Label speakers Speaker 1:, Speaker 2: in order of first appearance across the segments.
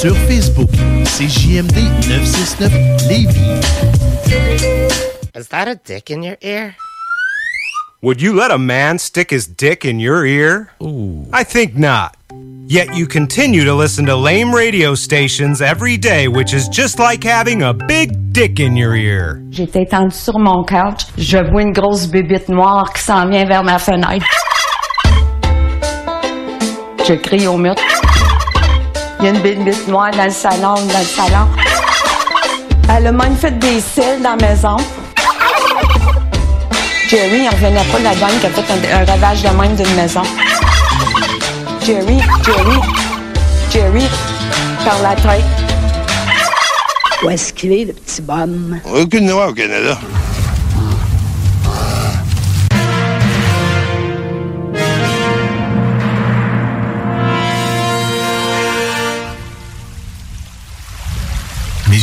Speaker 1: Sur Facebook, c'est JMD 969 Lévis.
Speaker 2: Is that a dick in your ear?
Speaker 3: Would you let a man stick his dick in your ear? Ooh. I think not. Yet you continue to listen to lame radio stations every day, which is just like having a big dick in your ear.
Speaker 4: J'étais étendue sur mon couch. Je vois une grosse bébite noire qui s'en vient vers ma fenêtre. Je crie au mur. Il y a une bébite noire dans le salon, dans le salon. Elle a même fait des cils dans la maison. Jerry, il revenait pas de la dame qui a fait un, un ravage de même d'une maison. Jerry, Jerry, Jerry, par la tête.
Speaker 5: Où est-ce qu'il est, le petit bonhomme?
Speaker 6: Aucune loi au Canada.
Speaker 7: Mais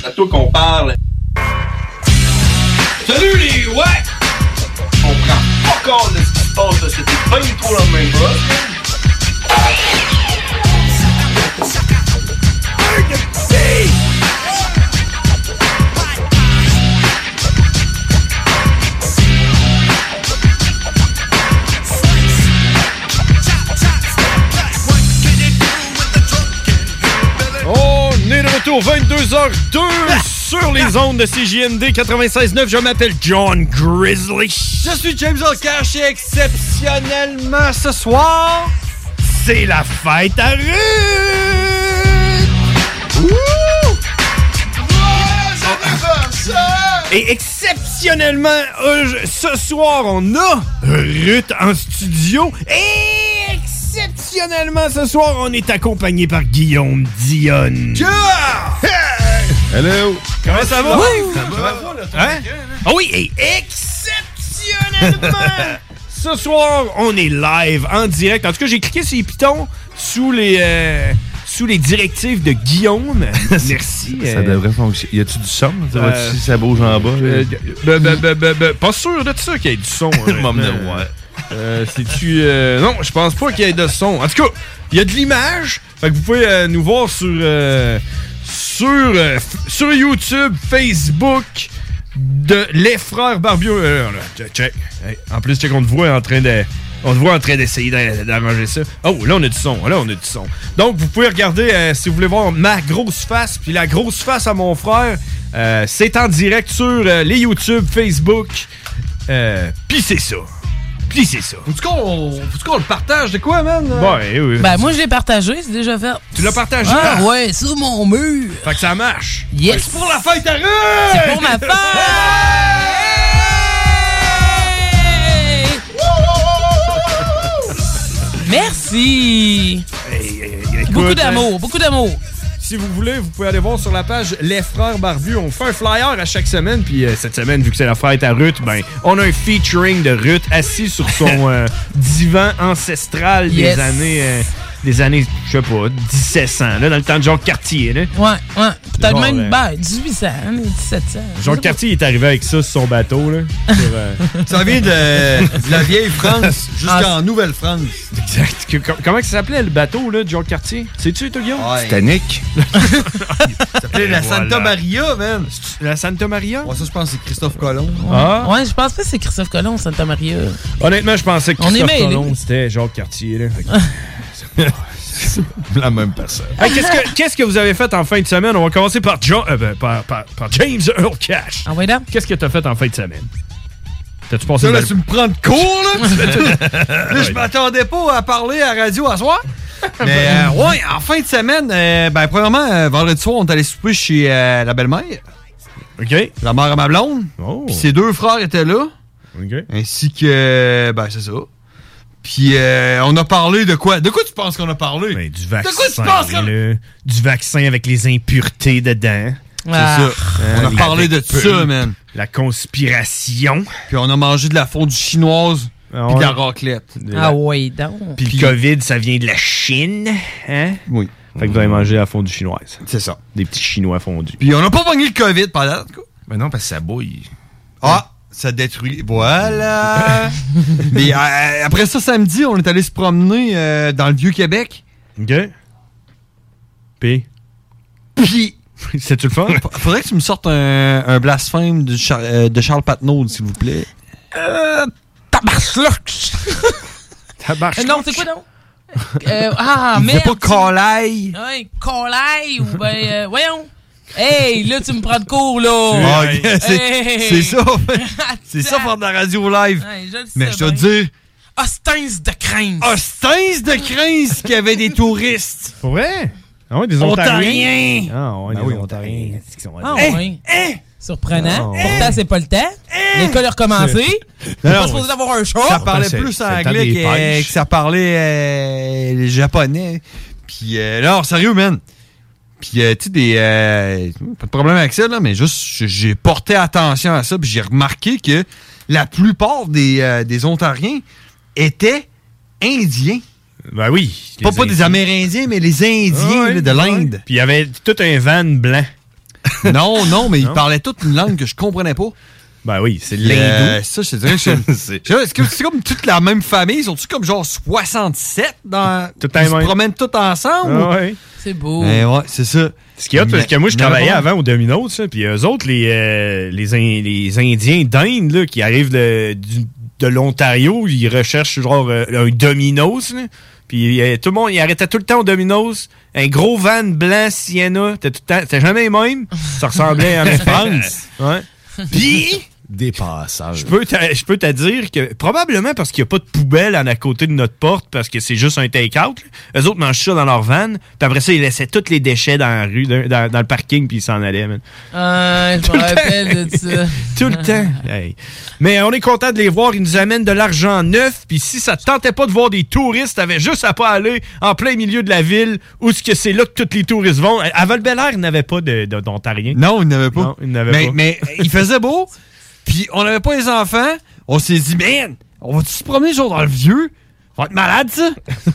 Speaker 8: C'est à toi qu'on parle.
Speaker 9: Salut les ouais!
Speaker 8: On prend pas compte de ce qui se passe, là. C'était pas du tout la même chose.
Speaker 10: On est de retour 22h02 sur les ondes de CJMD 96.9. Je m'appelle John Grizzly.
Speaker 11: Je suis James O'Cash et exceptionnellement ce soir, c'est la fête à Ruth! Wouh!
Speaker 10: Et exceptionnellement, euh, je- ce soir, on a Ruth en studio. Et exceptionnellement, ce soir, on est accompagné par Guillaume Dionne. Hello! Comment ça va? Hein? Ah oui, et exceptionnellement, ce soir, on est live, en direct. En tout cas, j'ai cliqué sur les pitons sous les, euh, sous les directives de Guillaume. Merci.
Speaker 12: Ça
Speaker 10: euh,
Speaker 12: devrait fonctionner. Y a-tu du son? Ça va-tu-
Speaker 10: Euh,
Speaker 12: ça bouge en bas?
Speaker 10: euh,
Speaker 12: là?
Speaker 10: ben, ben, ben, ben, ben, pas sûr de ça qu'il y ait du son.
Speaker 12: M'en
Speaker 10: honnêtement.
Speaker 12: venir, ouais.
Speaker 10: Euh, C'est-tu. euh, non, je pense pas qu'il y ait de son. En tout cas, il y a de l'image. Fait que vous pouvez euh, nous voir sur. euh, sur, euh, f- sur YouTube, Facebook de Les Frères Barbieux. Euh, là, check, check. Hey, en plus, check, on te voit en train de. On se voit en train d'essayer d'a- d'arranger ça. Oh, là, on a du son. Là, on a du son. Donc, vous pouvez regarder, euh, si vous voulez voir ma grosse face, puis la grosse face à mon frère, euh, c'est en direct sur euh, les YouTube, Facebook. Euh, puis c'est ça. Puis c'est ça.
Speaker 11: Faut-tu qu'on faut-tu qu'on le partage de quoi, man?
Speaker 10: Ouais, Bah, eh oui.
Speaker 13: Ben, moi, je l'ai partagé, c'est déjà fait.
Speaker 10: Tu l'as partagé?
Speaker 13: Ah, ouais, sur mon mur.
Speaker 10: Fait que ça marche.
Speaker 13: Yes.
Speaker 11: C'est pour la fête à Ruth!
Speaker 13: C'est pour ma fête! Merci! beaucoup
Speaker 10: écoute,
Speaker 13: d'amour,
Speaker 10: hein.
Speaker 13: beaucoup d'amour.
Speaker 10: Si vous voulez, vous pouvez aller voir sur la page Les Frères Barbus. On fait un flyer à chaque semaine. Puis euh, cette semaine, vu que c'est la fête à Ruth, ben, on a un featuring de Ruth assis sur son euh, divan ancestral
Speaker 13: Yes.
Speaker 10: des années, euh, des années, je sais pas, 1700, là, dans le temps de Jean Cartier. Là.
Speaker 13: Ouais, ouais. Peut-être
Speaker 10: Genre,
Speaker 13: même,
Speaker 10: euh,
Speaker 13: ben, 1800, hein, 1700.
Speaker 10: Jean Cartier est arrivé avec ça sur son bateau. Là, sur, euh,
Speaker 11: Ça vient de, de la vieille France jusqu'en Nouvelle-France.
Speaker 10: Ah, Exact. Que- com- Comment que ça s'appelait le bateau là, de Jean Cartier? Sais-tu, toi, Guillaume?
Speaker 11: Titanic.
Speaker 10: Ça
Speaker 11: s'appelait la Santa
Speaker 10: Maria, même. La Santa Maria?
Speaker 11: Ouais, ça, je pense que c'est Christophe Colomb.
Speaker 10: Ah.
Speaker 13: Ouais, je pense pas que c'est Christophe Colomb, Santa Maria.
Speaker 10: Honnêtement, je pensais que
Speaker 13: On est
Speaker 10: Christophe
Speaker 13: mêlés.
Speaker 10: Colomb, c'était Jacques Cartier. là. Fait que-
Speaker 12: La même personne.
Speaker 10: Hey, qu'est-ce, que, qu'est-ce que vous avez fait en fin de semaine? On va commencer par, Jo- euh, ben, par, par- par James Earl Cash.
Speaker 13: Ah,
Speaker 10: Qu'est-ce que t'as fait en fin de semaine? T'as-tu passé
Speaker 11: Ça,
Speaker 10: une
Speaker 11: là,
Speaker 10: belle-
Speaker 11: tu me prends de court, là! Tu- là, je
Speaker 10: Ouais.
Speaker 11: m'attendais pas à parler à radio à soir. Mais euh, ouais, en fin de semaine, euh, ben, premièrement, euh, vendredi soir, on est allé souper chez euh, la belle-mère.
Speaker 10: OK.
Speaker 11: La mère à ma blonde. Puis ses deux frères étaient là.
Speaker 10: OK.
Speaker 11: Ainsi que. Ben, c'est ça. Puis euh, on a parlé de quoi? De quoi tu penses qu'on a parlé? De
Speaker 10: du
Speaker 11: quoi tu penses qu'on
Speaker 10: là. Du vaccin avec les impuretés dedans.
Speaker 11: C'est Ah. ça. On a parlé
Speaker 10: avec
Speaker 11: de ça, man.
Speaker 10: La conspiration.
Speaker 11: Puis on a mangé de la fondue chinoise.
Speaker 10: Ah,
Speaker 11: puis de la
Speaker 10: ouais.
Speaker 11: raclette.
Speaker 13: Ah ouais, donc.
Speaker 10: Puis le COVID, ça vient de la Chine. Hein?
Speaker 11: Oui.
Speaker 10: Fait que vous avez mangé la fondue chinoise.
Speaker 11: C'est ça.
Speaker 10: Des petits chinois fondus.
Speaker 11: Puis on n'a pas pogné le COVID pendant, en tout cas.
Speaker 12: Ben non, parce que ça bouille.
Speaker 11: Ah, ça détruit. Voilà. Mais euh, après ça, samedi, on est allé se promener euh, dans le Vieux-Québec.
Speaker 10: OK. Puis?
Speaker 11: Puis...
Speaker 10: C'est-tu le fun?
Speaker 11: Faudrait que tu me sortes un, un blasphème de, Char- euh, de Charles Patnaud, s'il vous plaît.
Speaker 13: Euh, Tabarslux. Euh, non, c'est quoi, non? Euh, ah,
Speaker 11: Il disait
Speaker 13: merde.
Speaker 11: pas Colaille.
Speaker 13: Ouais, colaille Hein, ou ben, euh, voyons. Hey, là, tu me prends de court, là.
Speaker 11: Ah, c'est
Speaker 13: Oh, Hey.
Speaker 11: c'est ça. c'est ça faire de la radio live.
Speaker 13: Ouais, je le sais
Speaker 11: Mais je te
Speaker 13: bien.
Speaker 11: dis,
Speaker 13: Ostens de crainte.
Speaker 11: Ostens de crainte qu'il y avait des touristes.
Speaker 10: Pour vrai? Ah ouais, des
Speaker 11: Ontariens.
Speaker 10: Ontariens. Ah ouais,
Speaker 11: Ben
Speaker 10: des
Speaker 11: oui,
Speaker 10: Ontariens. C'est qu'ils sont
Speaker 13: Ah,
Speaker 10: Hey!
Speaker 13: ouais. Surprenant.
Speaker 10: Ah,
Speaker 13: Pourtant, c'est pas le temps. L'école a recommencé. On est
Speaker 11: Non, non,
Speaker 13: pas supposé
Speaker 11: ouais.
Speaker 13: avoir un chat.
Speaker 11: Ça parlait plus
Speaker 10: le temps
Speaker 11: anglais
Speaker 10: des
Speaker 11: que,
Speaker 10: pêches.
Speaker 11: que ça parlait euh, les japonais. Puis euh, non, sérieux, man. Puis euh, tu sais, des. euh, pas de problème avec ça, là, mais juste, j- j'ai porté attention à ça. Puis j'ai remarqué que la plupart des, euh, des Ontariens étaient Indiens.
Speaker 10: Ben oui.
Speaker 11: Pas,
Speaker 10: les
Speaker 11: pas des
Speaker 10: Indiens.
Speaker 11: Amérindiens, mais les Indiens
Speaker 10: Ah ouais,
Speaker 11: là, de
Speaker 10: ouais.
Speaker 11: l'Inde.
Speaker 10: Puis il y avait tout un van blanc.
Speaker 11: Non, non, mais ils parlaient toute une langue que je comprenais pas.
Speaker 10: Ben oui, c'est
Speaker 11: Puis,
Speaker 10: l'hindou.
Speaker 11: euh, ça, je te dirais que c'est-
Speaker 10: C'est-
Speaker 11: Je sais pas, C'est comme, c'est comme toute la même famille. Sont-tu comme genre 67 dans.
Speaker 10: Tout un
Speaker 11: ils se
Speaker 10: même.
Speaker 11: promènent tous ensemble?
Speaker 10: Ah ouais.
Speaker 13: C'est beau.
Speaker 11: Mais Ben ouais, c'est ça.
Speaker 10: Ce qu'il y a, parce
Speaker 11: Mais-
Speaker 10: que moi, je
Speaker 11: mais
Speaker 10: travaillais
Speaker 11: vraiment-
Speaker 10: avant au Domino's, ça, puis eux autres, les, euh, les, In- les Indiens d'Inde, là, qui arrivent de, du- de l'Ontario, ils recherchent genre euh, un Domino's, là. Puis euh, tout le monde, ils arrêtaient tout le temps au Domino's. Un gros van blanc Sienna, c'était tout le temps- c'était jamais les mêmes. Ça ressemblait à un France. Ouais. Puis,
Speaker 12: Des passages.
Speaker 10: je peux te- je peux te dire que probablement parce qu'il n'y a pas de poubelle en à côté de notre porte, parce que c'est juste un take-out, là, eux autres mangent ça dans leur van, puis après ça, ils laissaient tous les déchets dans la rue, dans, dans- dans le parking, puis ils s'en allaient. man.
Speaker 13: Euh, je
Speaker 10: Tout
Speaker 13: me
Speaker 10: le temps.
Speaker 13: rappelle de ça.
Speaker 10: Tout le temps. Hey. Mais on est content de les voir, ils nous amènent de l'argent neuf, puis si ça te tentait pas de voir des touristes, t'avais juste à pas aller en plein milieu de la ville, où ce que c'est là que tous les touristes vont. À Val-Belair, ils n'avaient pas de- de- d'Ontariens.
Speaker 11: Non, ils n'avaient pas.
Speaker 10: Non, ils n'avaient
Speaker 11: mais,
Speaker 10: pas.
Speaker 11: mais euh, il faisait beau, puis on n'avait pas les enfants. On s'est dit, man, on va-tu se promener genre dans le vieux? On va être malade, ça?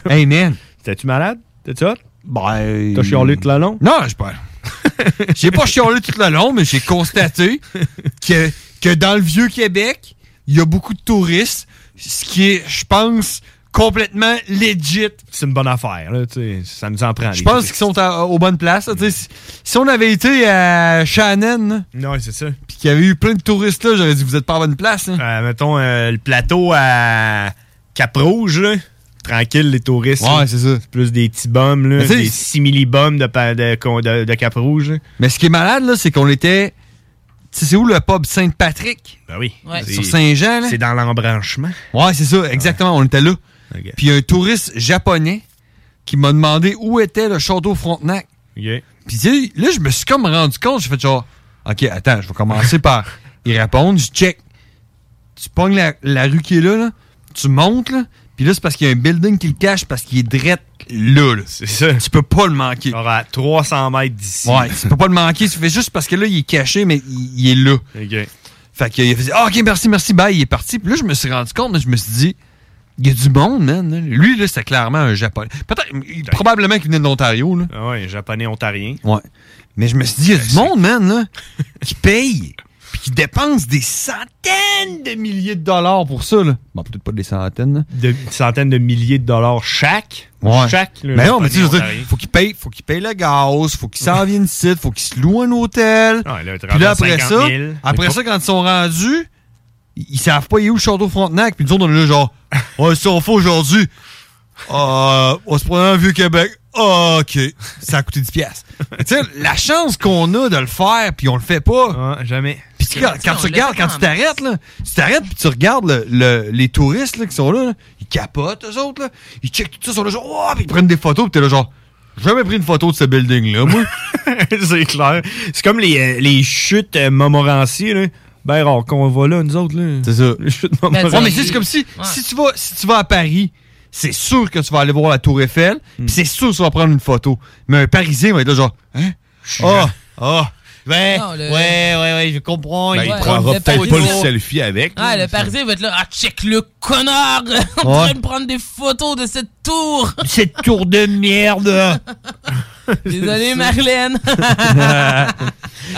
Speaker 11: hey, man.
Speaker 10: T'es-tu malade? T'es-tu hot?
Speaker 11: Ben.
Speaker 10: T'as chialé tout le long?
Speaker 11: Non, j'ai pas. J'ai pas chialé tout le long, mais j'ai constaté que, que dans le vieux Québec, il y a beaucoup de touristes, ce qui est, je pense, complètement legit.
Speaker 10: C'est une bonne affaire, là, tu sais, ça nous en prend.
Speaker 11: Je
Speaker 10: les
Speaker 11: pense
Speaker 10: touristes.
Speaker 11: qu'ils sont à- aux bonnes places. là, tu sais. Si, si on avait été à Shannon,
Speaker 10: Non, c'est ça.
Speaker 11: puis qu'il y avait eu plein de touristes là, j'aurais dit vous êtes pas à bonne place. hein.
Speaker 10: Euh, mettons, euh, le plateau à, Cap Rouge, là. Tranquille, les touristes.
Speaker 11: Ouais,
Speaker 10: là.
Speaker 11: c'est ça.
Speaker 10: Plus des petits bums, là.
Speaker 11: Mais tu sais,
Speaker 10: Des simili-bums de, pa- de, con- de- de Cap Rouge.
Speaker 11: Mais ce qui est malade, là, c'est qu'on était. Tu sais, c'est où le pub Sainte-Patrick?
Speaker 10: Ben oui.
Speaker 11: Ouais. Sur Saint-Jean, là?
Speaker 10: C'est dans l'embranchement. Ah
Speaker 11: Ouais, c'est ça, exactement. On était là. Puis il y a un touriste japonais qui m'a demandé où était le château Frontenac.
Speaker 10: OK.
Speaker 11: Puis tu sais, là, je me suis comme rendu compte. J'ai fait genre, OK, attends, je vais commencer par y répondre. Je check. Tu pognes la, la rue qui est là, là. Tu montes, là. Puis là, c'est parce qu'il y a un building qui le cache parce qu'il est drette là, là.
Speaker 10: C'est ça.
Speaker 11: Tu peux pas le manquer.
Speaker 10: Alors, à 300 mètres d'ici.
Speaker 11: Ouais, tu peux pas le manquer. Tu fais juste parce que là, il est caché, mais il, il est là.
Speaker 10: OK.
Speaker 11: Fait qu'il a fait Ah, OK, merci, merci, bye. Il est parti. Puis là, je me suis rendu compte, là, je me suis dit, il y a du monde, man. là. Lui, là, c'était clairement un Japonais. Peut-être, probablement qu'il venait de l'Ontario, là.
Speaker 10: Ah ouais, Japonais-Ontarien.
Speaker 11: Ouais. Mais je me suis
Speaker 10: Ben,
Speaker 11: dit, il y a du monde, man, là, qui paye, puis qui dépense des centaines de milliers de dollars pour ça, là. Bon, peut-être pas des centaines, là.
Speaker 10: De centaines de milliers de dollars chaque.
Speaker 11: Ouais.
Speaker 10: Chaque. le
Speaker 11: mais non, mais tu sais, je veux dire,
Speaker 10: Japonais-Ontarien.
Speaker 11: faut qu'il paye, faut qu'il paye le gaz, faut qu'il s'en vienne ici, faut qu'il se loue un hôtel.
Speaker 10: Ouais, là,
Speaker 11: Puis là, après
Speaker 10: 50
Speaker 11: ça,
Speaker 10: 000.
Speaker 11: après
Speaker 10: Mais
Speaker 11: ça, quand ils sont rendus, ils ils savent pas il est où le château Frontenac. Puis nous autres, on est là genre, ouais, si on fait aujourd'hui, euh, on se prend un vieux Québec. Ah, OK, ça a coûté 10 piastres. tu sais, la chance qu'on a de le faire, puis on le fait pas.
Speaker 10: Ah, jamais.
Speaker 11: Puis tu sais, quand, quand
Speaker 10: Non,
Speaker 11: tu
Speaker 10: on le
Speaker 11: regardes,
Speaker 10: fait
Speaker 11: quand
Speaker 10: quand
Speaker 11: tu
Speaker 10: même.
Speaker 11: t'arrêtes, là, tu t'arrêtes, puis tu regardes le- le- les touristes là, qui sont là, là, ils capotent, eux autres, là. Ils checkent tout ça, ils sont là, genre, Ouah! puis ils prennent des photos, puis t'es là, genre, J'ai jamais pris une photo de ce building-là, moi.
Speaker 10: c'est clair. C'est comme les, euh, les chutes euh, Montmorency, là. Ben, alors qu'on va là, nous autres, là.
Speaker 11: C'est ça.
Speaker 10: Les chutes
Speaker 11: Ouais,
Speaker 10: Montmorency.
Speaker 11: mais tu sais, c'est comme si, si, tu vas, si tu vas à Paris, c'est sûr que tu vas aller voir la Tour Eiffel, puis c'est sûr que tu vas prendre une photo. Mais un Parisien va être là, genre, hein? Ah, ah. Ouais,
Speaker 13: Non, le-
Speaker 11: ouais, ouais, ouais, je comprends.
Speaker 13: Ben,
Speaker 11: il
Speaker 13: il
Speaker 11: prend
Speaker 13: prendra peut-être pas le
Speaker 12: selfie avec.
Speaker 13: Ah, le Parisien va être là. Ah, check le connard! On
Speaker 11: Ouais.
Speaker 13: pourrait me prendre des photos de cette tour!
Speaker 11: Cette tour de merde!
Speaker 13: Désolé, Marlène! ah,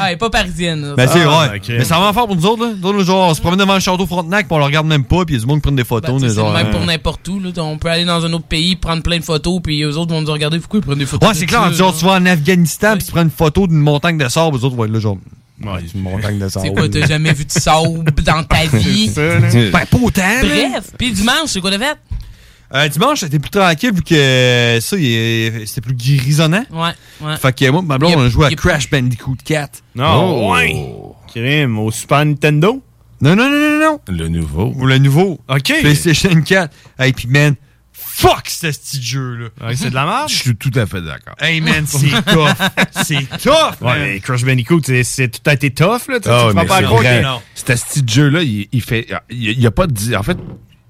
Speaker 13: elle est pas parisienne.
Speaker 11: Ben, c'est
Speaker 13: Ah,
Speaker 11: vrai. Mais ça va en faire pour nous autres, là. Nous autres, genre, on se promène devant le château Frontenac, puis on le regarde même pas, puis il y a du monde qui prend des photos. on est
Speaker 13: Bah, Ben, C'est
Speaker 11: genre,
Speaker 13: le même
Speaker 11: hein.
Speaker 13: pour n'importe où. Là. On peut aller dans un autre pays, prendre plein de photos, puis eux autres vont nous regarder. Pourquoi ils prennent des photos?
Speaker 11: Ouais, c'est clair.
Speaker 13: de
Speaker 11: Genre,
Speaker 13: ça,
Speaker 11: tu vas en Afghanistan, puis tu prends une photo d'une montagne de sable, les autres vont être là, genre.
Speaker 12: Ouais, une montagne de
Speaker 10: Ah
Speaker 13: C'est quoi, t'as jamais vu de sable dans ta vie?
Speaker 11: ça, là. Ben, pas autant, là.
Speaker 13: Bref, puis dimanche, c'est quoi de fait?
Speaker 11: Euh, dimanche, c'était plus tranquille, vu que euh, ça, il est- c'était plus grisonnant.
Speaker 13: Ouais, ouais.
Speaker 11: Fait que moi, ma
Speaker 13: Il
Speaker 11: blonde,
Speaker 13: y a-
Speaker 11: on a joué à
Speaker 13: il y a-
Speaker 11: Crash Bandicoot 4.
Speaker 10: Non, ouais. Crime, au Super Nintendo?
Speaker 11: Non, non, non, non, non.
Speaker 12: Le nouveau.
Speaker 11: Ou le nouveau.
Speaker 10: OK.
Speaker 11: PlayStation 4. Hey, puis man, fuck ce petit jeu, là.
Speaker 10: c'est de la merde.
Speaker 12: Je suis tout à fait d'accord.
Speaker 11: Hey, man, c'est tough. c'est tough,
Speaker 10: Ouais,
Speaker 11: man.
Speaker 10: mais Crash Bandicoot, c'est- c'est tout à été tough, là. Tu
Speaker 12: Ah,
Speaker 10: ne
Speaker 12: mais
Speaker 10: prends pas à
Speaker 12: c'est
Speaker 10: croire
Speaker 12: vrai.
Speaker 10: que-
Speaker 12: Cet asti de jeu-là, il, il fait. Il n'y a pas de. di- En fait,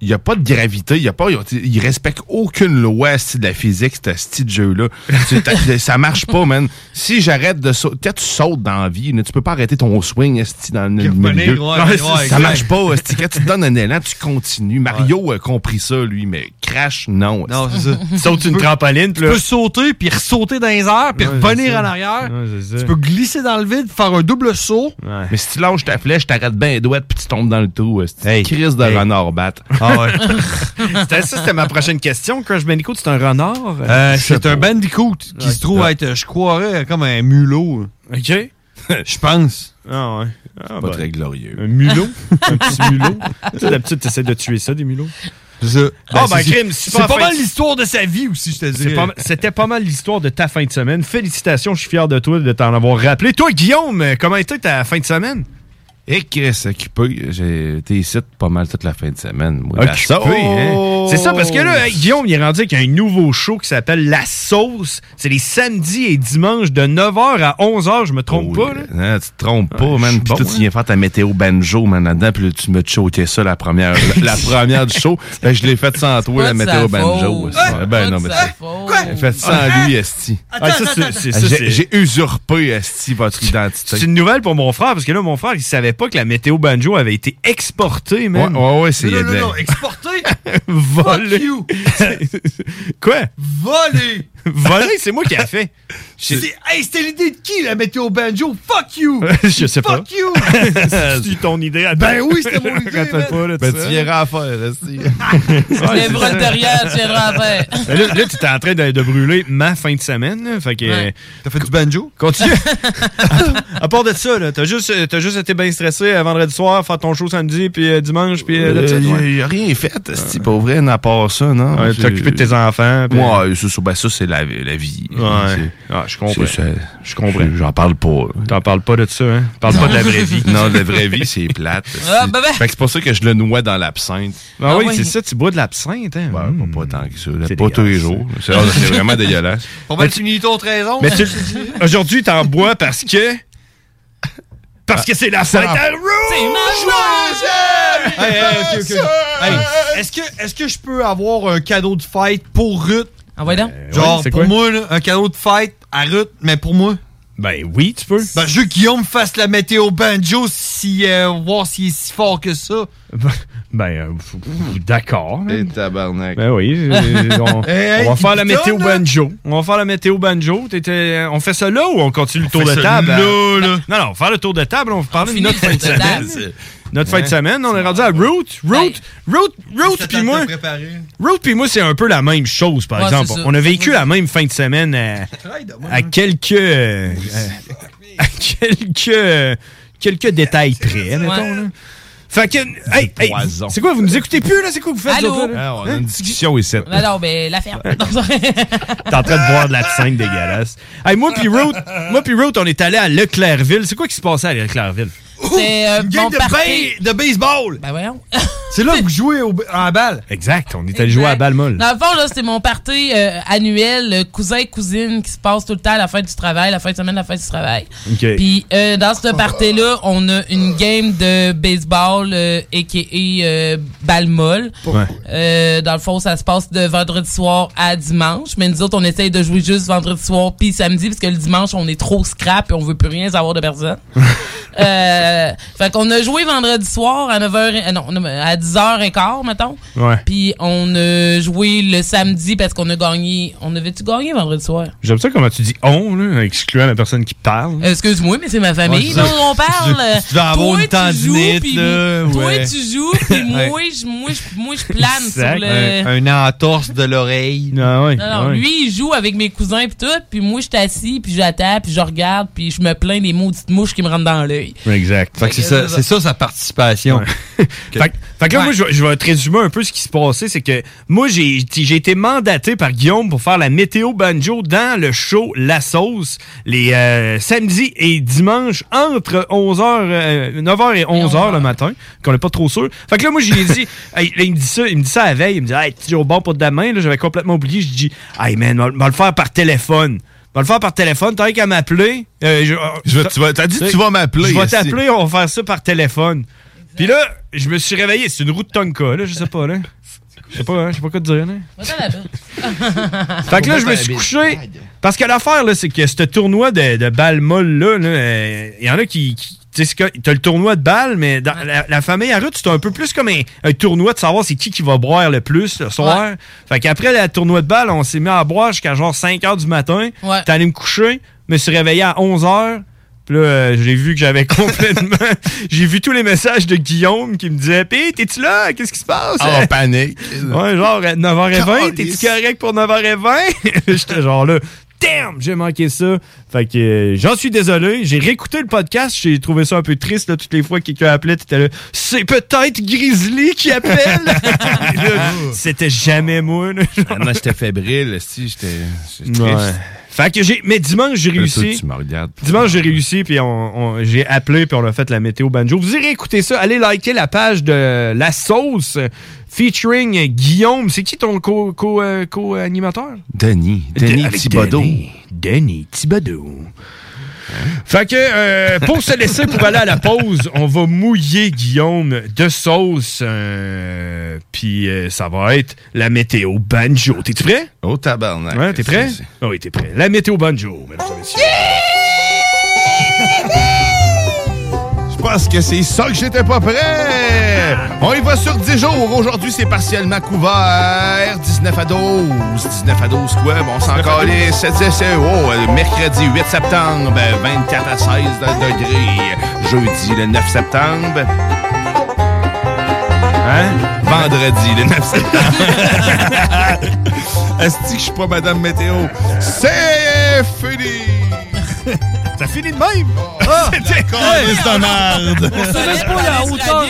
Speaker 12: il n'y a pas de gravité. Il, y a pas, il respecte aucune loi asti, de la physique, cet asti de jeu-là. C'est- t'as- ça marche pas, man. Si j'arrête de sauter. Quand tu sautes dans la vie, là, tu peux pas arrêter ton swing asti, dans le
Speaker 11: revenir,
Speaker 12: milieu.
Speaker 11: ouais, ouais,
Speaker 12: Non,
Speaker 11: ouais,
Speaker 12: ça- ça
Speaker 11: exact.
Speaker 12: marche pas. asti. Quand tu te donnes un élan, tu continues. Mario a compris ça, lui, mais Crash, non.
Speaker 11: Non,
Speaker 12: asti.
Speaker 11: c'est ça.
Speaker 12: Tu sautes une
Speaker 11: peux-
Speaker 10: trampoline,
Speaker 11: Tu peux sauter, puis ressauter dans les airs, puis
Speaker 12: Ouais, c'est
Speaker 11: revenir
Speaker 12: ça.
Speaker 11: en arrière.
Speaker 10: c'est
Speaker 11: tu peux glisser dans le vide, faire un double saut.
Speaker 12: Mais si tu lâches ta flèche, t'arrêtes bien les douettes puis tu tombes dans le trou. asti. Crise de renard batte.
Speaker 10: C'était ça, c'était ma prochaine question. Crash Bandicoot, c'est un renard?
Speaker 11: Euh, c'est un bandicoot qui se trouve
Speaker 10: euh,
Speaker 11: être, je croirais, comme un mulot.
Speaker 10: OK.
Speaker 11: Je pense.
Speaker 10: Ah ouais.
Speaker 12: pas
Speaker 10: bah.
Speaker 12: très glorieux.
Speaker 10: Un mulot? un petit mulot? Tu sais, d'habitude, tu essaies de tuer ça, des mulots. Ah, ben, crime, super
Speaker 11: C'est pas
Speaker 10: fin
Speaker 11: mal
Speaker 10: de-
Speaker 11: l'histoire de sa vie aussi, je te
Speaker 10: C'est
Speaker 11: dis.
Speaker 10: pas mal- C'était pas mal l'histoire de ta fin de semaine. Félicitations, je suis fier de toi de t'en avoir rappelé. Toi, Guillaume, euh, comment était ta fin de semaine?
Speaker 12: Et Chris occupé, j'ai été ici pas mal toute la fin de semaine. Moi, la
Speaker 10: Occupé,
Speaker 12: sauce. oh!
Speaker 10: hein? C'est ça, parce que là, hey, Guillaume, il est rendu avec un nouveau show qui s'appelle La Sauce. C'est les samedis et dimanches de 9h à 11h, je me trompe pas, là?
Speaker 12: Non, Oh, hein, tu te trompes pas, man. Puis toi, tu viens faire ta météo banjo, man, là-dedans. Puis là, tu me choquais ça la première, la, la première du show. Fait que je l'ai faite sans toi, la
Speaker 10: de
Speaker 12: météo
Speaker 10: sa
Speaker 12: banjo.
Speaker 10: faute.
Speaker 12: esti.
Speaker 10: Pas
Speaker 12: ben
Speaker 10: de
Speaker 12: non, mais
Speaker 10: sa
Speaker 12: c'est-
Speaker 10: faute.
Speaker 12: J'ai fait sans lui, Esti.
Speaker 10: Attends, Ah, ça, c'est- attends, c'est- ça,
Speaker 12: J'ai-
Speaker 10: c'est-
Speaker 12: J'ai usurpé, Esti, votre identité.
Speaker 10: C'est une nouvelle pour mon frère, parce que là, mon frère, il savait pas que la météo banjo avait été exportée, man.
Speaker 12: Ouais, ouais, ouais, c'est-
Speaker 11: non, non, exporté.
Speaker 10: Volé. Quoi?
Speaker 11: Volé.
Speaker 10: Voler, c'est moi qui l'a fait.
Speaker 11: Je- C'est- Hey, c'était l'idée de qui, la météo banjo? Fuck you!
Speaker 10: Je sais pas.
Speaker 11: Fuck you!
Speaker 10: C'est ton idée. à-
Speaker 11: Ben oui, c'était mon idée, man.
Speaker 12: Ben, tu viendras à faire, esti.
Speaker 13: Tu lèveras le derrière, tu viendras à faire.
Speaker 10: Ben là, là tu en train de, de brûler ma fin de semaine. là. Fait que,
Speaker 13: Ouais.
Speaker 10: T'as fait du banjo? Continue. à, à part de ça, là, t'as juste, t'as juste été bien stressé euh, vendredi soir, faire ton show samedi, puis euh, dimanche, puis euh,
Speaker 12: Euh,
Speaker 10: that's it,
Speaker 12: y a-
Speaker 10: ouais.
Speaker 12: y a rien fait, esti, pour vrai, à part ça, non?
Speaker 10: Ouais, t'es occupé de tes enfants. puis-
Speaker 12: Moi, ouais, ça, ça, ben, ça, c'est la, la vie.
Speaker 10: Ouais. Ah, je comprends.
Speaker 12: Je comprends. J'en parle pas.
Speaker 10: T'en parles pas de ça, hein? Parle pas de la vraie vie.
Speaker 12: non, de la vraie vie, c'est plate.
Speaker 10: Ah, ben, ben.
Speaker 12: Fait que c'est pour ça que je le noie dans l'absinthe.
Speaker 10: Ah, oui, c'est ça, tu bois de l'absinthe. Hein?
Speaker 12: Pas tant que ça. là. Pas tous les jours. C'est c'est vraiment dégueulasse.
Speaker 11: On va finir ton 13
Speaker 10: Mais tu- aujourd'hui, t'en bois parce que. Parce que c'est la
Speaker 11: Ça
Speaker 10: fête
Speaker 11: va.
Speaker 10: à Rouge!
Speaker 11: C'est ma joie! Hey, hey, ok, ok. Hey, Est-ce que, est-ce que je peux avoir un cadeau de fête pour Ruth? Ben,
Speaker 13: Ah ouais, donc?
Speaker 11: Genre,
Speaker 10: ouais, c'est
Speaker 11: pour
Speaker 10: quoi?
Speaker 11: moi, là, un cadeau de fête à Ruth, mais pour moi?
Speaker 10: Ben oui, tu peux.
Speaker 11: Ben, je veux que Guillaume fasse la météo banjo, si, euh, voir s'il est si fort que ça.
Speaker 10: Ben, euh, f- f- d'accord.
Speaker 12: Et tabarnak.
Speaker 10: Ben oui, euh, on,
Speaker 11: Hey,
Speaker 10: on va
Speaker 11: hey,
Speaker 10: faire la
Speaker 11: il
Speaker 10: météo
Speaker 11: donne, là.
Speaker 10: banjo. On va faire la météo banjo. T'étais- on fait ça là ou on continue le tour
Speaker 11: fait
Speaker 10: de
Speaker 11: ça
Speaker 10: table?
Speaker 11: là,
Speaker 10: hein? Non, non, on va faire le tour de table. On va parler de
Speaker 13: finit
Speaker 10: notre
Speaker 13: le
Speaker 10: fin de
Speaker 13: tour de table.
Speaker 10: semaine. Notre
Speaker 11: Hein?
Speaker 10: fin de semaine, on est rendu à Root. Root, Root, Root, puis moi. Root puis moi, c'est un peu la même chose, par
Speaker 11: Ouais,
Speaker 10: exemple.
Speaker 11: c'est ça.
Speaker 10: On a vécu la même fin de semaine à,
Speaker 11: hein?
Speaker 10: à quelques. euh, à quelques. euh, quelques détails près, mettons, là. Fait que. Hey, hey,
Speaker 12: poison.
Speaker 10: c'est quoi, vous nous écoutez plus, là? C'est quoi que vous faites?
Speaker 13: Allô? Ben
Speaker 10: vous autres, là? Hein?
Speaker 12: Ah, on a une discussion ici.
Speaker 13: Non, non, mais la ferme.
Speaker 10: T'es en train de boire de l'absinthe dégueulasse. Hey, moi puis Root, moi puis Root, on est allé à Leclercville. C'est quoi qui se passait à Leclercville?
Speaker 13: C'est euh,
Speaker 11: Une
Speaker 13: mon
Speaker 11: game de,
Speaker 13: party.
Speaker 11: ba- de baseball!
Speaker 13: Ben voyons.
Speaker 11: C'est là que vous jouez au, à la balle.
Speaker 10: Exact, on est allé jouer à Balmol.
Speaker 13: Dans le fond, là, c'est mon party euh, annuel, euh, cousin-cousine, qui se passe tout le temps à la fin du travail, la fin de semaine, la fin du travail.
Speaker 10: OK.
Speaker 13: Puis euh, dans ce party-là, on a une game de baseball, euh, a.k.a. euh, balle molle.
Speaker 10: Ouais.
Speaker 13: Euh, dans le fond, ça se passe de vendredi soir à dimanche. Mais nous autres, on essaye de jouer juste vendredi soir puis samedi, parce que le dimanche, on est trop scrap et on veut plus rien savoir de personne. euh, fait qu'on a joué vendredi soir à 9h, euh, non, non, à 10h15, mettons.
Speaker 10: Ouais.
Speaker 13: Puis on a joué le samedi parce qu'on a gagné. On avait-tu gagné vendredi soir?
Speaker 10: J'aime ça comment tu dis on, là, excluant la personne qui parle.
Speaker 13: Euh, Excuse-moi, mais c'est ma famille
Speaker 10: Ouais, c'est
Speaker 13: dont
Speaker 10: ça.
Speaker 13: on parle.
Speaker 10: Tu- tu dois avoir
Speaker 13: Toi,
Speaker 10: une tendinite,
Speaker 13: tu joues, puis-
Speaker 10: là,
Speaker 13: Toi,
Speaker 10: ouais.
Speaker 13: tu joues, puis moi,
Speaker 11: Ouais.
Speaker 13: je, moi, je, moi, je plane sur le...
Speaker 11: Un, un entorse de l'oreille. Ah
Speaker 10: Non, ouais.
Speaker 13: Non, non, lui, il joue avec mes cousins puis tout, puis moi, je suis assis, puis j'attends, puis je regarde, puis je me plains des maudites mouches qui me rentrent dans l'œil.
Speaker 10: Exact.
Speaker 11: Fait que c'est ça, c'est ça sa participation.
Speaker 10: Fait, que- fait que là, moi, je, vais- je vais te résumer un peu ce qui se passait. C'est que moi, j'ai j'ai été mandaté par Guillaume pour faire la météo banjo dans le show La Sauce, les euh, samedis et dimanches, entre 11h, 9h et 11h le matin, qu'on n'est pas trop sûr. Fait que là, moi, j'ai dit, hey, là, il me dit ça, il me dit ça la veille, il me dit, hey, tu es au bord pour demain, là, j'avais complètement oublié. Je dis, hey man, on va- on va le faire par téléphone. On va le faire par téléphone, tant qu'à m'appeler. euh, je-
Speaker 12: Je vais- tu vas- t'as dit que tu vas m'appeler,
Speaker 10: Je vais
Speaker 12: esti.
Speaker 10: t'appeler, on va faire ça par téléphone. Puis là, je me suis réveillé. C'est une route Tonka, là, je sais pas, là. Je sais pas, hein, je sais pas quoi te dire, là.
Speaker 13: Va-t'en là-bas.
Speaker 10: Fait que là, je me suis couché. Parce que l'affaire, là, c'est que ce tournoi de, de balles molles, là, là, euh, il y en a qui. qui- tu sais, c'est que- t'as le tournoi de balles, mais dans la, la famille à route, c'est un peu plus comme un, un tournoi de savoir c'est qui qui va boire le plus le soir. Fait qu'après le tournoi de balles, on s'est mis à boire jusqu'à genre 5 heures du matin.
Speaker 13: Ouais.
Speaker 10: T'es allé me coucher, me suis réveillé à 11 heures. Puis là, euh, j'ai vu que j'avais complètement. j'ai vu tous les messages de Guillaume qui me disait Pis, t'es-tu là Qu'est-ce qui se passe Euh,
Speaker 12: En panique.
Speaker 10: Ouais, genre euh, à 9h20, t'es-tu correct pour 9h20? J'étais genre là, damn, j'ai manqué ça. Fait que euh, j'en suis désolé. J'ai réécouté le podcast, j'ai trouvé ça un peu triste là, toutes les fois que quelqu'un appelait, t'étais là, c'est peut-être Grizzly qui appelle. Là, C'était jamais moi. là.
Speaker 12: Ah, Moi, j'étais fébrile, si j'étais j'étais
Speaker 10: Ouais.
Speaker 12: triste.
Speaker 10: Fait que j'ai. Mais dimanche, j'ai
Speaker 12: Là, toi,
Speaker 10: réussi.
Speaker 12: Tu me regardes.
Speaker 10: Dimanche, j'ai réussi, puis on, on- j'ai appelé, puis on a fait la météo banjo. Vous irez écouter ça. Allez liker la page de La Sauce euh, featuring euh, Guillaume. C'est qui ton co- co- euh, co-animateur?
Speaker 12: Denis. Denis
Speaker 10: Avec
Speaker 12: Thibodeau.
Speaker 10: Denis. Denis Thibodeau. Fait que, euh, pour se laisser pour aller à la pause, on va mouiller Guillaume de sauce. euh, puis euh, ça va être la météo banjo. T'es-tu prêt?
Speaker 12: Oh, tabarnak.
Speaker 10: Ouais, t'es prêt?
Speaker 12: C'est-
Speaker 10: Ah oui, t'es prêt. La météo banjo, mesdames et messieurs.
Speaker 12: Je suis pas Parce que c'est ça que j'étais pas prêt! On y va sur 10 jours. Aujourd'hui, c'est partiellement couvert. 19 à 12. 19 à 12 quoi? Bon, on s'en
Speaker 14: 19 à 12.
Speaker 12: calait. 7 essais. Oh, le mercredi 8 septembre, 24 à 16 degrés. Jeudi le 9 septembre. Hein? Vendredi le 9 septembre. Est-ce que je suis pas Madame Météo? C'est fini!
Speaker 10: Ça finit de même!
Speaker 12: C'était calice de merde!
Speaker 10: On savait pas la hauteur.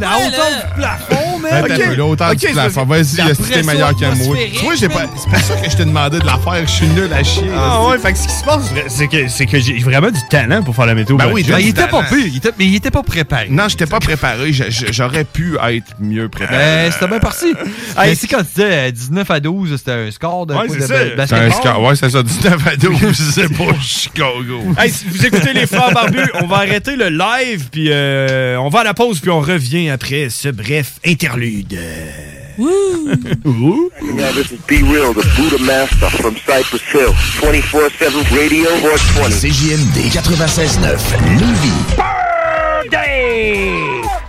Speaker 10: La hauteur du plafond, man!
Speaker 12: Attends un peu, là, autant
Speaker 10: Ok,
Speaker 12: du
Speaker 10: c'est
Speaker 12: plafond.
Speaker 10: parce que la
Speaker 12: Vas-y, c'était
Speaker 10: pression
Speaker 12: meilleur que moi.
Speaker 10: atmosphérique,
Speaker 12: Tu vois, j'ai pas. C'est pour ça que je te demandais de la faire. Je suis nul à chier.
Speaker 10: Ah ouais, fait que ce qui se passe, c'est que, c'est que j'ai vraiment du talent pour faire la météo.
Speaker 12: Ben oui,
Speaker 10: Ben,
Speaker 12: il était pas
Speaker 10: pire.
Speaker 12: pire, mais il était pas préparé. Non, j'étais pas préparé. Je- je- J'aurais pu être mieux préparé.
Speaker 10: Euh,
Speaker 11: Ben, c'était bien parti. Hey, c'est quand tu disais euh, 19 à 12, c'était un score de
Speaker 12: Ouais,
Speaker 11: quoi,
Speaker 12: c'est
Speaker 11: de
Speaker 12: ça.
Speaker 11: ba- Ah.
Speaker 12: C'est un
Speaker 11: basketball?
Speaker 12: score. Ouais, c'est ça. 19 à 12, c'est pour Chicago.
Speaker 10: Hey, si vous écoutez les frères barbus, on va arrêter le live, puis euh, on va à la pause, puis on revient après ce bref interlude. Ouh.
Speaker 15: Now, this is Be Real, the Buddha Master from Cypress Hill. 24-7 radio or 20.
Speaker 16: CJMD 96.9, Lévis.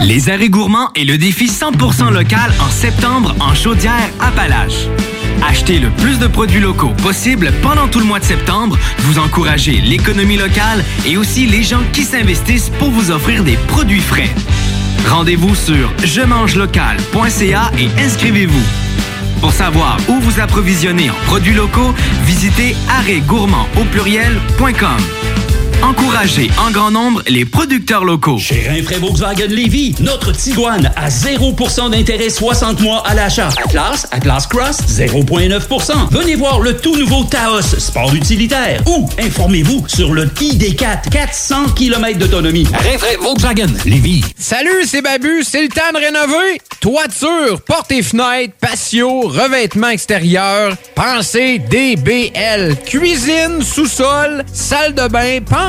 Speaker 17: Les arrêts gourmands et le défi 100% local en septembre en chaudière Appalaches. Achetez le plus de produits locaux possible pendant tout le mois de septembre. Vous encouragez l'économie locale et aussi les gens qui s'investissent pour vous offrir des produits frais. Rendez-vous sur je-mange-local.ca et inscrivez-vous. Pour savoir où vous approvisionner en produits locaux, visitez arrêtgourmand au pluriel.com. Encouragez en grand nombre les producteurs locaux.
Speaker 18: Chez Rainfray Volkswagen Lévy, notre Tiguan à 0% d'intérêt 60 mois à l'achat. Atlas, Atlas Cross, 0,9%. Venez voir le tout nouveau Taos, sport utilitaire. Ou informez-vous sur le ID4, 400 km d'autonomie. Rainfray Volkswagen Lévy.
Speaker 19: Salut, c'est Babu, c'est le temps de rénover. Toiture, portes et fenêtres, patio, revêtements extérieurs, pensez DBL. Cuisine, sous-sol, salle de bain,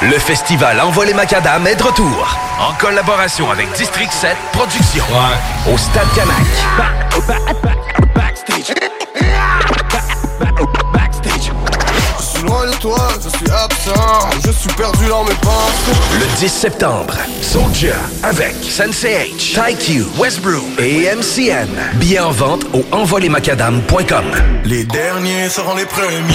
Speaker 1: Le festival Envolé Macadam est de retour. En collaboration avec District 7 Productions. Au Stade Canac.
Speaker 20: Je suis loin de toi, je suis absent, je suis perdu dans mes pensées.
Speaker 1: Le 10 septembre, Soldier avec Sensei H, TyQ, Westbrook et MCN. Billets en vente au envolemacadam.com. Les derniers seront les premiers.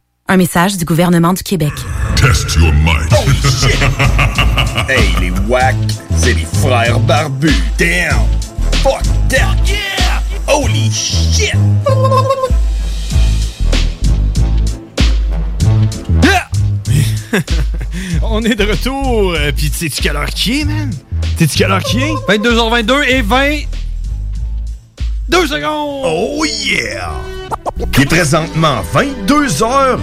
Speaker 4: Un message du gouvernement du Québec.
Speaker 21: Test your might.
Speaker 14: Oh, hey, les wack, c'est les frères barbus. Damn. Fuck that. Yeah. Holy shit.
Speaker 10: On est de retour, euh, puis tu sais-tu quelle heure qui est, man? T'es-tu quelle heure qui est? 22h22 et 20... 2 secondes!
Speaker 14: Oh yeah! Il est présentement 22h22.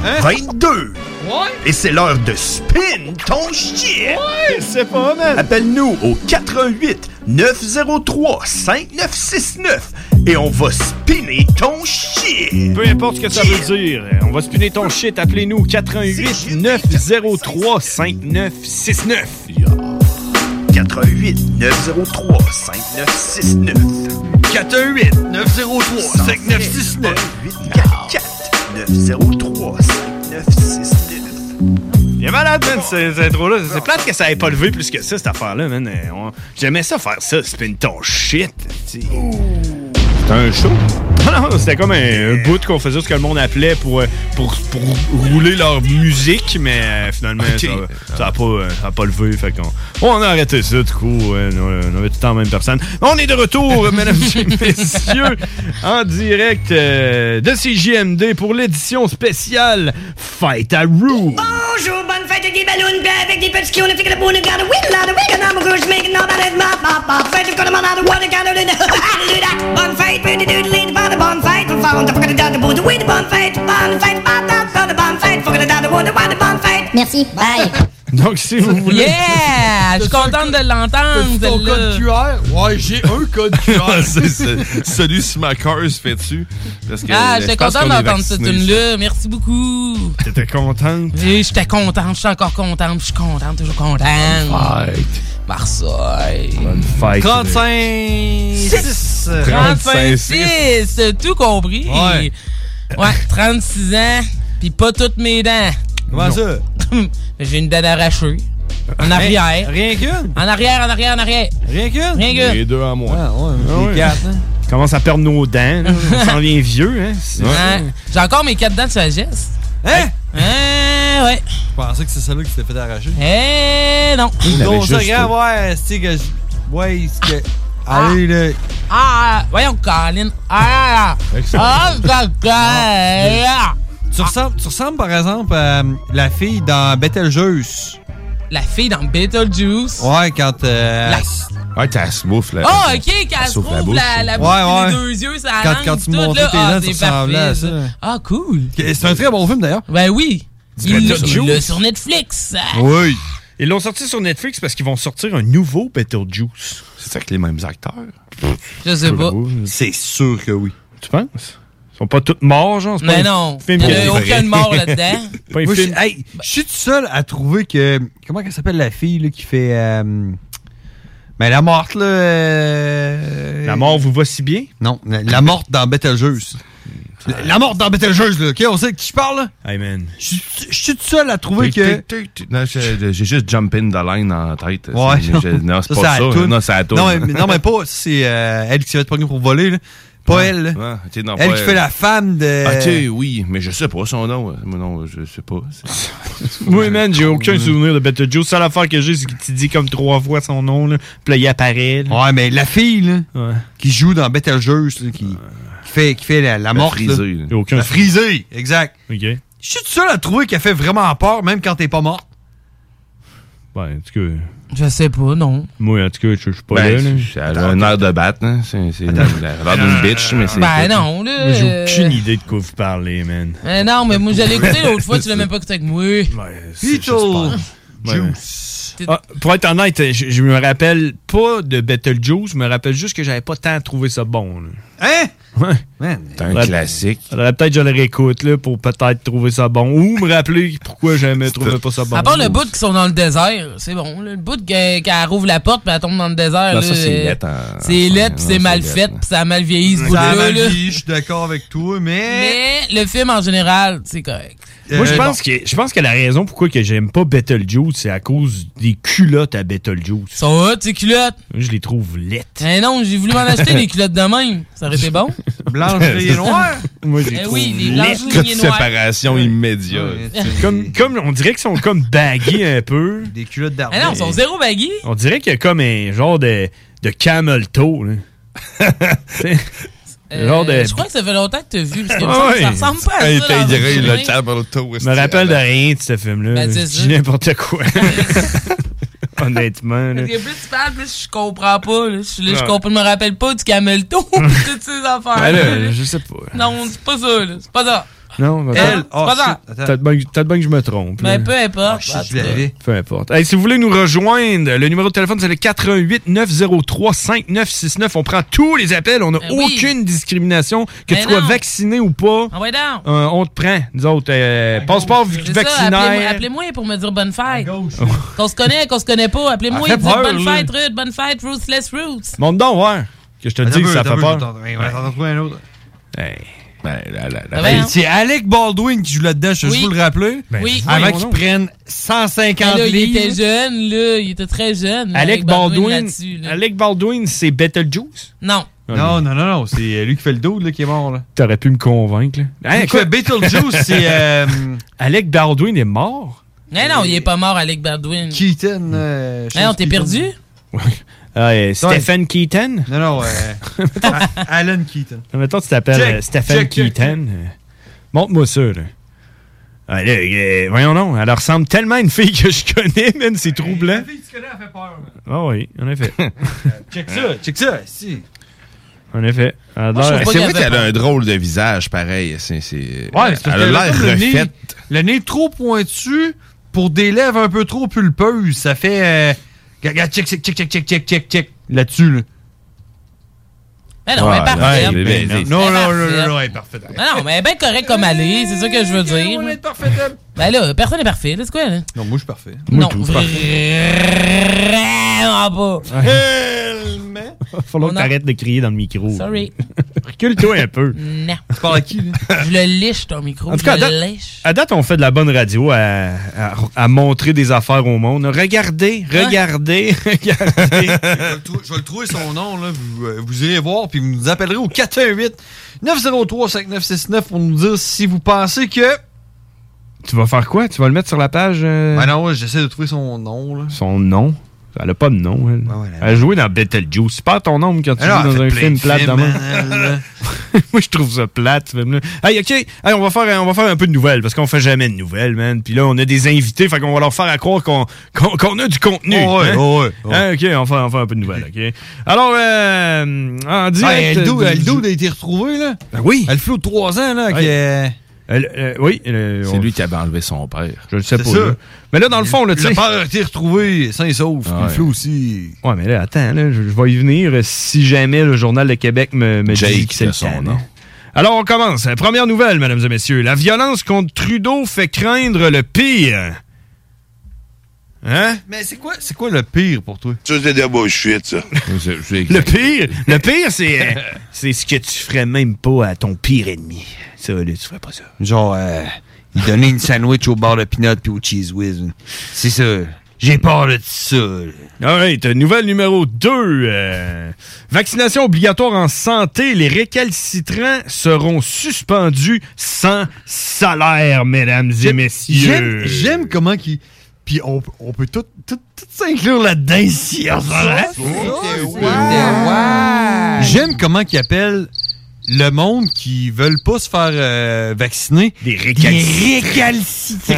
Speaker 14: Et c'est l'heure de spin ton shit! Ouais, c'est pas mal! Appelle-nous au 88 903 5969 et on va spinner ton shit!
Speaker 10: Peu importe ce que ça veut dire, on va spinner ton shit, appelez-nous 88 903 5969.
Speaker 6: 418 903 5969 418 903 5969 844 903 5969
Speaker 10: Il est malade, man, ces ces intros-là. C'est plate que ça ait pas levé plus que ça, cette affaire-là, man. Euh, on- J'aimais ça faire ça, spin ton shit. tu sais. C'était un show? Non, non, c'était comme un, un bout qu'on faisait, ce que le monde appelait pour, euh, pour, pour rouler leur musique, mais euh, finalement,
Speaker 12: Ok.
Speaker 10: ça- ça n'a pas, euh, ça a pas levé. Fait qu'on on a arrêté ça, du coup. ouais, on, on avait tout le temps la même personne. On est de retour, mesdames et messieurs, en direct euh, de CJMD pour l'édition spéciale Fight à Roo.
Speaker 9: Bonjour, bonne fête avec des ballons bien avec des petits on a fait que le bonne garde. Oui, là, oui, que non, mon gros, je m'écoute, non, bah, laisse-moi, bah, bah, fête, je connais mon ordre, ouais, le garde, le- le- le- Bonne fête, bonne fête, bonne fête, bonne fête, bonne fête, faut que le garde, bonne- oui, bonne fête, bonne fête, bonne fête, bonne fête, faut que le garde, bonne- ouais, bonne fête. Merci, bye.
Speaker 10: Donc, si vous voulez.
Speaker 13: Yeah! Je suis contente de l'entendre.
Speaker 9: T'as-tu ton
Speaker 13: celle-là.
Speaker 12: Ouais, j'ai un code QR. c'est, c'est- celui sur ma cœur se fait dessus. Parce que
Speaker 13: Ah,
Speaker 12: euh,
Speaker 13: j'étais
Speaker 12: je pense
Speaker 13: contente
Speaker 12: qu'on est
Speaker 13: d'entendre cette
Speaker 12: vaccinés.
Speaker 13: tune-là. Merci beaucoup.
Speaker 10: T'étais contente?
Speaker 13: Oui, j'étais contente. Je suis encore contente. Je suis contente, toujours contente. Marseille.
Speaker 10: Bonne fête. 35.
Speaker 13: 6.
Speaker 10: 35,
Speaker 13: 6. Tout compris.
Speaker 10: Ouais.
Speaker 13: Ouais, 36 ans, puis pas toutes mes dents.
Speaker 10: Comment
Speaker 13: Non.
Speaker 10: ça?
Speaker 13: J'ai une dent arrachée. En arrière.
Speaker 10: Rien qu'une?
Speaker 13: En arrière, en arrière, en arrière.
Speaker 10: Rien qu'une?
Speaker 13: Rien qu'une.
Speaker 12: Les deux à moi.
Speaker 10: Ah ouais. On commence à perdre nos dents. là. On s'en vient vieux. Hein? C'est-
Speaker 13: Hein? J'ai encore mes quatre dents de sagesse.
Speaker 11: Hein?
Speaker 13: Hein, ouais.
Speaker 11: Je pensais que c'est celle-là qui s'était fait arracher.
Speaker 13: Eh non.
Speaker 11: Donc, ça, regarde, ouais, c'est que. je- Ouais, c'est que. Allez, là.
Speaker 13: Ah, voyons, Colin. Ah,
Speaker 11: Excellent.
Speaker 13: ah, ah, ah.
Speaker 11: Tu ressembles, tu ressembles, par exemple, à euh, la fille dans Betelgeuse.
Speaker 13: La fille dans Beetlejuice.
Speaker 11: Ouais, quand. euh,
Speaker 13: La-
Speaker 12: Ouais, t'as souffle là.
Speaker 13: Ah, ok, quand elle se
Speaker 12: Sauf la
Speaker 13: trouve
Speaker 12: bouche,
Speaker 13: la,
Speaker 12: là.
Speaker 13: la
Speaker 11: Ouais,
Speaker 13: bouche,
Speaker 11: ouais.
Speaker 13: les deux yeux, ça
Speaker 11: Quand- quand tu montais tes dents, ça ressemblait à ça.
Speaker 13: Ah, cool.
Speaker 11: C'est un très bon film, d'ailleurs.
Speaker 13: Ben oui.
Speaker 10: Beetlejuice.
Speaker 13: Il l'a- il l'a sur Netflix.
Speaker 10: Oui. Ils l'ont sorti sur Netflix parce qu'ils vont sortir un nouveau Beetlejuice.
Speaker 12: C'est ça avec les mêmes acteurs?
Speaker 13: Je sais pas.
Speaker 10: C'est sûr que oui. Tu penses? Ils sont pas tous morts, genre? C'est pas
Speaker 13: Mais
Speaker 10: un
Speaker 13: Ben non.
Speaker 10: film
Speaker 13: Il y a
Speaker 10: qui-
Speaker 13: aucun mort là-dedans.
Speaker 10: Pas un
Speaker 11: Moi, je
Speaker 10: film.
Speaker 11: suis- hey, je suis tout seul à trouver que. Comment elle s'appelle la fille là, qui fait. euh, mais la morte, là. La
Speaker 10: mort vous va si bien?
Speaker 11: Non, la, la morte dans Betelgeuse. La, la morte dans Betelgeuse, là. OK, on sait de qui je parle, là?
Speaker 10: Hey, man.
Speaker 11: Je suis- je suis tout seul à trouver que.
Speaker 12: Non, j'ai j'ai juste Jump in the Line en tête.
Speaker 11: Ouais,
Speaker 12: C'est- j'ai- non, c'est pas
Speaker 11: la
Speaker 12: ça.
Speaker 11: toune.
Speaker 12: Non, c'est la toune.
Speaker 11: Non, mais, mais- non, mais pas. C'est euh, elle qui s'est fait pogner pour voler, là. Pas elle. là.
Speaker 12: Ouais, ok, Ah, non,
Speaker 11: elle
Speaker 12: pas
Speaker 11: qui
Speaker 12: elle.
Speaker 11: fait la femme de.
Speaker 12: Ok, oui, mais je sais pas son nom. euh, Mon nom, je sais pas. C'est-
Speaker 10: Oui, man, j'ai aucun souvenir de Betelgeuse. Seule affaire que j'ai, c'est qu'il te dit comme trois fois son nom, là. Puis là, il apparaît.
Speaker 11: Ouais, mais ben, la fille, là, qui joue dans Betelgeuse, là, qui, qui fait, qui fait la, la morte.
Speaker 12: frisée, là.
Speaker 11: là. La frisée, exact. Je suis tout seul à trouver qu'elle fait vraiment peur, même quand t'es pas morte.
Speaker 10: Ben, en tout cas,
Speaker 13: Je sais pas, non.
Speaker 10: moi, en tout cas, je je suis pas
Speaker 12: Ben,
Speaker 10: là, là.
Speaker 12: c'est- Elle a un air de battre. hein. C'est c'est- elle a l'air d'une bitch, mais c'est.
Speaker 13: Ben non, là.
Speaker 10: Moi, J'ai aucune idée de quoi vous parlez, man.
Speaker 13: Mais Euh, non, mais moi, j'allais écouter l'autre fois, tu l'as même pas écouté avec moi.
Speaker 10: Beetlejuice. Ah, pour être honnête, je, je me rappelle pas de Beetlejuice, je me rappelle juste que j'avais pas tant trouvé ça bon. là.
Speaker 11: Hein?
Speaker 10: Ouais.
Speaker 12: C'est un
Speaker 10: Ouais.
Speaker 12: classique.
Speaker 10: Faudrait Peut-être que je le réécoute là, pour peut-être trouver ça bon ou me rappeler pourquoi j'aimais trouvé pas ça bon.
Speaker 13: À part le bout qui sont dans le désert, c'est bon. là. Le bout que- qu'elle rouvre la porte puis elle tombe dans le désert.
Speaker 10: Non,
Speaker 13: là,
Speaker 10: ça, c'est
Speaker 13: euh,
Speaker 10: laid, hein.
Speaker 13: C'est laid puis
Speaker 10: Non,
Speaker 13: c'est
Speaker 10: c'est
Speaker 13: mal
Speaker 10: laid,
Speaker 13: fait puis ça a mal vieilli ce
Speaker 11: Ça
Speaker 13: bout-là.
Speaker 11: a mal
Speaker 13: là.
Speaker 11: vieilli, je suis d'accord avec toi,
Speaker 12: Eh.
Speaker 11: mais.
Speaker 13: Mais le film en général, c'est correct.
Speaker 11: Euh,
Speaker 10: Moi,
Speaker 13: euh,
Speaker 10: je pense, que, je pense que la raison pourquoi que j'aime pas Beetlejuice, c'est à cause des culottes à Beetlejuice.
Speaker 13: Sont hautes, ces culottes?
Speaker 10: Je les trouve laides.
Speaker 13: Eh non, j'ai voulu m'en acheter des culottes de même. Ça aurait été bon.
Speaker 11: Blanche
Speaker 13: et noire.
Speaker 10: Moi,
Speaker 13: Eh oui, les blanches
Speaker 12: Code
Speaker 13: lignées
Speaker 12: de
Speaker 13: noires.
Speaker 12: séparation immédiate.
Speaker 10: comme, comme on dirait qu'ils sont comme baggy un peu.
Speaker 11: Des culottes d'arbre.
Speaker 13: Eh non, ils sont zéro baggy.
Speaker 10: On dirait qu'il y a comme un genre de, de camel toe. là. C'est-
Speaker 13: Euh,
Speaker 10: genre de.
Speaker 13: Je crois que ça fait longtemps que t'as vu, parce que
Speaker 10: Ah
Speaker 13: ça, ça
Speaker 10: Ben, ouais.
Speaker 13: ressemble pas à ça. dans la vraie journée.
Speaker 10: Je me rappelle de rien de ce film-là.
Speaker 13: Ben, c'est
Speaker 10: Je
Speaker 13: ça.
Speaker 10: dis n'importe quoi. Honnêtement. là.
Speaker 13: Parce que plus tu parles, plus je comprends pas. là. Je, suis là, je
Speaker 10: Ouais.
Speaker 13: comprends- je me rappelle pas du camelto, toutes ces affaires.
Speaker 10: Ben là, je sais pas.
Speaker 13: Non, c'est pas ça, là. C'est pas ça.
Speaker 10: Non, attends.
Speaker 13: Elle, oh, Pas Ben, shit,
Speaker 11: attends.
Speaker 10: Peut-être bien que- peut-être bien que je me trompe.
Speaker 13: Mais
Speaker 10: là.
Speaker 13: peu importe.
Speaker 10: Ah,
Speaker 13: en tout cas.
Speaker 10: Peu importe. Hey, si vous voulez nous rejoindre, le numéro de téléphone, c'est le 88 903 5969. On prend tous les appels. On n'a aucune discrimination. Que
Speaker 13: Ben
Speaker 10: tu sois
Speaker 13: non. Ah
Speaker 10: vacciné ou pas,
Speaker 13: Envoyez donc.
Speaker 10: euh, on te prend. Nous autres, euh, passeport
Speaker 13: Ben C'est ça, appelez-moi-
Speaker 10: vaccinaire.
Speaker 13: Appelez-moi pour me dire bonne fête. Qu'on se connaît, qu'on se connaît pas. Appelez-moi
Speaker 10: Ça
Speaker 13: et
Speaker 10: fait
Speaker 13: dites
Speaker 10: peur,
Speaker 13: bonne
Speaker 10: là.
Speaker 13: fête, Ruth, bonne fête, Ruthless Roots.
Speaker 10: Monte donc, voir. Que je te le
Speaker 11: Attends
Speaker 10: dis,
Speaker 11: un peu,
Speaker 10: ça
Speaker 11: attends
Speaker 10: fait
Speaker 11: un peu,
Speaker 10: peur.
Speaker 11: je t'en- je t'en trouve un autre.
Speaker 10: Hey. Ben, la- la- la-
Speaker 11: Hey, C'est Alec Baldwin qui joue là-dedans, je, je
Speaker 13: hein? Oui.
Speaker 11: vous le rappelais.
Speaker 10: Ben,
Speaker 13: Oui.
Speaker 11: Avant
Speaker 13: voyons
Speaker 11: qu'il
Speaker 13: donc.
Speaker 11: prenne 150
Speaker 13: Mais là, il
Speaker 11: livres.
Speaker 13: était jeune, là. Il était très jeune. là,
Speaker 10: Alec Baldwin,
Speaker 13: là-dessus, là.
Speaker 10: Alec Baldwin, c'est Betelgeuse?
Speaker 13: Non.
Speaker 11: Non, non, non, non, c'est lui qui fait le dos là, qui est mort. Là.
Speaker 10: T'aurais pu me convaincre, là.
Speaker 11: Hey,
Speaker 10: quoi,
Speaker 11: quoi, Beetlejuice, c'est, euh,
Speaker 10: Ben, Alec Baldwin est mort?
Speaker 13: Mais non, il est pas mort, Alec Baldwin.
Speaker 11: Keaton. Euh,
Speaker 13: Mais on t'est
Speaker 11: Keaton.
Speaker 13: perdu?
Speaker 11: Ah,
Speaker 10: Euh, Stephen
Speaker 11: Ouais.
Speaker 10: Keaton?
Speaker 11: Non, non, euh, A- Alan Keaton.
Speaker 10: Mettons, tu t'appelles
Speaker 11: Check,
Speaker 10: euh, Stephen
Speaker 11: check, check,
Speaker 10: Keaton. euh, Montre-moi ça, là. Ah, là, euh, voyons non, elle ressemble tellement à une fille que je connais, man, c'est troublant.
Speaker 11: Tu connais, elle fait peur.
Speaker 10: Ah oui, en effet.
Speaker 11: Check ça, check ça. Si.
Speaker 10: en effet. Elle a
Speaker 12: Ben,
Speaker 10: l'air-
Speaker 12: C'est vrai qu'elle a un drôle de visage, pareil. C'est, c'est...
Speaker 11: Ouais, c'est parce
Speaker 12: elle
Speaker 11: qu'elle
Speaker 12: a
Speaker 11: a
Speaker 12: l'air
Speaker 11: comme le nez,
Speaker 12: refaite.
Speaker 11: le nez trop pointu pour des lèvres un peu trop pulpeuses. Ça fait. Euh, regarde, check, check, check, check, check, check, check, check, là-dessus. Là.
Speaker 13: Mais non, mais parfait.
Speaker 11: Ouais, mais non, non, non, non, non, non, ouais, parfait.
Speaker 13: Mais non, mais bien correct comme elle est, c'est ça que je veux dire. Ben là, personne n'est parfait, là, c'est quoi, là?
Speaker 11: Non, moi, je suis parfait.
Speaker 13: non, vraiment pas.
Speaker 10: Il va falloir que
Speaker 13: On a-
Speaker 10: t'arrêtes de crier dans le micro.
Speaker 13: Sorry.
Speaker 10: Recule-toi un peu.
Speaker 13: Non.
Speaker 11: Tu parles à qui, là?
Speaker 13: Je le liche, ton micro.
Speaker 10: En tout cas, à
Speaker 13: je le
Speaker 10: date,
Speaker 13: liche.
Speaker 10: à date, on fait de la bonne radio à, à- à montrer des affaires au monde. Regardez, regardez, regardez.
Speaker 11: Je vais le trouver son nom, là. Vous, euh, vous irez voir, puis vous nous appellerez au 418-903-5969 pour nous dire si vous pensez que.
Speaker 10: tu vas faire quoi? Tu vas le mettre sur la page? euh,
Speaker 11: Ben non, ouais, j'essaie de trouver son nom, là.
Speaker 10: Son nom? Elle a pas de nom, elle. elle a joué dans Betelgeuse. C'est pas ton nom quand tu
Speaker 11: Elle a
Speaker 10: joues dans
Speaker 11: fait plein
Speaker 10: un film
Speaker 11: de
Speaker 10: plate
Speaker 11: films,
Speaker 10: de même.
Speaker 11: hein, elle, là.
Speaker 10: Moi, je trouve ça plate, ce film-là. Hey, OK, Hey, on, va faire, on va faire un peu de nouvelles, parce qu'on fait jamais de nouvelles, man. Puis là, on a des invités, fait qu'on va leur faire à croire qu'on qu'on- qu'on a du contenu.
Speaker 11: Oh ouais,
Speaker 10: hein?
Speaker 11: oh ouais, oh ouais.
Speaker 10: Hein, OK, on va faire- on va faire un peu de nouvelles, OK? Alors, euh, en
Speaker 11: Ben,
Speaker 10: direct...
Speaker 11: le dude-
Speaker 10: euh, Ben
Speaker 11: le dude a été retrouvé, là.
Speaker 10: oui.
Speaker 11: Elle flot de 3 ans, là.
Speaker 10: Ouais.
Speaker 11: qui est-
Speaker 10: Elle- euh, oui.
Speaker 12: C'est lui qui avait enlevé son père.
Speaker 10: Je le sais
Speaker 11: C'est
Speaker 10: pas.
Speaker 11: ça.
Speaker 10: là. Mais là, dans le fond, là, tu sais- Ah
Speaker 11: Le père a été retrouvé sain et sauf. puis
Speaker 10: Ouais.
Speaker 11: Le flot aussi.
Speaker 10: Ouais, mais là, attends, là, je, je vais y venir euh, si jamais le Journal de Québec me, me dit
Speaker 12: Jake,
Speaker 10: que c'est le
Speaker 12: de son
Speaker 10: temps,
Speaker 12: nom.
Speaker 10: hein. Alors, on commence. Première nouvelle, mesdames et messieurs. La violence contre Trudeau fait craindre le pire. Hein?
Speaker 11: Mais c'est quoi, c'est quoi le pire pour toi?
Speaker 22: Ça, c'est de la bullshit, ça.
Speaker 10: Le pire, le pire, c'est euh, c'est ce que tu ferais même pas à ton pire ennemi. Ça, là, tu ferais pas ça.
Speaker 11: Genre, euh, il donnait une sandwich au bar de peanut puis au cheese whiz. C'est ça. J'ai peur de ça.
Speaker 10: Alright, nouvelle numéro 2. vaccination obligatoire en santé. Les récalcitrants seront suspendus sans salaire, mesdames et messieurs.
Speaker 11: J'aime, j'aime comment qu'il. Puis on, on peut tout, tout, tout s'inclure là-dedans ici. hein, hein? J'aime comment qu'ils appellent le monde qui veulent pas se faire euh, vacciner.
Speaker 10: Des
Speaker 11: récalcitrants.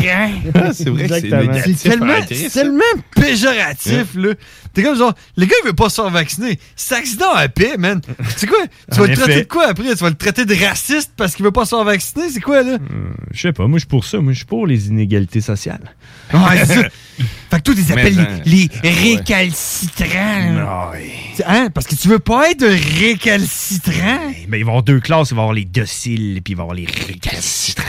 Speaker 12: Ah, c'est vrai que c'est Exactement. négatif,
Speaker 11: C'est tellement,
Speaker 10: hein.
Speaker 12: arrêtez
Speaker 11: c'est
Speaker 12: ça. Hein?
Speaker 11: tellement péjoratif, là. T'es comme genre, le gars, il veut pas se faire vacciner. C'est accident à paix, man. C'est quoi? Tu
Speaker 10: En
Speaker 11: vas le traiter
Speaker 10: effet.
Speaker 11: de quoi après? Tu vas le traiter de raciste parce qu'il veut pas se faire vacciner? C'est quoi, là?
Speaker 12: Hmm.
Speaker 10: Je sais pas, moi je suis pour ça, moi je suis pour les inégalités sociales.
Speaker 11: Ouais, c'est ça. Fait que toi, tu les
Speaker 10: Mais
Speaker 11: appelles
Speaker 10: ben,
Speaker 11: les,
Speaker 12: ah
Speaker 11: les
Speaker 10: ouais.
Speaker 11: récalcitrants. là. Tu- Hein? Parce que tu veux pas être récalcitrant.
Speaker 10: Mais ils vont avoir deux classes, ils vont avoir les dociles puis ils vont avoir les récalcitrants.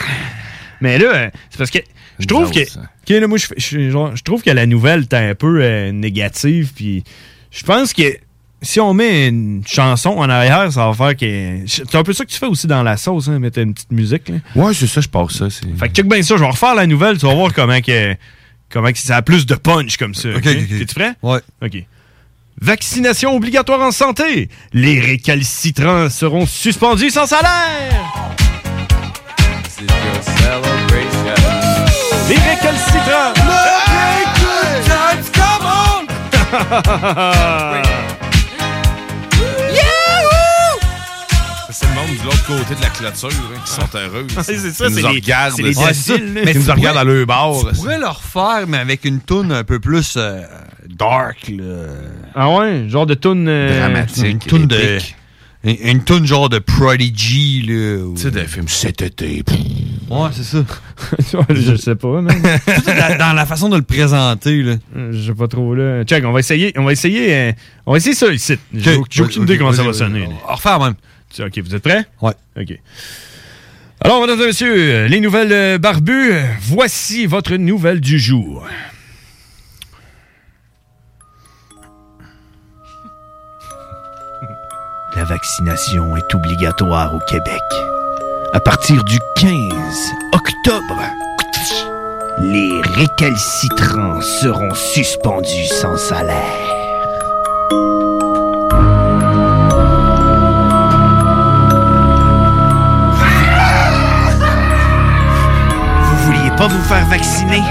Speaker 10: Mais là, euh, c'est parce que je trouve que
Speaker 12: Bizarre, ça.
Speaker 10: Ok, là, moi, je, je- genre, je trouve que la nouvelle était un peu euh, négative puis je pense que si on met une chanson en arrière, ça va faire que c'est un peu ça que tu fais aussi dans la sauce, hein, mettre une petite musique. Là.
Speaker 12: Ouais, c'est ça, je pense ça. c'est-
Speaker 10: Fait que check bien ça, je vais refaire la nouvelle, tu vas voir comment que comment que ça a plus de punch comme ça.
Speaker 11: ok, ok.
Speaker 10: T'es-tu prêt?
Speaker 11: Ouais.
Speaker 10: OK. Vaccination obligatoire en santé. Les récalcitrants seront suspendus sans salaire. Les récalcitrants.
Speaker 12: C'est le monde de l'autre côté de la clôture hein, qui sont heureux.
Speaker 10: c'est ça,
Speaker 12: Ils
Speaker 10: c'est
Speaker 12: nous
Speaker 10: les-
Speaker 12: regardent.
Speaker 10: c'est les
Speaker 12: ça.
Speaker 10: dociles, là.
Speaker 12: Ils nous
Speaker 10: Tu
Speaker 12: regardent à
Speaker 10: pourrais-
Speaker 12: leur bar.
Speaker 11: Tu pourrais leur faire, mais avec une toune un peu plus euh, dark, là.
Speaker 10: Ah ouais, genre de euh, tune
Speaker 12: Dramatique,
Speaker 11: Euh, Une toune de.
Speaker 12: épique.
Speaker 11: Une, une toune genre de Prodigy, là. Tu
Speaker 12: sais, des films cet été.
Speaker 11: Ouais, c'est ça.
Speaker 10: je sais pas, man.
Speaker 11: dans, dans la façon de le présenter, là.
Speaker 10: Je sais Euh, pas trop, là. Check, on va essayer. On va essayer, euh, on va essayer ça ici. J'ai
Speaker 11: Ok.
Speaker 10: j'ai aucune
Speaker 11: Ok,
Speaker 10: idée comment ça
Speaker 11: vas-y,
Speaker 10: va
Speaker 11: vas-y.
Speaker 10: sonner.
Speaker 11: On va refaire même.
Speaker 10: Ok, vous êtes prêts?
Speaker 11: Ouais.
Speaker 10: OK. Alors, mesdames et messieurs, euh, les nouvelles euh, barbues, euh, voici votre nouvelle du jour.
Speaker 23: La vaccination est obligatoire au Québec. À partir du 15 octobre, les récalcitrants seront suspendus sans salaire.
Speaker 24: Vous vouliez pas vous faire vacciner?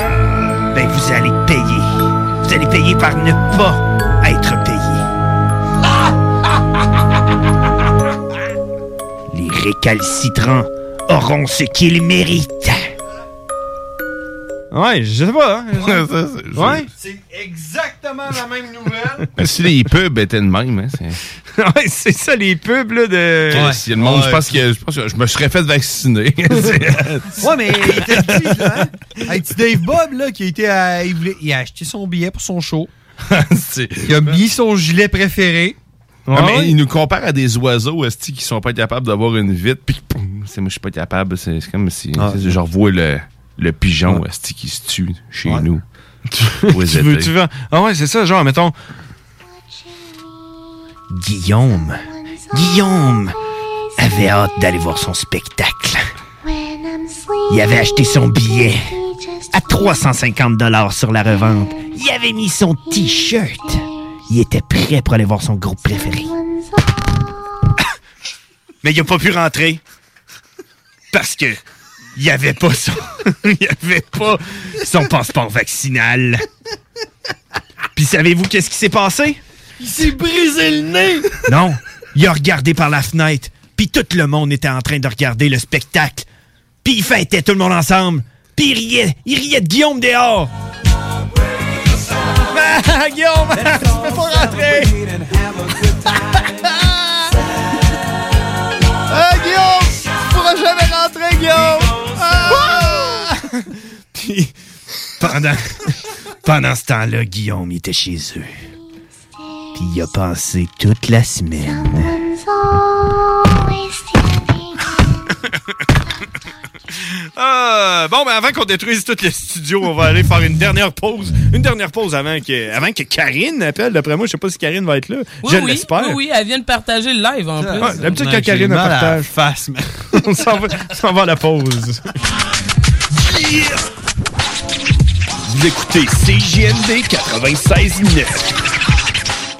Speaker 24: Ben, vous allez payer. Vous allez payer par ne pas être payé.
Speaker 23: Les récalcitrants auront ce qu'ils méritent.
Speaker 10: Ouais, je sais
Speaker 23: hein.
Speaker 10: pas.
Speaker 12: Ouais.
Speaker 11: C'est exactement la même nouvelle.
Speaker 12: Ben, si les pubs étaient de même, hein, c'est.
Speaker 10: ouais, c'est ça, les pubs, là, de.
Speaker 12: Chris, il y a le monde, je pense que je pense que je me serais fait vacciner. C'est-
Speaker 11: ouais, mais il était petit, là. Hein? Hey, petit Dave Bob, là, qui a été à- il, voulait- il a acheté son billet pour son show. il a mis son gilet préféré.
Speaker 12: Ah, mais
Speaker 11: Ouais.
Speaker 12: il nous compare à des oiseaux esti, qui sont pas capables d'avoir une vitre, puis poum, c'est moi je suis pas capable, c'est c'est comme si
Speaker 10: Ah.
Speaker 12: tu sais, je revois le, le pigeon esti, qui se tue chez nous. Aux
Speaker 10: tu
Speaker 12: étés.
Speaker 10: veux, tu veux. Ah ouais, c'est ça, genre, mettons.
Speaker 23: Guillaume. Guillaume avait hâte d'aller voir son spectacle. Il avait acheté son billet à 350 dollars sur la revente. Il avait mis son t-shirt. Il était prêt pour aller voir son groupe préféré.
Speaker 24: Mais il a pas pu rentrer. Parce que il y avait pas son il y avait pas son passeport vaccinal. Puis savez-vous qu'est-ce qui s'est passé
Speaker 10: Il s'est brisé le nez!
Speaker 24: Non, il a regardé par la fenêtre, puis tout le monde était en train de regarder le spectacle. Puis il fêtait tout le monde ensemble, puis il riait, il riait de Guillaume dehors.
Speaker 23: Ah, Guillaume, tu peux pas rentrer.
Speaker 24: Ah, Guillaume! Tu pourras jamais rentrer, Guillaume! Ah!
Speaker 23: Puis,
Speaker 24: pendant,
Speaker 23: pendant ce temps-là, Guillaume il était chez eux. Puis il a pensé toute la semaine.
Speaker 10: Ah, bon, ben avant qu'on détruise tout le studio, on va aller faire une dernière pause. Une dernière pause avant que, avant que Karine appelle. D'après moi, je sais pas si Karine va être là.
Speaker 13: Oui,
Speaker 10: je
Speaker 13: oui,
Speaker 10: l'espère.
Speaker 13: Oui, oui, elle vient de partager le live en
Speaker 10: Ouais,
Speaker 13: plus.
Speaker 10: D'habitude, quand Karine
Speaker 11: mal à la
Speaker 10: partage. face, on s'en va, on s'en va à la pause.
Speaker 23: Vous écoutez CJMD 96.9.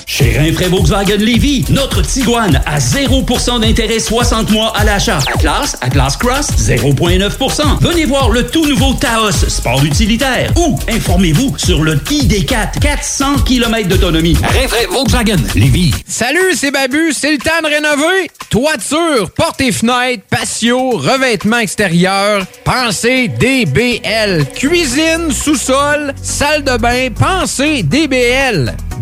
Speaker 18: Chez Rinfraie Volkswagen Lévy, notre Tiguan à 0% d'intérêt 60 mois à l'achat. Atlas, Atlas Cross, 0,9%. Venez voir le tout nouveau Taos, sport utilitaire. Ou informez-vous sur le ID4, 400 km d'autonomie. Rinfraie Volkswagen Lévy.
Speaker 19: Salut, c'est Babu, c'est le temps de rénover. Toiture, portes et fenêtres, patio, revêtement extérieur, pensez DBL. Cuisine, sous-sol, salle de bain, pensez DBL.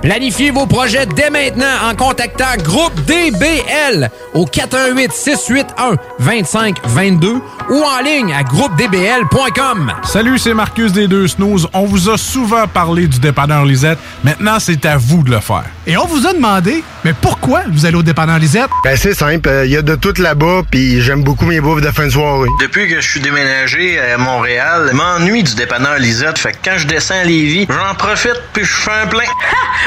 Speaker 19: Planifiez vos projets dès maintenant en contactant Groupe DBL au 418 681 2522 ou en ligne à groupedbl.com.
Speaker 25: Salut, c'est Marcus des Deux Snooze. On vous a souvent parlé du dépanneur Lisette. Maintenant, c'est à vous de le faire.
Speaker 6: Et on vous a demandé, mais pourquoi vous allez au dépanneur Lisette? Ben, c'est simple. Il y a de tout là-bas, puis j'aime beaucoup mes bouffes de fin de soirée.
Speaker 26: Depuis que je suis déménagé à Montréal, je m'ennuie du dépanneur Lisette. Fait que quand je descends à Lévis, j'en profite puis je fais un plein.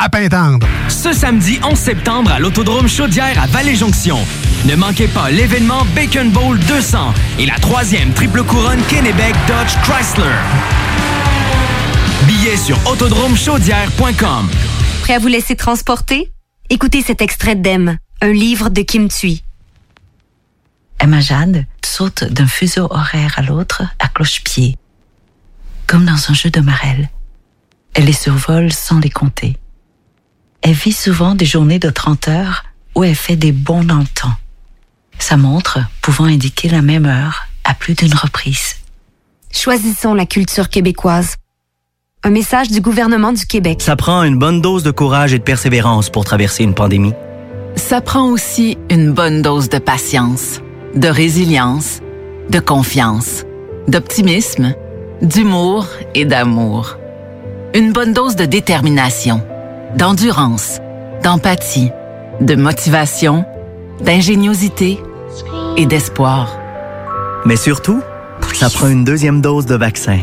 Speaker 6: à Pintendre.
Speaker 17: Ce samedi 11 septembre à l'Autodrome Chaudière à Vallée-Jonction. Ne manquez pas l'événement Bacon Bowl 200 et la troisième triple couronne Kennebec Dodge Chrysler.
Speaker 27: Billets sur autodromechaudière.com.
Speaker 28: Prêt à vous laisser transporter? Écoutez cet extrait d'Em, un livre de Kim Thuy.
Speaker 4: Emma Jade saute d'un fuseau horaire à l'autre à cloche-pied, comme dans un jeu de marelle. Elle les survole sans les compter. Elle vit souvent des journées de 30 heures où elle fait des bonds dans le temps, sa montre pouvant indiquer la même heure à plus d'une reprise.
Speaker 28: Choisissons la culture québécoise. Un message du gouvernement du Québec.
Speaker 17: Ça prend une bonne dose de courage et de persévérance pour traverser une pandémie.
Speaker 29: Ça prend aussi une bonne dose de patience, de résilience, de confiance, d'optimisme, d'humour et d'amour. Une bonne dose de détermination, d'endurance, d'empathie, de motivation, d'ingéniosité et d'espoir.
Speaker 17: Mais surtout, ça prend une deuxième dose de vaccin.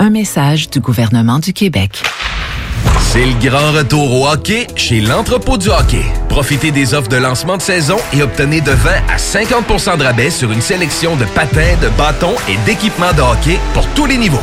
Speaker 29: Un message du gouvernement du Québec.
Speaker 1: C'est le grand retour au hockey chez l'entrepôt du hockey. Profitez des offres de lancement de saison et obtenez de 20 à 50 de rabais sur une sélection de patins, de bâtons et d'équipements de hockey pour tous les niveaux.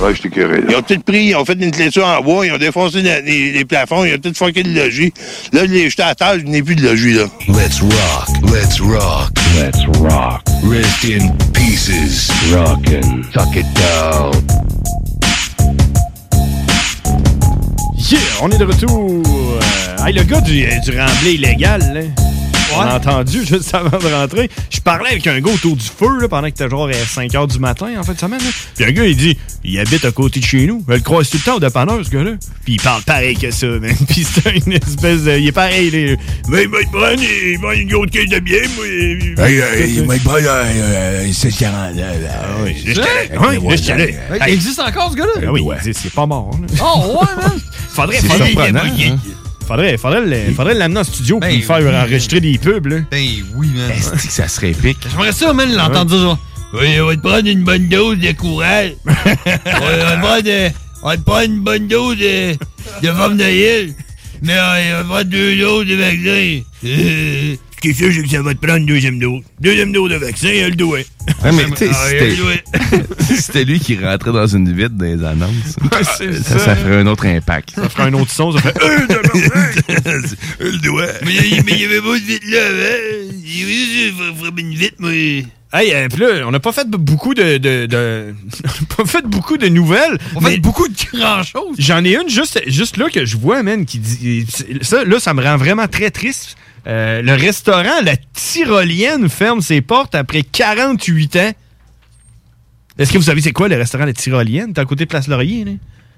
Speaker 12: Ouais, je t'ai curé. Ils ont tout pris, ils ont fait une clôture en bois, ils ont défoncé la- les, les plafonds, ils ont tout fucké le logis. Là, les- j'étais à terre, je n'ai plus de logis, là. Let's rock, let's rock, let's rock. Rest in pieces. Rockin', tuck it down.
Speaker 10: Yeah, on est de retour. Euh, hey, le gars du, euh, du remblai illégal, là. On a entendu juste avant de rentrer. Je parlais avec un gars autour du feu là, pendant que c'était genre à 5 h du matin en fin de semaine. là. Puis un gars, il dit il habite à côté de chez nous. Je le croise tout le temps au dépanneur, ce gars-là. Puis il parle pareil que ça, man. Puis c'est une espèce de. Il est pareil, là. Mais, mais, Brian, il vend une grosse caisse de biens, moi. il-
Speaker 12: Hey, hey, Mike Bryan, euh, euh, 640, là, là.
Speaker 10: Ah Là, j'étais là. Ouais, là, j'étais là.
Speaker 12: Ouais,
Speaker 10: Hey.
Speaker 12: il existe
Speaker 11: encore, ce
Speaker 10: Ah oui, il existe, il est pas mort. hein. là.
Speaker 11: Oh, ouais, man!
Speaker 10: Faudrait,
Speaker 11: C'est
Speaker 10: faudrait,
Speaker 11: surprenant, hein?
Speaker 10: faudrait, faudrait, le- faudrait l'amener en studio puis le faire enregistrer des pubs. Là.
Speaker 11: Ben oui, man.
Speaker 10: que ça serait épique.
Speaker 11: J'aimerais ça, man, l'entendre dire genre. Oui, on va te prendre une bonne dose de courage. on, va te prendre, euh, on va te prendre une bonne dose de, de forme de hill. Mais euh, on va te prendre deux doses de vaccin. Euh,
Speaker 12: Ce qui est sûr, c'est que ça va te prendre une deuxième dose. Deuxième dose de vaccin, elle le doit.
Speaker 30: Ouais, mais tu sais,
Speaker 12: Ah, il a le
Speaker 30: c'était-
Speaker 12: doigt.
Speaker 30: c'était lui qui rentrait dans une vide dans les annonces.
Speaker 12: c'est
Speaker 30: ça,
Speaker 12: ça.
Speaker 30: ça ferait un autre impact.
Speaker 10: Ça ferait un autre son, ça fait.
Speaker 12: le doigt.
Speaker 11: Mais il y avait pas de vite là, hein? Il oui, je frappe une vite, moi.
Speaker 10: Hey, euh, puis là, on n'a pas fait beaucoup de, de, de- on a pas fait beaucoup de nouvelles. On a fait
Speaker 11: beaucoup de grand chose.
Speaker 10: J'en ai une juste, juste là que je vois, man, qui dit. Ça, là, ça me rend vraiment très triste. Euh, le restaurant La Tyrolienne ferme ses portes après 48 ans. Est-ce que vous savez c'est quoi le restaurant La Tyrolienne? T'es à côté de Place Laurier, là?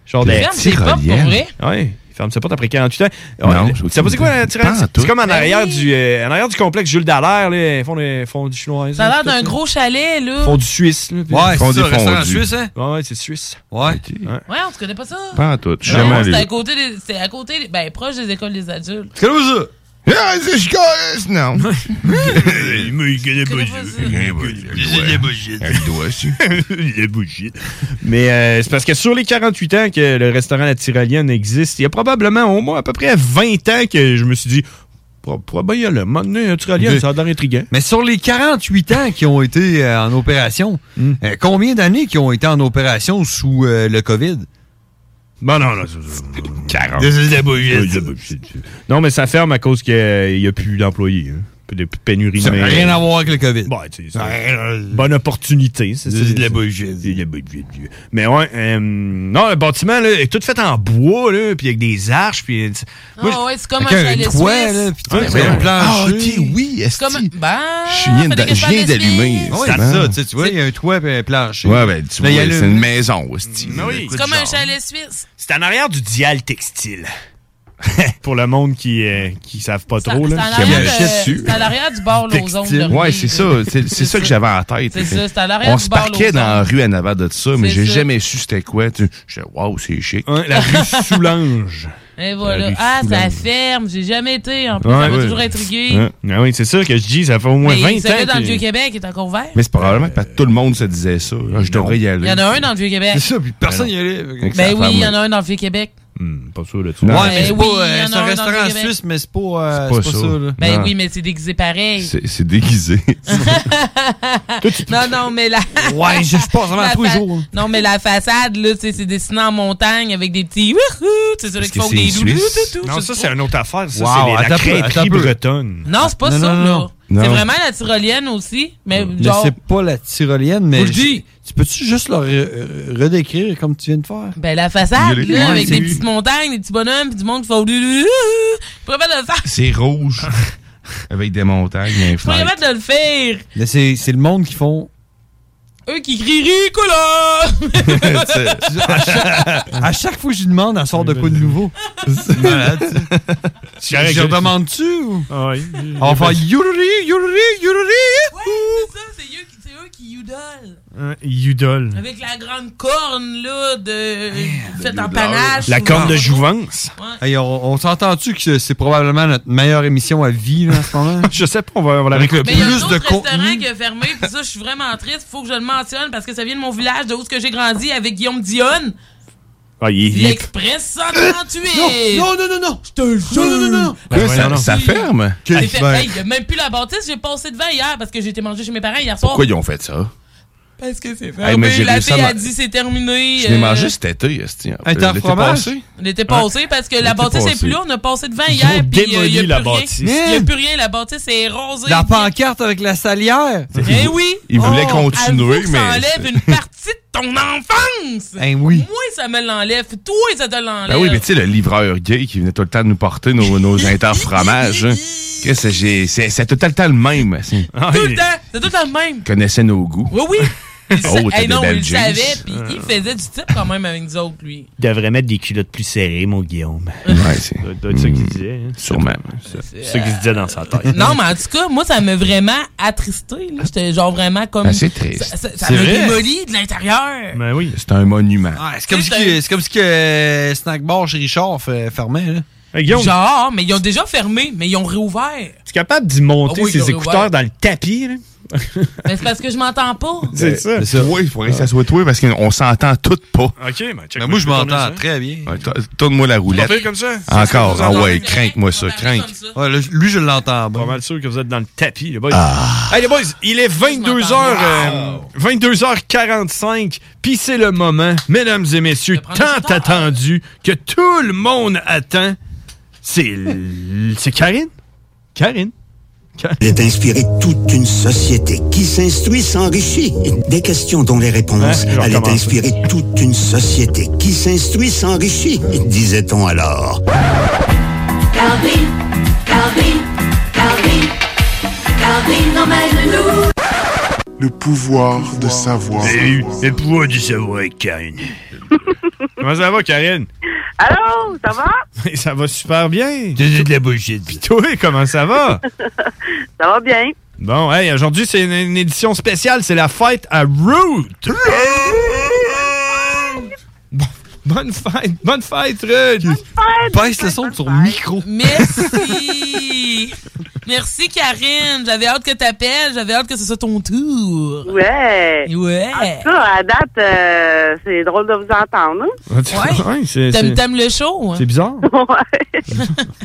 Speaker 10: Genre ben,
Speaker 30: La
Speaker 10: de-
Speaker 30: ferme ses portes, pour vrai?
Speaker 10: Ouais. Il ferme ses portes après 48 ans.
Speaker 30: Non,
Speaker 10: Ouais,
Speaker 30: j'ai aucune
Speaker 10: tu sais pas c'est quoi la
Speaker 30: idée.
Speaker 10: Tyrolienne?
Speaker 30: Pas en tout.
Speaker 10: C'est comme en
Speaker 30: Ben
Speaker 10: arrière,
Speaker 30: oui.
Speaker 10: du, euh, en arrière du complexe Jules Dallaire, là. Ils font, des- font du chinois.
Speaker 13: Ça a l'air d'un gros chalet, là.
Speaker 10: Ils font du suisse. Là,
Speaker 11: Ouais, c'est Font ça, des restaurant fondus. suisse, hein?
Speaker 10: Ouais, ouais, c'est suisse.
Speaker 11: Ouais.
Speaker 13: Ouais, on se connaît pas ça.
Speaker 30: Pas en tout. Je suis
Speaker 13: Non,
Speaker 30: jamais allé.
Speaker 13: C'était à côté, des- c'était à côté, des- ben, proche des écoles des adultes.
Speaker 30: C'est ça? Ah, c'est Chicago! Non.
Speaker 12: Mais il connaît pas ça.
Speaker 11: Il est bullshit.
Speaker 12: Il doit, si. Il est bullshit.
Speaker 10: Mais euh, c'est parce que sur les 48 ans que le restaurant La Tyrolienne existe, il y a probablement au moins à peu près 20 ans que je me suis dit, Pro- probablement, un moment donné, La Tyrolienne,
Speaker 11: Mais-
Speaker 10: ça a l'air intriguant.
Speaker 11: Mais sur les 48 ans qui ont été euh, en opération, euh, combien d'années qui ont été en opération sous euh, le COVID?
Speaker 10: Ben non, non, Non, mais ça ferme à cause qu'il n'y a plus d'employés. hein. Plus de plus de pénurie
Speaker 11: Ça
Speaker 10: de
Speaker 11: n'a
Speaker 10: main-
Speaker 11: rien à voir avec le COVID.
Speaker 10: Ouais, tu sais, ça- Bonne opportunité. C'est
Speaker 11: C'est de la
Speaker 10: bullshit. C'est de la bullshit. Mais ouais, euh, non, le bâtiment là, est tout fait en bois, là, puis avec des arches. Puis,
Speaker 13: Ah ouais, c'est comme un chalet suisse. ben
Speaker 10: Ouais,
Speaker 30: Ah,
Speaker 10: c'est
Speaker 30: ouais.
Speaker 10: un plancher.
Speaker 30: Ah, ok, oui, est-ce
Speaker 13: Comme, ben,
Speaker 30: Je viens
Speaker 13: fait
Speaker 30: d'a-
Speaker 13: des
Speaker 30: je viens
Speaker 13: espèces de
Speaker 30: d'allumer.
Speaker 13: suisse.
Speaker 11: Ah ouais,
Speaker 30: c'est
Speaker 11: c'est
Speaker 30: bon.
Speaker 11: ça, tu sais, tu vois, il y a un toit et un plancher.
Speaker 30: Ouais, ben, tu
Speaker 11: Là,
Speaker 30: vois,
Speaker 11: il y a
Speaker 30: c'est
Speaker 11: le-
Speaker 30: une maison, hostie.
Speaker 13: C'est comme un chalet suisse.
Speaker 10: C'est en arrière du dial textile. Pour le monde qui ne savent pas
Speaker 13: C'est en-
Speaker 10: trop.
Speaker 13: c'est en
Speaker 10: là.
Speaker 13: arrière de- C'est à l'arrière du bar Lausanne. de
Speaker 30: Ouais,
Speaker 13: Rive.
Speaker 30: c'est ça. C'est c'est ça que j'avais en tête.
Speaker 13: C'est ça, c'est à l'arrière
Speaker 30: On
Speaker 13: du
Speaker 30: se
Speaker 13: bar
Speaker 30: parquait dans la rue en avant de ça, mais
Speaker 13: C'est
Speaker 30: j'ai
Speaker 13: ça.
Speaker 30: jamais su c'était quoi. Tu- J'étais, waouh, c'est chic.
Speaker 10: la rue Soulange.
Speaker 13: Et voilà.
Speaker 10: Salut,
Speaker 13: Ah, ça
Speaker 10: Soulane.
Speaker 13: ferme. J'ai jamais été. En plus, ça m'a toujours intrigué.
Speaker 10: Ah oui, c'est sûr que je dis, ça fait au moins
Speaker 13: Mais
Speaker 10: 20
Speaker 13: il se fait
Speaker 10: ans.
Speaker 13: dans le
Speaker 10: que-
Speaker 13: Vieux-Québec, il est encore vert.
Speaker 12: Mais c'est probablement que tout le monde se disait ça. Ah, Je devrais y aller.
Speaker 13: Il y en a un dans le Vieux-Québec.
Speaker 12: C'est ça, puis personne y allait.
Speaker 13: Ben oui, il y en a un dans le Vieux-Québec.
Speaker 10: Pas sûr là-dessus.
Speaker 13: Non.
Speaker 10: Ouais,
Speaker 13: Ben
Speaker 10: mais c'est
Speaker 13: oui,
Speaker 10: pas,
Speaker 13: il y
Speaker 10: euh,
Speaker 13: en a
Speaker 10: c'est un
Speaker 13: un dans le
Speaker 10: restaurant
Speaker 13: Québec.
Speaker 10: suisse, mais c'est pas, euh,
Speaker 12: C'est pas
Speaker 10: c'est pas
Speaker 12: ça.
Speaker 10: ça. là.
Speaker 13: Ben
Speaker 12: Non.
Speaker 13: oui, mais c'est déguisé pareil.
Speaker 12: C'est c'est déguisé.
Speaker 13: non, non, mais la.
Speaker 12: Ouais, je- je passe vraiment
Speaker 13: La
Speaker 12: tous les
Speaker 13: fa-
Speaker 12: jours, hein.
Speaker 13: Non, mais la façade, là, tu sais, c'est dessiné en montagne avec des petits. Wouhou! C'est sûr
Speaker 10: Est-ce
Speaker 13: qu'ils
Speaker 10: que
Speaker 13: font
Speaker 10: c'est
Speaker 13: des doudous.
Speaker 10: suisse?
Speaker 13: toutou,
Speaker 10: Non,
Speaker 13: je
Speaker 10: ça,
Speaker 13: sais
Speaker 10: c'est
Speaker 13: pas.
Speaker 10: une autre affaire. Ça,
Speaker 24: Wow,
Speaker 10: c'est les- la
Speaker 24: attends un peu, attends
Speaker 10: crêperie
Speaker 24: un peu.
Speaker 10: bretonne.
Speaker 13: Non, c'est pas
Speaker 24: Non,
Speaker 13: ça,
Speaker 24: non, non,
Speaker 13: là.
Speaker 24: non.
Speaker 13: C'est
Speaker 24: Non.
Speaker 13: vraiment la tyrolienne aussi. Mais,
Speaker 24: Mais
Speaker 13: genre.
Speaker 24: c'est pas la tyrolienne, mais.
Speaker 13: Faut le
Speaker 24: je-
Speaker 13: dire.
Speaker 24: Tu peux-tu juste le
Speaker 11: euh,
Speaker 24: re- re- redécrire comme tu viens de faire?
Speaker 13: Ben, la façade,
Speaker 24: Il y a les-
Speaker 13: là,
Speaker 24: Ouais,
Speaker 13: avec
Speaker 24: c'est
Speaker 13: des
Speaker 24: lui.
Speaker 13: petites montagnes, des petits bonhommes, puis du monde qui font. Je suis pas capable de le faire. Je
Speaker 12: C'est rouge. Avec des montagnes, des
Speaker 13: suis pas
Speaker 12: fleurs.
Speaker 13: capable de le faire.
Speaker 24: Mais c'est c'est le monde qui font.
Speaker 13: Eux qui crient Ricola!
Speaker 24: à, chaque, à chaque fois que je lui demande, elle sort de quoi de nouveau?
Speaker 10: Je
Speaker 24: Je
Speaker 10: correct.
Speaker 24: demande-tu ou?
Speaker 10: Ah oui.
Speaker 24: Enfin, yururi, yururi, yururi!
Speaker 10: Un Udol.
Speaker 13: Avec la grande corne, là, de. faite en panache. Ah,
Speaker 10: La
Speaker 13: ou-
Speaker 10: corne de jouvence.
Speaker 24: Hey, on on s'entend-tu que c'est probablement notre meilleure émission à vie là, à ce moment-là?
Speaker 10: Je sais pas, on va avoir la
Speaker 13: Mais il y a un autre restaurant qui a fermé, puis ça, je suis vraiment triste. Faut que je le mentionne parce que ça vient de mon village, de où ce que j'ai grandi avec Guillaume Dionne.
Speaker 10: Ah, il est hip.
Speaker 13: L'Express 138!
Speaker 24: Non, non, non, non! Je te jure! Ben Non, non, non, non!
Speaker 12: Là, ça, ça ferme.
Speaker 13: J'ai fait, hey, y a même plus la bâtisse, j'ai passé devant hier parce que j'étais mangé chez mes parents hier soir.
Speaker 12: Pourquoi ils ont fait ça?
Speaker 13: Parce que c'est
Speaker 12: Hey,
Speaker 13: fermé.
Speaker 12: mais j'ai
Speaker 13: la
Speaker 12: réussi à
Speaker 13: fille
Speaker 12: ma-
Speaker 13: a dit c'est terminé.
Speaker 12: Je l'ai
Speaker 13: euh,
Speaker 12: mangé cet été, esti.
Speaker 24: Un
Speaker 12: L'été
Speaker 24: temps fromage?
Speaker 12: passé.
Speaker 13: L'été passé parce que la bâtisse
Speaker 12: passé.
Speaker 13: est plus là, on a passé devant
Speaker 24: Ils
Speaker 13: hier
Speaker 24: ont
Speaker 13: puis euh, il
Speaker 24: démoli
Speaker 13: y a,
Speaker 24: la
Speaker 13: plus rien.
Speaker 24: bâtisse.
Speaker 13: Il y a plus rien, la bâtisse est rosée.
Speaker 24: La pancarte avec la salière!
Speaker 13: Eh oui.
Speaker 24: Il voulait
Speaker 13: avoue
Speaker 24: continuer,
Speaker 13: que
Speaker 24: mais
Speaker 13: Ça enlève une partie de ton enfance.
Speaker 24: Eh oui.
Speaker 13: Moi, ça me l'enlève. Toi, ça te l'enlève.
Speaker 12: Ben oui, mais tu sais, le livreur gay qui venait tout le temps nous porter nos, nos interfromages, hein. Chris, j'ai- c'est c'est tout le temps le même. esti.
Speaker 13: tout le temps. C'est tout le même.
Speaker 12: Il connaissait nos goûts.
Speaker 13: Oui, oui. Il sa-
Speaker 12: Oh, t'as
Speaker 13: Eh
Speaker 12: des
Speaker 13: non,
Speaker 12: belles
Speaker 13: il le
Speaker 12: jeans. Ah.
Speaker 13: savait, puis il faisait du type quand même avec nous autres, lui.
Speaker 10: Il devrait mettre des culottes plus serrées, mon Guillaume.
Speaker 12: Ouais, c'est.
Speaker 10: Ça doit être ça qu'il disait. Hein.
Speaker 12: Sûrement.
Speaker 10: C'est ça qu'il se disait dans sa tête.
Speaker 13: Non, mais en tout cas, moi, ça m'a vraiment attristé. là. J'étais genre vraiment comme.
Speaker 12: Ben, c'est triste.
Speaker 13: Ça- Ça, ça
Speaker 12: C'est
Speaker 13: m'a
Speaker 12: vrai.
Speaker 13: démoli de l'intérieur.
Speaker 10: Ben oui.
Speaker 12: C'est un monument.
Speaker 24: c'est comme, si que- c'est comme si que euh, Snack Bar chez Richard fait- fermait. Là.
Speaker 13: Genre, mais ils ont déjà fermé, mais ils ont réouvert.
Speaker 10: Tu es capable d'y monter
Speaker 13: Ah oui,
Speaker 10: ses
Speaker 13: j'aurais-
Speaker 10: écouteurs
Speaker 13: ouais.
Speaker 10: dans le tapis, là?
Speaker 13: Mais Ben, c'est parce que je m'entends pas.
Speaker 10: C'est ça.
Speaker 12: Oui, il faudrait que ça soit Euh, toi parce qu'on s'entend toutes pas.
Speaker 10: OK, mais check
Speaker 24: Ben,
Speaker 12: Mais moi, je m'entends
Speaker 24: très bien.
Speaker 12: Ouais, to- Tourne-moi la roulette.
Speaker 10: fait comme ça?
Speaker 12: Encore.
Speaker 10: Vous
Speaker 12: Ah
Speaker 10: entendez
Speaker 12: ouais, crank-moi ça, crank.
Speaker 24: lui, je l'entends.
Speaker 10: Pas mal sûr que vous êtes dans le tapis, les boys.
Speaker 31: Ah.
Speaker 10: Hey, les boys, il est 22h, euh, 22h45, puis c'est le moment, mesdames et messieurs, tant attendu, que tout le monde attend. C'est l- c'est Karine. Karine.
Speaker 32: Il est inspiré toute une société qui s'instruit, s'enrichit. Des questions dont les réponses
Speaker 33: Hein, je
Speaker 32: allaient
Speaker 33: recommence.
Speaker 32: inspirer toute une société qui s'instruit, s'enrichit, disait-on alors.
Speaker 34: Calvin, Calvin, Calvin, Calvin emmène-nous.
Speaker 31: Le pouvoir de savoir.
Speaker 10: Eh Le pouvoir du savoir avec Karine. Comment ça va, Karine?
Speaker 35: Allô, ça va?
Speaker 10: ça va super bien. J'ai de la bullshit. Puis toi, comment ça va?
Speaker 35: Ça va bien.
Speaker 10: Bon, hey, aujourd'hui, c'est une, une édition spéciale. C'est la fête à Root. Bon- Bonne fête. Bonne fête, Ruth. Baisse le son de son micro.
Speaker 13: Merci. Merci, Karine. J'avais hâte que t'appelles. J'avais hâte que ce soit ton tour.
Speaker 35: Ouais.
Speaker 13: Ouais.
Speaker 35: En tout cas, à date, euh, c'est drôle de vous entendre. hein?
Speaker 10: Ouais. c'est-
Speaker 13: T'aimes
Speaker 10: c'est-
Speaker 13: t'aimes le show? hein?
Speaker 10: C'est bizarre.
Speaker 35: Ouais.
Speaker 10: Ouais,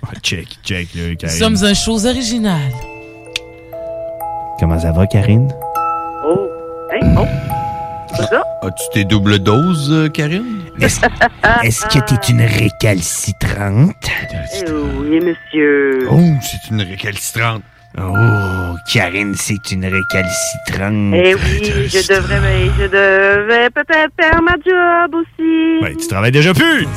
Speaker 10: Ah, check, check, là,
Speaker 13: Nous
Speaker 10: Karine.
Speaker 13: sommes un show original.
Speaker 10: Comment ça va, Karine?
Speaker 35: Oh. Hein? Oh. C'est ça?
Speaker 23: As-tu tes doubles doses, euh, Karine?
Speaker 35: Est-ce que t'es
Speaker 23: une récalcitrante?
Speaker 35: Eh oui, monsieur.
Speaker 23: Oh, c'est une récalcitrante.
Speaker 35: Oh,
Speaker 23: Karine, c'est une récalcitrante.
Speaker 35: Eh oui, je devrais, mais je devais peut-être faire ma job aussi.
Speaker 10: Ben, tu travailles déjà plus.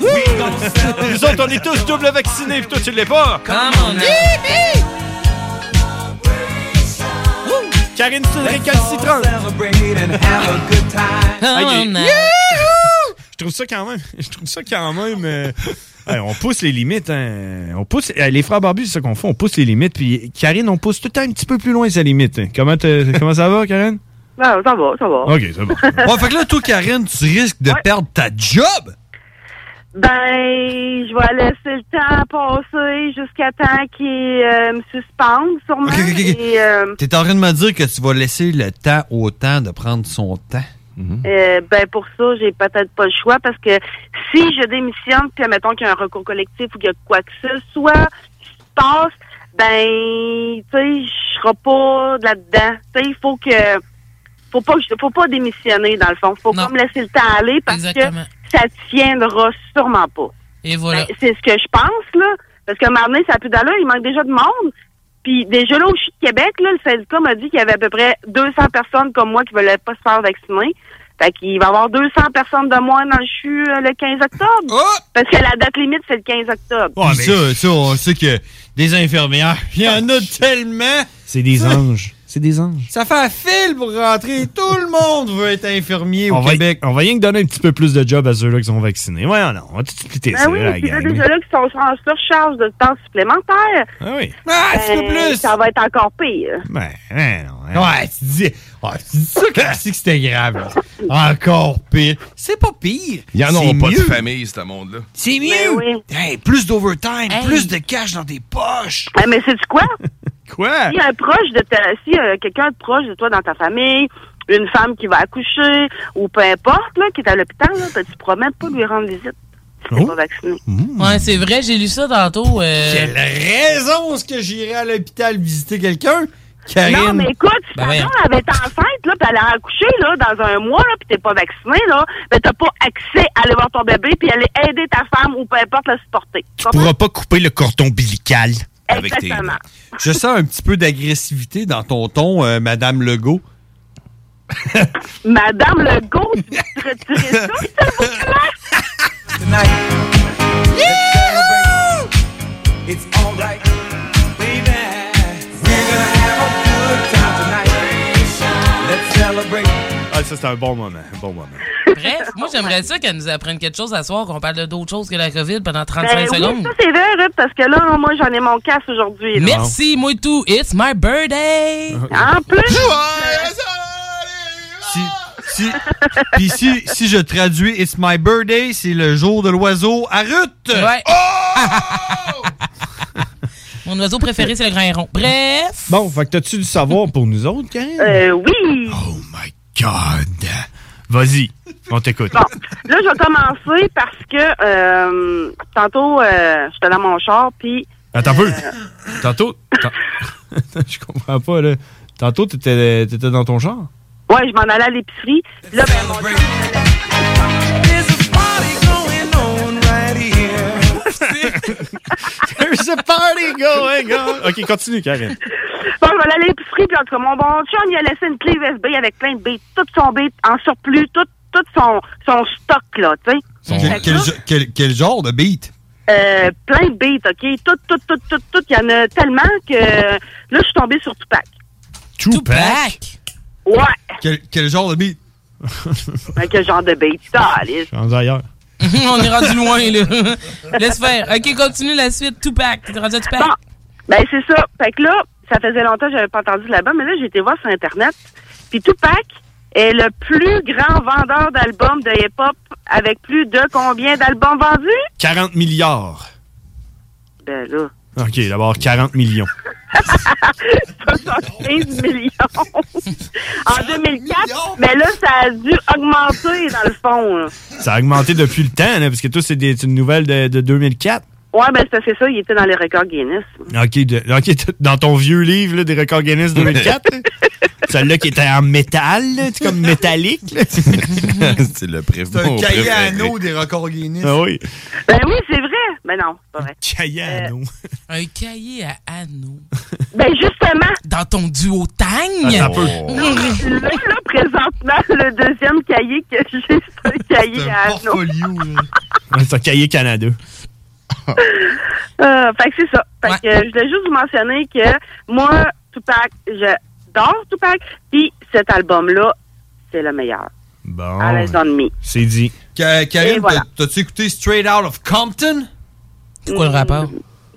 Speaker 10: Nous autres, on est tous double vaccinés, puis toi, tu l'es pas. Karine, c'est une récalcitrante. Hey,
Speaker 13: on
Speaker 10: mais-
Speaker 13: now.
Speaker 10: Youhou! Je trouve ça quand même. Je trouve ça quand même. euh, hey, on pousse les limites. hein. On pousse. hey, les frères barbus, c'est ça qu'on fait. On pousse les limites. Puis Karine, on pousse tout le temps un petit peu plus loin sa limite. hein. Comment, te- comment ça va, Karine?
Speaker 35: Non, ça va, ça va.
Speaker 10: OK, ça va.
Speaker 11: Ouais, fait que là, toi, Karine, tu risques de perdre ta job.
Speaker 35: Ben, je vais laisser le temps passer jusqu'à temps qu'il euh, me suspende, sûrement.
Speaker 11: Ok, ok, ok.
Speaker 35: Et, euh,
Speaker 11: T'es en train de me dire que tu vas laisser le temps au temps de prendre son temps.
Speaker 35: euh, ben, pour ça, j'ai peut-être pas le choix parce que si je démissionne, puis mettons qu'il y a un recours collectif ou qu'il y a quoi que ce soit qui se passe, ben, tu sais, je serai pas là-dedans. Tu sais, il faut que. Faut pas, que je- faut pas démissionner, dans le fond. Faut pas me laisser le temps aller parce
Speaker 13: Exactement.
Speaker 35: que ça tiendra sûrement pas.
Speaker 13: Et voilà.
Speaker 35: Ben, c'est ce que je pense, là. Parce que maintenant, ça n'a plus d'allure. Il manque déjà de monde. Puis déjà là, où je suis de Québec, là, le syndicat m'a dit qu'il y avait à peu près 200 personnes comme moi qui ne voulaient pas se faire vacciner. Fait qu'il va y avoir 200 personnes de moins dans le CHU euh, le 15 octobre. Parce que la date limite, c'est le 15 octobre.
Speaker 23: Puis ça, ça, on sait que des infirmières, il y en a tellement.
Speaker 10: C'est des anges. C'est des anges.
Speaker 23: Ça fait un fil pour rentrer. Tout le monde veut être infirmier
Speaker 10: On
Speaker 23: au
Speaker 10: va,
Speaker 23: Québec.
Speaker 10: on va rien que donner un petit peu plus de job à ceux-là qui sont vaccinés. Voyons, non, on va tout splitter
Speaker 35: Ben
Speaker 10: ça,
Speaker 35: oui,
Speaker 10: la
Speaker 35: puis là,
Speaker 10: gang.
Speaker 35: déjà là, qui sont en surcharge de temps supplémentaire.
Speaker 10: Ah oui.
Speaker 35: Ah,
Speaker 23: tu veux plus?
Speaker 35: Ça va être encore pire.
Speaker 10: Ben, ben non.
Speaker 11: hein.
Speaker 23: Ouais, tu dis, ah, tu dis ça comme si que c'était grave. là. Encore pire. C'est pas pire.
Speaker 12: Ils en
Speaker 23: C'est
Speaker 12: ont pas de
Speaker 23: mieux.
Speaker 12: famille, ce monde-là.
Speaker 23: C'est
Speaker 35: Ben
Speaker 23: mieux. Hey, plus d'overtime, plus de cash dans tes poches.
Speaker 35: Ah, mais c'est du quoi?
Speaker 10: Quoi?
Speaker 35: Si un proche de ta, si euh, quelqu'un de proche de toi dans ta famille, une femme qui va accoucher ou peu importe là, qui est à l'hôpital, là, ben, tu pourras même pas lui rendre visite si t'es pas vacciné.
Speaker 13: Ouais, c'est vrai, j'ai lu ça tantôt. euh,
Speaker 23: Quelle raison est-ce que j'irai à l'hôpital visiter quelqu'un? Karine.
Speaker 35: Non, mais écoute, si
Speaker 23: Ben
Speaker 35: ta
Speaker 23: voyons.
Speaker 35: femme avait été enceinte, là, puis elle a accouché, là, dans un mois, là, puis t'es pas vacciné, là, ben t'as pas accès à aller voir ton bébé puis aller aider ta femme ou peu importe la supporter. Tu comprends?
Speaker 11: pas couper le cordon ombilical avec tes.
Speaker 35: Exactement.
Speaker 11: Je sens un petit peu d'agressivité dans ton ton, euh, Madame Legault.
Speaker 35: Madame Legault, tu veux te retirer ça, s'il vous plaît?
Speaker 34: It's alright, baby. We're gonna have a good time tonight. Let's celebrate.
Speaker 10: Ah, ça, c'est un bon moment. Un bon moment.
Speaker 13: Bref, moi, j'aimerais ça qu'elle nous apprenne quelque chose à soir, qu'on parle de d'autres choses que la COVID pendant 35
Speaker 35: Ben oui,
Speaker 13: secondes.
Speaker 35: ça, c'est vrai, Ruth, parce que là, moi, j'en ai mon casse aujourd'hui. là.
Speaker 13: Merci, moi et tout. It's my birthday.
Speaker 35: En plus,
Speaker 11: Si, si, puis si, si je traduis It's my birthday, c'est le jour de l'oiseau à
Speaker 34: Oh!
Speaker 11: Ruth.
Speaker 13: Ouais. Mon oiseau préféré, c'est le grand rond. Bref.
Speaker 10: Bon, fait que t'as-tu du savoir pour nous autres, Karine?
Speaker 35: Euh, oui.
Speaker 10: God. Vas-y, on t'écoute.
Speaker 35: Là, je vais commencer parce que euh, tantôt, euh, j'étais dans mon char, puis
Speaker 10: Attends un peu.
Speaker 35: Euh.
Speaker 10: Tantôt. tant- Je comprends pas, là. Tantôt, t'étais t'étais dans ton genre.
Speaker 35: ouais, je m'en allais à l'épicerie. Puis Là, ben, mon chum,
Speaker 34: There's a party going on right here.
Speaker 10: There's a party going on. OK, continue, Karine.
Speaker 35: bon, je m'en allais à l'épicerie, puis en tout cas, mon bon chum, il a laissé une clé USB avec plein de bits, tout son bit en surplus, tout, tout son, son stock, là, tu sais. Fait
Speaker 11: Quel,
Speaker 35: que là,
Speaker 11: quel- quel- quel genre de beat?
Speaker 35: euh, plein de bits, OK? Tout, tout, tout, tout, tout. Il y en a tellement que là, je suis tombée sur Tupac.
Speaker 11: Tupac?
Speaker 35: Ouais,
Speaker 11: Quel, quel genre de beat?
Speaker 35: mais Ben, quel genre de bits, ça, Alice.
Speaker 10: Je suis ailleurs.
Speaker 13: On est rendu loin, là. Laisse faire. OK, continue la suite. Tupac. T'es rendu à Tupac?
Speaker 35: Ben, c'est ça. Fait que là, ça faisait longtemps que j'avais pas entendu là-bas, mais là, j'ai été voir sur Internet. Puis Tupac est le plus grand vendeur d'albums de hip-hop avec plus de combien d'albums vendus?
Speaker 10: 40 milliards.
Speaker 35: Ben là,
Speaker 10: OK, d'abord 40 millions.
Speaker 35: 75 millions. en 2004, mais là, ça a dû augmenter dans le fond. là.
Speaker 10: Ça a augmenté depuis le temps, là, parce que tout, c'est des- c'est une nouvelle de, de 2004.
Speaker 35: Ouais, ben c'est c'est ça, il était dans les records Guinness.
Speaker 10: OK, de- ok, t- dans ton vieux livre là, des records Guinness 2004, là. celle-là qui était en métal, là, tu sais, comme métallique. là.
Speaker 12: c'est le prévu.
Speaker 10: C'est un
Speaker 12: mon
Speaker 10: cahier à
Speaker 12: préféré.
Speaker 10: anneaux
Speaker 11: des records Guinness.
Speaker 10: Ah oui.
Speaker 35: Ben oui, c'est vrai. Ben non, c'est pas vrai. Euh,
Speaker 13: Un cahier à anneaux.
Speaker 35: Ben justement.
Speaker 13: Dans ton duo Tang.
Speaker 35: Attends un peu. Là, là, présentement, le deuxième cahier que j'ai, c'est un cahier à anneaux.
Speaker 10: C'est un cahier Canada.
Speaker 35: Euh, fait que c'est ça. Fait que euh, je voulais juste vous mentionner que moi, Tupac, j'adore Tupac, puis cet album-là, c'est le meilleur.
Speaker 10: Bon.
Speaker 35: Alice on me.
Speaker 10: C'est dit.
Speaker 11: Karine,
Speaker 35: Et voilà.
Speaker 11: t'as- t'as-tu écouté Straight Out of Compton?
Speaker 13: C'est quoi le rapport?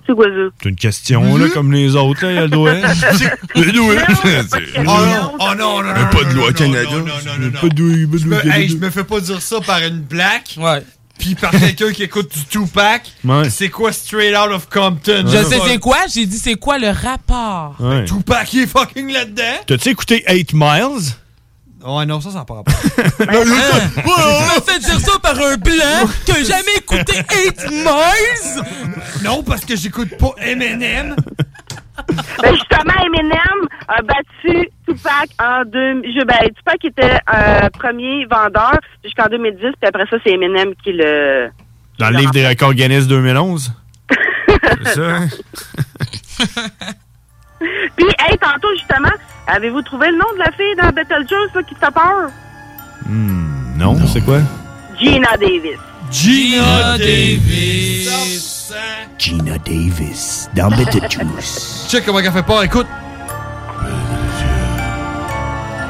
Speaker 35: C'est quoi ça?
Speaker 10: C'est une question,
Speaker 11: Mm-hmm.
Speaker 10: là, comme les autres, là, il y a le doigt.
Speaker 12: Le doigt.
Speaker 11: Oh non, oh non, non, non.
Speaker 12: Pas de loi Canada. Pas de
Speaker 11: Je me- hey, je me fais pas dire ça par une black. Ouais. Puis par quelqu'un qui écoute du Tupac.
Speaker 10: Ouais.
Speaker 11: C'est quoi Straight Out of Compton?
Speaker 13: Je sais c'est quoi, j'ai dit c'est quoi le rapport.
Speaker 10: Ouais.
Speaker 11: Tupac, il est fucking là-dedans.
Speaker 10: T'as-tu écouté 8 Miles?
Speaker 11: Ouais, non, ça, ça n'a pas rapport. Hein?
Speaker 13: Je me fais dire ça par un blanc qui a jamais écouté 8 Miles.
Speaker 11: Non, parce que j'écoute pas M&M.
Speaker 35: Ben justement, Eminem a battu Tupac en deux. Je, ben, Tupac était euh, premier vendeur jusqu'en 2010, puis après ça, c'est Eminem qui le.
Speaker 10: Dans le livre des records Guinness 2011? C'est ça? hein?
Speaker 35: Puis, hey, tantôt, justement, avez-vous trouvé le nom de la fille dans Beetlejuice là, qui t'a peur?
Speaker 10: Non, c'est quoi?
Speaker 35: Gina Davis.
Speaker 10: Gina
Speaker 11: Davis.
Speaker 32: Gina Davis, dans Beetlejuice.
Speaker 11: Check comment elle fait peur, écoute.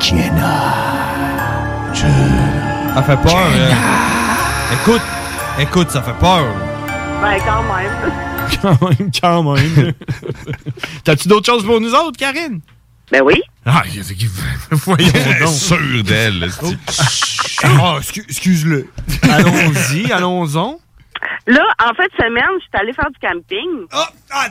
Speaker 32: Gina.
Speaker 11: Elle fait peur. euh. Écoute, écoute, ça fait peur.
Speaker 35: Ben, quand même.
Speaker 10: Quand même, quand même. T'as-tu d'autres choses pour nous autres, Karine?
Speaker 35: Ben oui.
Speaker 10: Ah, qu'est-ce qu'il Voyons donc.
Speaker 12: sûr d'elle.
Speaker 10: Ah, excu- excuse-le. Allons-y, allons-en.
Speaker 35: Là, en fait, semaine, je suis allée faire du camping.
Speaker 11: Ah,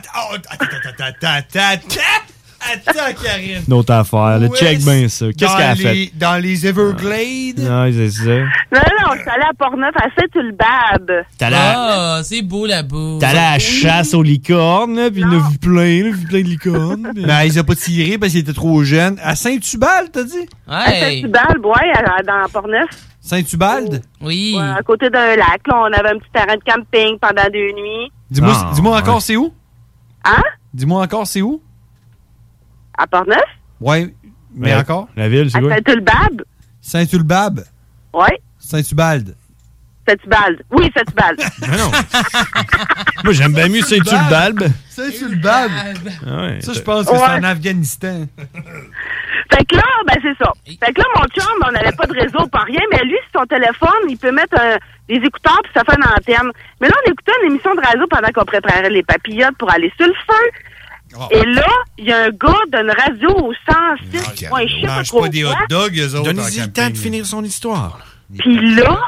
Speaker 11: Attends, Karine.
Speaker 10: Notre affaire, le
Speaker 11: Où
Speaker 10: check
Speaker 11: est-ce-
Speaker 10: bien ça. Euh, Qu'est-ce
Speaker 11: dans
Speaker 10: qu'elle a
Speaker 11: les-
Speaker 10: fait?
Speaker 11: Dans les Everglades.
Speaker 10: Non, c'est ça.
Speaker 35: Non, non, je suis allée à Portneuf, à Saint-Ulbab.
Speaker 10: T'as
Speaker 13: Ah, c'est beau là-bas.
Speaker 10: T'as la chasse aux licornes, là, pis il en a vu plein, là, vu plein de licornes. puis-
Speaker 11: Mais ils ont Ben, pas tiré parce qu'ils étaient trop jeunes. À Saint-Tubal, t'as dit?
Speaker 35: À Saint-Tubal, ouais, à- dans Portneuf.
Speaker 11: Saint-Tubald?
Speaker 13: Oui.
Speaker 35: Ouais, à côté d'un lac, là, on avait un petit terrain de camping pendant deux nuits.
Speaker 11: Dis-moi
Speaker 10: Ah,
Speaker 11: dis-moi encore
Speaker 10: ouais.
Speaker 11: c'est où?
Speaker 35: Hein?
Speaker 11: Dis-moi encore c'est où?
Speaker 35: À Portneuf?
Speaker 11: Ouais, mais
Speaker 10: Ouais.
Speaker 11: encore?
Speaker 10: La ville,
Speaker 35: À
Speaker 10: c'est quoi?
Speaker 35: Saint-Ulbab?
Speaker 11: Saint-Ulbab.
Speaker 35: Ouais.
Speaker 11: Saint-Ubald.
Speaker 35: Saint-Ubald. Oui, Saint-Ubald.
Speaker 10: Ah Moi, j'aime bien mieux c'est tu le balbe.
Speaker 11: Saint-Ulbab.
Speaker 10: Ouais,
Speaker 11: Ça,
Speaker 10: t'as-
Speaker 11: je pense que c'est
Speaker 35: Ouais.
Speaker 11: en Afghanistan.
Speaker 35: Fait que là, ben c'est ça. Fait que là, mon chum, ben, on n'avait pas de réseau, pas rien, mais lui, sur son téléphone, il peut mettre un- des écouteurs puis ça fait une antenne. Mais là, on écoutait une émission de radio pendant qu'on préparait les papillotes pour aller sur le feu. Et là, il y a un gars d'une radio au 106. Ouais, je sais pas trop quoi.
Speaker 11: dogs, eux autres.
Speaker 10: Donnez-y le temps de finir son histoire.
Speaker 35: Puis là,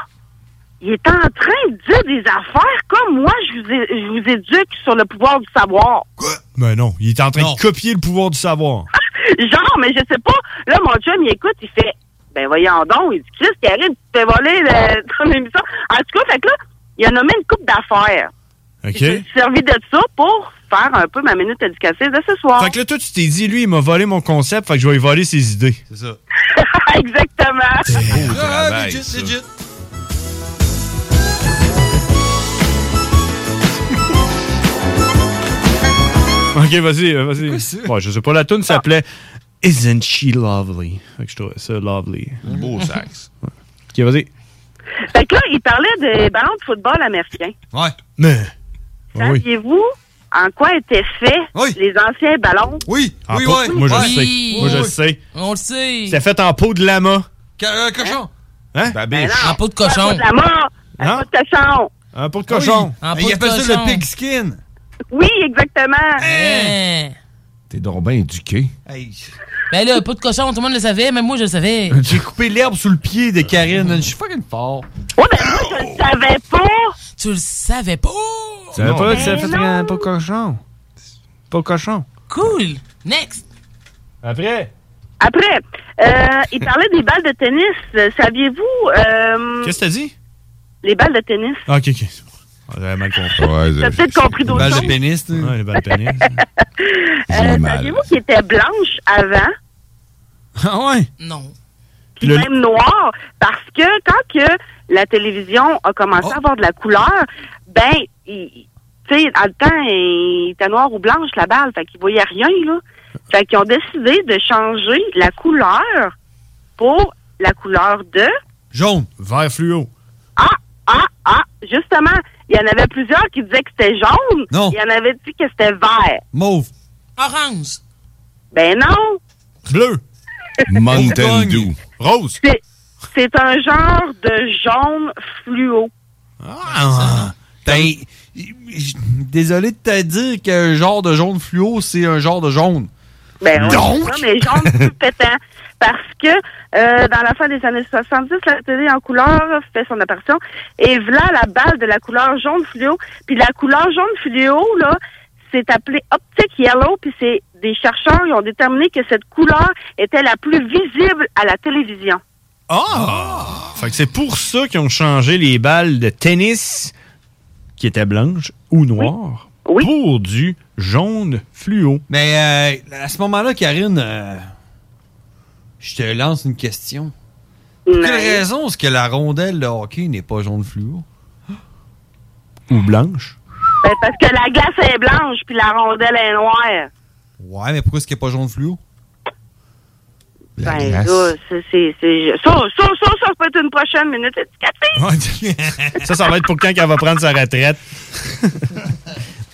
Speaker 35: il est en train de dire des affaires comme moi, je vous, é- je vous éduque sur le pouvoir du savoir.
Speaker 10: Mais Ben non, il est en train de copier le pouvoir du savoir.
Speaker 35: Genre, mais je sais pas. Là, mon chum, il écoute, il fait Ben voyons donc, il dit Chris, qui arrive, tu te fais voler le- ton émission. En tout cas, fait que là, il a nommé une coupe d'affaires.
Speaker 10: OK?
Speaker 35: J'ai servi de ça pour faire un peu ma minute éducative de ce soir.
Speaker 10: Fait que là, toi, tu t'es dit, lui, il m'a volé mon concept, fait que je vais lui voler ses idées.
Speaker 11: C'est ça.
Speaker 35: Exactement.
Speaker 10: Ah,
Speaker 11: legit, legit.
Speaker 10: Ok, vas-y, euh, vas-y. Ouais, je sais pas, la tune s'appelait Isn't She Lovely? Fait que je trouvais ça lovely.
Speaker 12: Beau sax.
Speaker 10: Ok, vas-y.
Speaker 35: Fait que là, il parlait des ballons de football américains.
Speaker 11: Ouais.
Speaker 10: Mais. Oui.
Speaker 35: Saviez-vous en quoi étaient faits les anciens ballons?
Speaker 11: Oui,
Speaker 10: En peau- Moi, je sais. Moi, je sais.
Speaker 13: On le sait.
Speaker 10: C'était fait en peau de lama.
Speaker 11: cochon.
Speaker 10: Hein?
Speaker 35: Ben
Speaker 13: En peau de cochon.
Speaker 35: La mort!
Speaker 10: Hein?
Speaker 35: Pas de cochon!
Speaker 10: En peau de
Speaker 11: Ah oui.
Speaker 10: cochon.
Speaker 13: En
Speaker 11: Il
Speaker 13: peau de
Speaker 11: appelle ça
Speaker 13: cochon.
Speaker 11: le pigskin.
Speaker 35: Oui, exactement!
Speaker 13: Hein?
Speaker 12: T'es donc bien éduqué.
Speaker 13: Ben là, pas de cochon, tout le monde le savait, même moi je le savais.
Speaker 11: J'ai coupé l'herbe sous le pied de Karine. Je suis fucking fort.
Speaker 35: Ouais, ben moi, je le savais pas!
Speaker 13: Tu le savais pas.
Speaker 10: Tu savais pas que ça
Speaker 13: Ben
Speaker 10: fait un peau de cochon? Peau de cochon.
Speaker 13: Cool. Next.
Speaker 10: Après?
Speaker 35: Après, euh, il parlait des balles de tennis. Euh, Saviez-vous... euh,
Speaker 10: Qu'est-ce que t'as dit?
Speaker 35: Les balles de tennis.
Speaker 10: Ah, ok, ok. Ah, J'avais mal compris.
Speaker 35: T'as peut-être compris d'autres
Speaker 10: Balle
Speaker 35: choses.
Speaker 10: de pénis, tu Ouais, les balles de pénis.
Speaker 35: Euh, Saviez-vous qu'ils étaient blanches avant,
Speaker 10: Ah ouais?
Speaker 13: Non.
Speaker 35: puis
Speaker 10: Le-
Speaker 35: même noires, parce que quand que la télévision a commencé
Speaker 10: Oh.
Speaker 35: à avoir de la couleur, ben, il- tu sais, dans le temps, il était noir ou blanche la balle, fait qu'ils voyaient rien, là. Fait qu'ils ont décidé de changer la couleur pour la couleur de...
Speaker 11: Jaune.
Speaker 10: Vert fluo.
Speaker 35: Ah, ah, ah, justement, il y en avait plusieurs qui disaient que c'était jaune.
Speaker 11: Non.
Speaker 35: Il y en avait dit que c'était vert.
Speaker 11: Mauve.
Speaker 13: Orange.
Speaker 35: Ben non.
Speaker 10: Bleu.
Speaker 12: Mountain Dew.
Speaker 10: Rose.
Speaker 35: C'est- C'est un genre de jaune fluo.
Speaker 10: Ah!
Speaker 11: Ben, Désolé de te dire qu'un genre de jaune fluo, c'est un genre de jaune.
Speaker 35: Ben, oui,
Speaker 11: Donc!
Speaker 35: c'est ça, mais jaune plus pétant. Parce que euh, dans la fin des années 70, la télé en couleur fait son apparition. Et voilà la balle de la couleur jaune fluo. Puis la couleur jaune fluo, là, c'est appelé Optic Yellow. Puis c'est des chercheurs qui ont déterminé que cette couleur était la plus visible à la télévision.
Speaker 10: Ah! Fait que c'est pour ça qu'ils ont changé les balles de tennis qui étaient blanches ou noires pour du jaune fluo.
Speaker 11: Mais euh, à ce moment-là, Karine, euh, je te lance une question. Pour quelle raison est-ce que la rondelle de hockey n'est pas jaune fluo?
Speaker 10: Ou blanche?
Speaker 35: Ben, parce que la glace est blanche, puis la rondelle est noire.
Speaker 11: Ouais, mais pourquoi est-ce qu'elle n'est pas jaune fluo?
Speaker 35: ben, là, c'est- c'est- c'est- Ça, ça, ça, ça, ça peut être une prochaine minute éducative.
Speaker 10: ça, ça va être pour quand qu'elle va prendre sa retraite.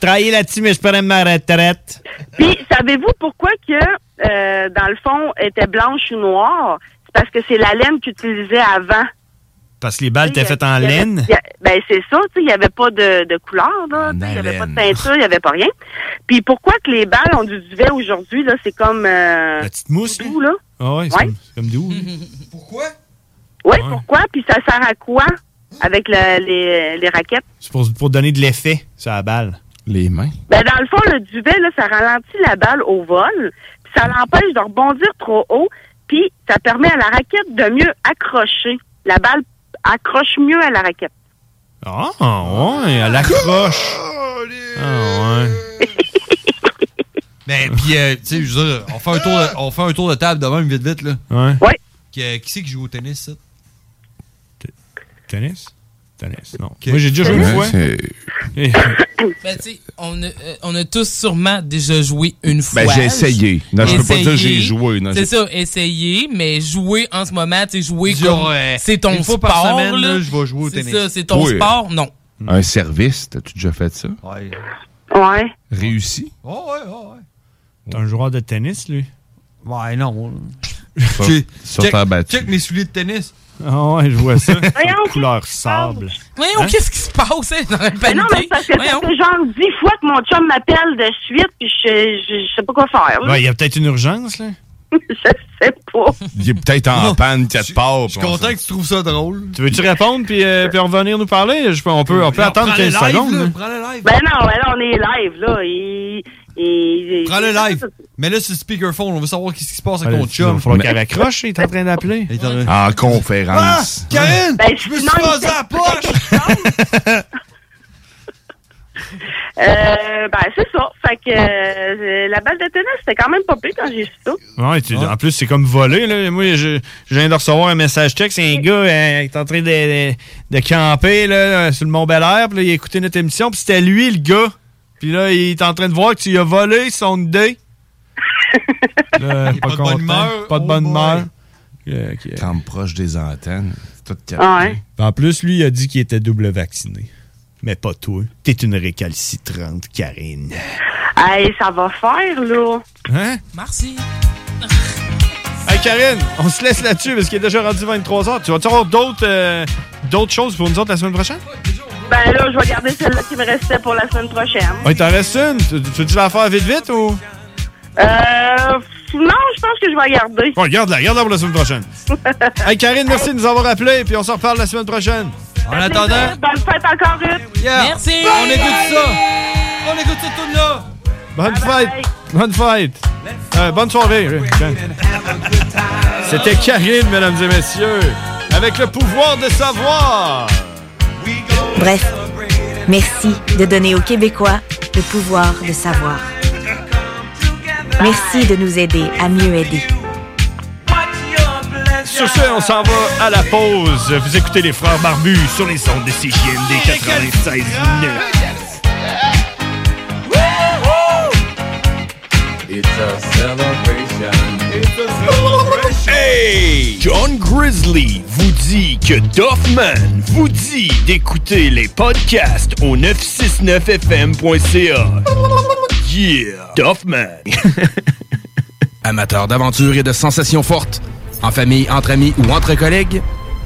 Speaker 10: Travailler là-dessus, mais je prends ma retraite.
Speaker 35: Puis, savez-vous pourquoi que, euh, dans le fond, était blanche ou noire? C'est parce que c'est la laine qu'ils utilisaient avant.
Speaker 10: Parce que les balles étaient faites en
Speaker 35: Il y avait-
Speaker 10: laine.
Speaker 35: il y a- Ben, c'est ça, tu sais, il n'y avait pas de, de couleur, là. tu sais, Il n'y avait pas de teinture, il n'y avait pas rien. Puis, pourquoi que les balles ont du duvet aujourd'hui, là? C'est comme... euh,
Speaker 10: La petite mousse.
Speaker 35: doudou, là.
Speaker 10: Ah ouais, c'est
Speaker 35: Ouais.
Speaker 10: comme, c'est comme d'où?
Speaker 35: Oui, pourquoi? Puis, ça sert à quoi avec le- les, les raquettes?
Speaker 10: C'est pour, pour donner de l'effet sur la balle. Les mains.
Speaker 35: Ben, dans le fond, le duvet, là, ça ralentit la balle au vol, puis ça l'empêche de rebondir trop haut, puis ça permet à la raquette de mieux accrocher. La balle accroche mieux à la raquette.
Speaker 10: Ah ouais, elle accroche. Ah ouais.
Speaker 11: Mais puis, euh, tu sais, je veux dire, on fait, un tour de, on fait un tour de table de même, vite, vite, là.
Speaker 10: Ouais.
Speaker 11: Qui, qui c'est qui joue au tennis, ça?
Speaker 10: Tennis? Tennis, non. Moi, j'ai déjà joué une
Speaker 11: Ouais,
Speaker 10: fois.
Speaker 12: c'est-
Speaker 10: Eh,
Speaker 13: Ben, tu sais, on, a- euh, on a tous sûrement déjà joué une fois.
Speaker 12: Ben, j'ai essayé. Non, je peux pas dire j'ai joué, non,
Speaker 13: C'est
Speaker 12: j'ai-
Speaker 13: ça, essayer, mais jouer en ce moment, tu sais, jouer
Speaker 11: Dire,
Speaker 13: comme.
Speaker 11: ouais,
Speaker 13: c'est ton
Speaker 11: une fois
Speaker 13: sport.
Speaker 11: par semaine,
Speaker 13: là.
Speaker 11: là, je vais jouer au tennis.
Speaker 13: C'est ça, c'est ton
Speaker 12: Oui.
Speaker 13: sport, non.
Speaker 12: Un service, t'as-tu déjà fait ça? Ouais.
Speaker 35: Ouais.
Speaker 12: Réussi?
Speaker 11: Oh, ouais, oh, ouais.
Speaker 10: T'es un joueur de tennis, lui?
Speaker 11: Ouais, non.
Speaker 12: Sur-
Speaker 11: Check-
Speaker 12: sur
Speaker 11: check-
Speaker 12: terre battue.
Speaker 11: Check mes souliers de tennis.
Speaker 10: Ah ouais, je vois ça. Couleur sable.
Speaker 13: Voyons,
Speaker 10: Hein?
Speaker 13: qu'est-ce qui se passe, hein, dans le
Speaker 35: Ben non, mais c'est parce que ça fait genre dix fois que mon chum m'appelle de suite, puis je, je, je sais pas quoi faire.
Speaker 10: Ouais, Il y a peut-être une urgence, là?
Speaker 35: je sais pas.
Speaker 12: Il est peut-être en panne quelque part. Je
Speaker 10: suis content
Speaker 11: que tu trouves ça drôle.
Speaker 10: Tu veux-tu répondre puis, euh, puis revenir nous parler? Je peux- on peut, on peut attendre 15 secondes. là.
Speaker 35: Ben non, ben là, on est live, là. Et, et-
Speaker 11: Prends le live. Mais là, c'est le speakerphone. On veut savoir qu'est-ce qui se passe avec
Speaker 12: Allez,
Speaker 11: ton chum.
Speaker 12: il va falloir qu'elle raccroche,
Speaker 10: Il est en train d'appeler.
Speaker 12: En
Speaker 10: Ah,
Speaker 12: conférence.
Speaker 11: Ah, Karine!
Speaker 35: Ben, je me suis
Speaker 11: rasé la poche!
Speaker 35: euh, ben, c'est ça. Fait que euh, la balle de tennis, c'était quand même pas plus quand j'ai su ça.
Speaker 10: Ouais, tu- En plus, c'est comme voler. Là. Moi, je, je viens de recevoir un message texte. C'est un gars euh, qui est en train de, de- de camper là, sur le Mont Bel Air. Puis là, il a écouté notre émission. Puis c'était lui, le gars. Puis là, il est en train de voir que tu lui as volé son idée. Là, pas, de bonne humeur. Oh Pas de bonne humeur. Euh,
Speaker 12: Quand on est proche des antennes, c'est tout calme.
Speaker 35: Ah ouais.
Speaker 10: En plus, lui, il a dit qu'il était double vacciné. Mais pas toi. T'es une récalcitrante, Karine.
Speaker 35: Hey, ça va faire, là.
Speaker 10: Hein?
Speaker 13: Merci.
Speaker 10: Hey Karine, on se laisse là-dessus parce qu'il est déjà rendu 23h. Tu vas-tu avoir d'autres euh, d'autres choses pour nous autres la semaine prochaine?
Speaker 35: Ben là, je vais garder celle-là qui me restait pour la semaine prochaine.
Speaker 10: Ouais, il t'en reste une. Tu, tu veux-tu la faire vite, vite ou?
Speaker 35: Euh, non, je pense que je vais garder.
Speaker 10: Bon, garde-la, garde-la pour la semaine prochaine. hey Karine, merci de nous avoir appelés puis on se reparle la semaine prochaine. En attendant.
Speaker 35: Bonne fête encore une.
Speaker 13: Merci.
Speaker 10: On écoute ça.
Speaker 11: On écoute ça tout là.
Speaker 10: Bonne fête. Bonne fête. Euh, bonne soirée. C'était Karine, mesdames et messieurs, avec le pouvoir de savoir.
Speaker 25: Bref, merci de donner aux Québécois le pouvoir de savoir. Merci de nous aider à mieux aider.
Speaker 10: Sur ce, on s'en va à la pause. Vous écoutez les frères barbus sur les ondes de CGMD 96.
Speaker 34: It's a celebration. It's a
Speaker 24: Hey! John Grizzly vous dit que Doffman vous dit d'écouter les podcasts au 969fm.ca. Yeah! Doffman!
Speaker 7: Amateurs d'aventure et de sensations fortes, en famille, entre amis ou entre collègues,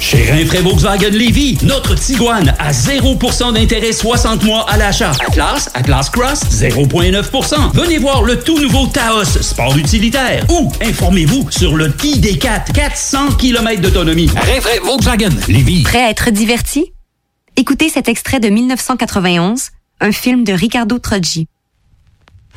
Speaker 18: Chez Rainfray Volkswagen Lévy, notre Tiguan à 0% d'intérêt 60 mois à l'achat. Atlas, Atlas Cross, 0,9%. Venez voir le tout nouveau Taos, sport utilitaire. Ou informez-vous sur le ID4, 400 km d'autonomie. Rainfray Volkswagen Lévy.
Speaker 28: Prêt à être diverti? Écoutez cet extrait de 1991, un film de Ricardo Troggi.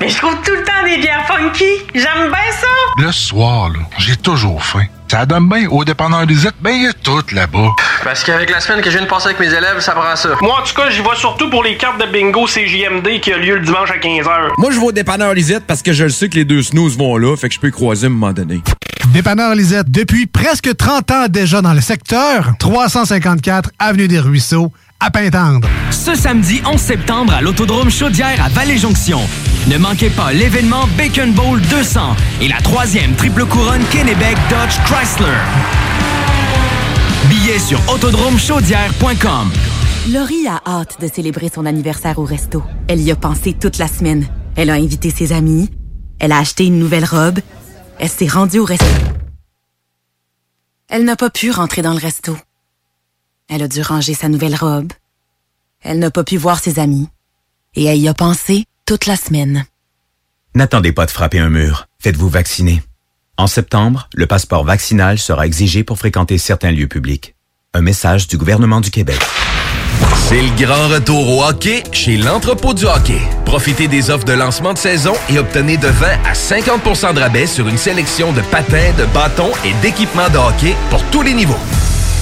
Speaker 13: mais je trouve tout le temps des bières funky. J'aime bien ça.
Speaker 36: Le soir, là, j'ai toujours faim. Ça donne bien au dépanneur Lisette, ben il y a tout là-bas.
Speaker 10: Parce qu'avec la semaine que je viens de passer avec mes élèves, ça prend ça.
Speaker 37: Moi, en tout cas, j'y vais surtout pour les cartes de bingo CJMD qui a lieu le dimanche à 15h.
Speaker 19: Moi, je vais au dépanneur Lisette parce que je le sais que les deux snooze vont là, fait que je peux y croiser à un moment donné.
Speaker 6: Dépanneur Lisette, depuis presque 30 ans déjà dans le secteur, 354 Avenue des Ruisseaux, à Pintendre.
Speaker 17: Ce samedi 11 septembre à l'Autodrome Chaudière à Vallée-Jonction. Ne manquez pas l'événement Bacon Bowl 200 et la troisième triple couronne Kennebec Dodge Chrysler. Billets sur autodromechaudière.com.
Speaker 4: Laurie a hâte de célébrer son anniversaire au resto. Elle y a pensé toute la semaine. Elle a invité ses amis. Elle a acheté une nouvelle robe. Elle s'est rendue au resto. Elle n'a pas pu rentrer dans le resto. Elle a dû ranger sa nouvelle robe. Elle n'a pas pu voir ses amis. Et elle y a pensé toute la semaine.
Speaker 38: N'attendez pas de frapper un mur. Faites-vous vacciner. En septembre, le passeport vaccinal sera exigé pour fréquenter certains lieux publics. Un message du gouvernement du Québec.
Speaker 1: C'est le grand retour au hockey chez l'entrepôt du hockey. Profitez des offres de lancement de saison et obtenez de 20 à 50 de rabais sur une sélection de patins, de bâtons et d'équipements de hockey pour tous les niveaux.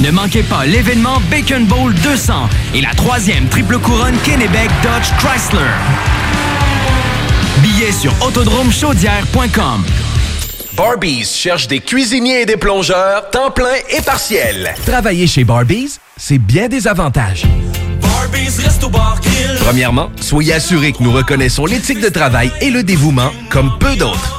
Speaker 17: Ne manquez pas l'événement Bacon Bowl 200 et la troisième triple couronne Kennebec Dodge Chrysler. Billets sur autodromechaudière.com.
Speaker 1: Barbies cherche des cuisiniers et des plongeurs, temps plein et partiel. Travailler chez Barbies, c'est bien des avantages. Premièrement, soyez assurés que nous reconnaissons l'éthique de travail et le dévouement comme peu d'autres.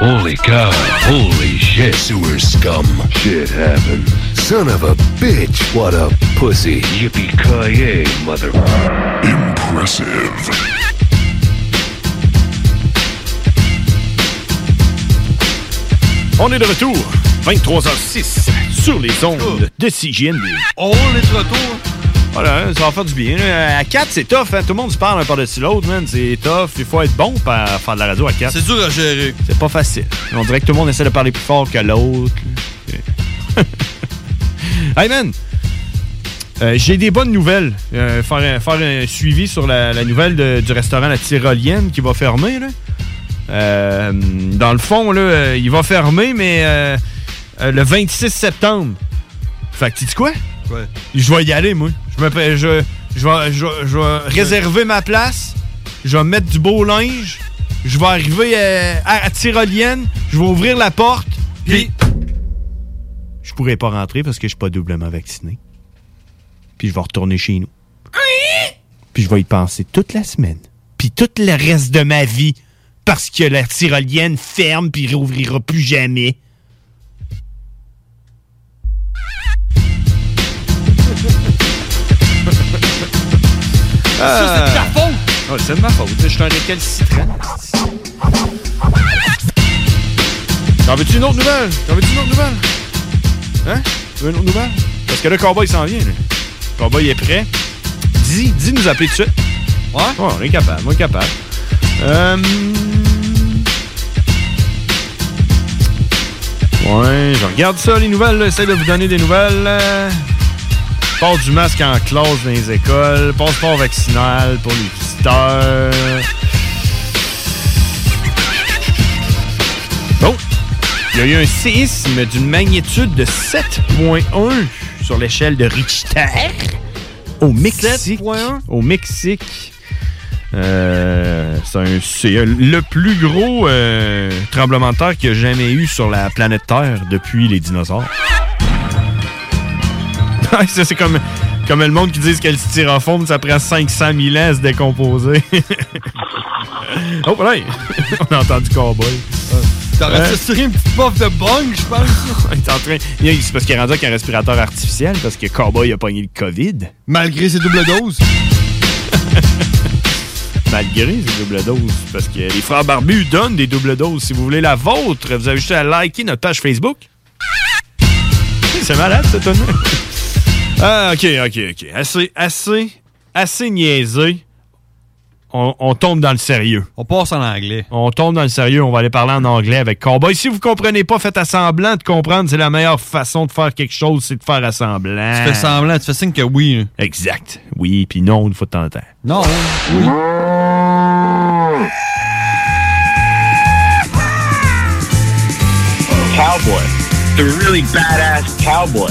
Speaker 15: Holy cow. Holy shit. Sewer scum. Shit happened. Son of a bitch. What a pussy. Yippee-ki-yay, mother... Impressive.
Speaker 25: On est de retour, 23h06, sur les ondes de CGN.
Speaker 39: On est de retour.
Speaker 25: Ah,
Speaker 10: Voilà, hein, ça va faire du bien. là. À 4, c'est tough. hein. Tout le monde se parle un par-dessus l'autre, man. C'est tough. Il faut être bon pour faire de la radio à 4. C'est dur à gérer. C'est pas facile. On dirait que tout le monde essaie de parler plus fort que l'autre. hey, man! Euh, J'ai des bonnes nouvelles. Euh, faire, un, faire un suivi sur la, la nouvelle de- du restaurant La Tyrolienne qui va fermer. Là. Euh, dans le fond, là, euh, il va fermer, mais euh, euh, le 26 septembre. Fait que tu dis quoi?
Speaker 11: Ouais.
Speaker 10: Je vais y aller, moi. Je, me, pré- je, je vais, je, vais- je vais réserver ma place. Je vais mettre du beau linge. Je vais arriver euh, à, à Tyrolienne. Je vais ouvrir la porte. Puis. Je pourrai pas rentrer parce que je suis pas doublement vacciné. Puis je vais retourner chez nous. Puis je vais y penser toute la semaine. Puis tout le reste de ma vie. Parce que la Tyrolienne ferme puis réouvrira plus jamais.
Speaker 24: Ça, c'est de ta
Speaker 10: faute! Ah. c'est de ma faute. Je suis un récalcitrant. T'en veux-tu une autre nouvelle? T'en veux-tu une autre nouvelle? Hein? Tu veux une autre nouvelle? Parce que là, Cowboy s'en vient. Là. Cowboy est prêt. Dis, dis nous appeler tout de suite. Ouais? Ouais, on est capable, on est capable. Euh... Ouais, je regarde ça, les nouvelles. là. Essaye de vous donner des nouvelles. euh. Port du masque en classe dans les écoles. Passeport vaccinal pour les visiteurs. Bon, Oh, il y a eu un séisme d'une magnitude de 7.1 sur l'échelle de Richter au Mexique. Au Mexique. Euh, c'est un- c'est le plus gros euh, tremblement de terre qu'il y a jamais eu sur la planète Terre depuis les dinosaures. Ouais, ça, c'est comme, comme le monde qui dit que le styrofoam, ça prend 500 000 ans à se décomposer. oh, voilà! On a entendu Cowboy.
Speaker 11: T'aurais
Speaker 10: Ouais.
Speaker 11: tiré une petite pof de bong, je pense.
Speaker 10: Il est en train. il- C'est parce qu'il est rendu avec un respirateur artificiel parce que Cowboy a pogné le COVID.
Speaker 11: Malgré ses doubles doses.
Speaker 10: Malgré ces doubles doses. Parce que les frères barbus donnent des doubles doses. Si vous voulez la vôtre, vous avez juste à liker notre page Facebook. C'est malade, ce tonneau. Ah, ok, ok, ok. Assez, assez, assez niaisé. On, on tombe dans le sérieux. On passe en anglais. On tombe dans le sérieux. On va aller parler en anglais avec Cowboy. Si vous comprenez pas, faites à semblant de comprendre. C'est la meilleure façon de faire quelque chose, c'est de faire à semblant.
Speaker 11: Tu fais semblant, tu fais signe que oui.
Speaker 10: Exact. Oui, puis non, une fois de temps en temps.
Speaker 11: Non. hein?
Speaker 23: Cowboy. The really badass cowboy.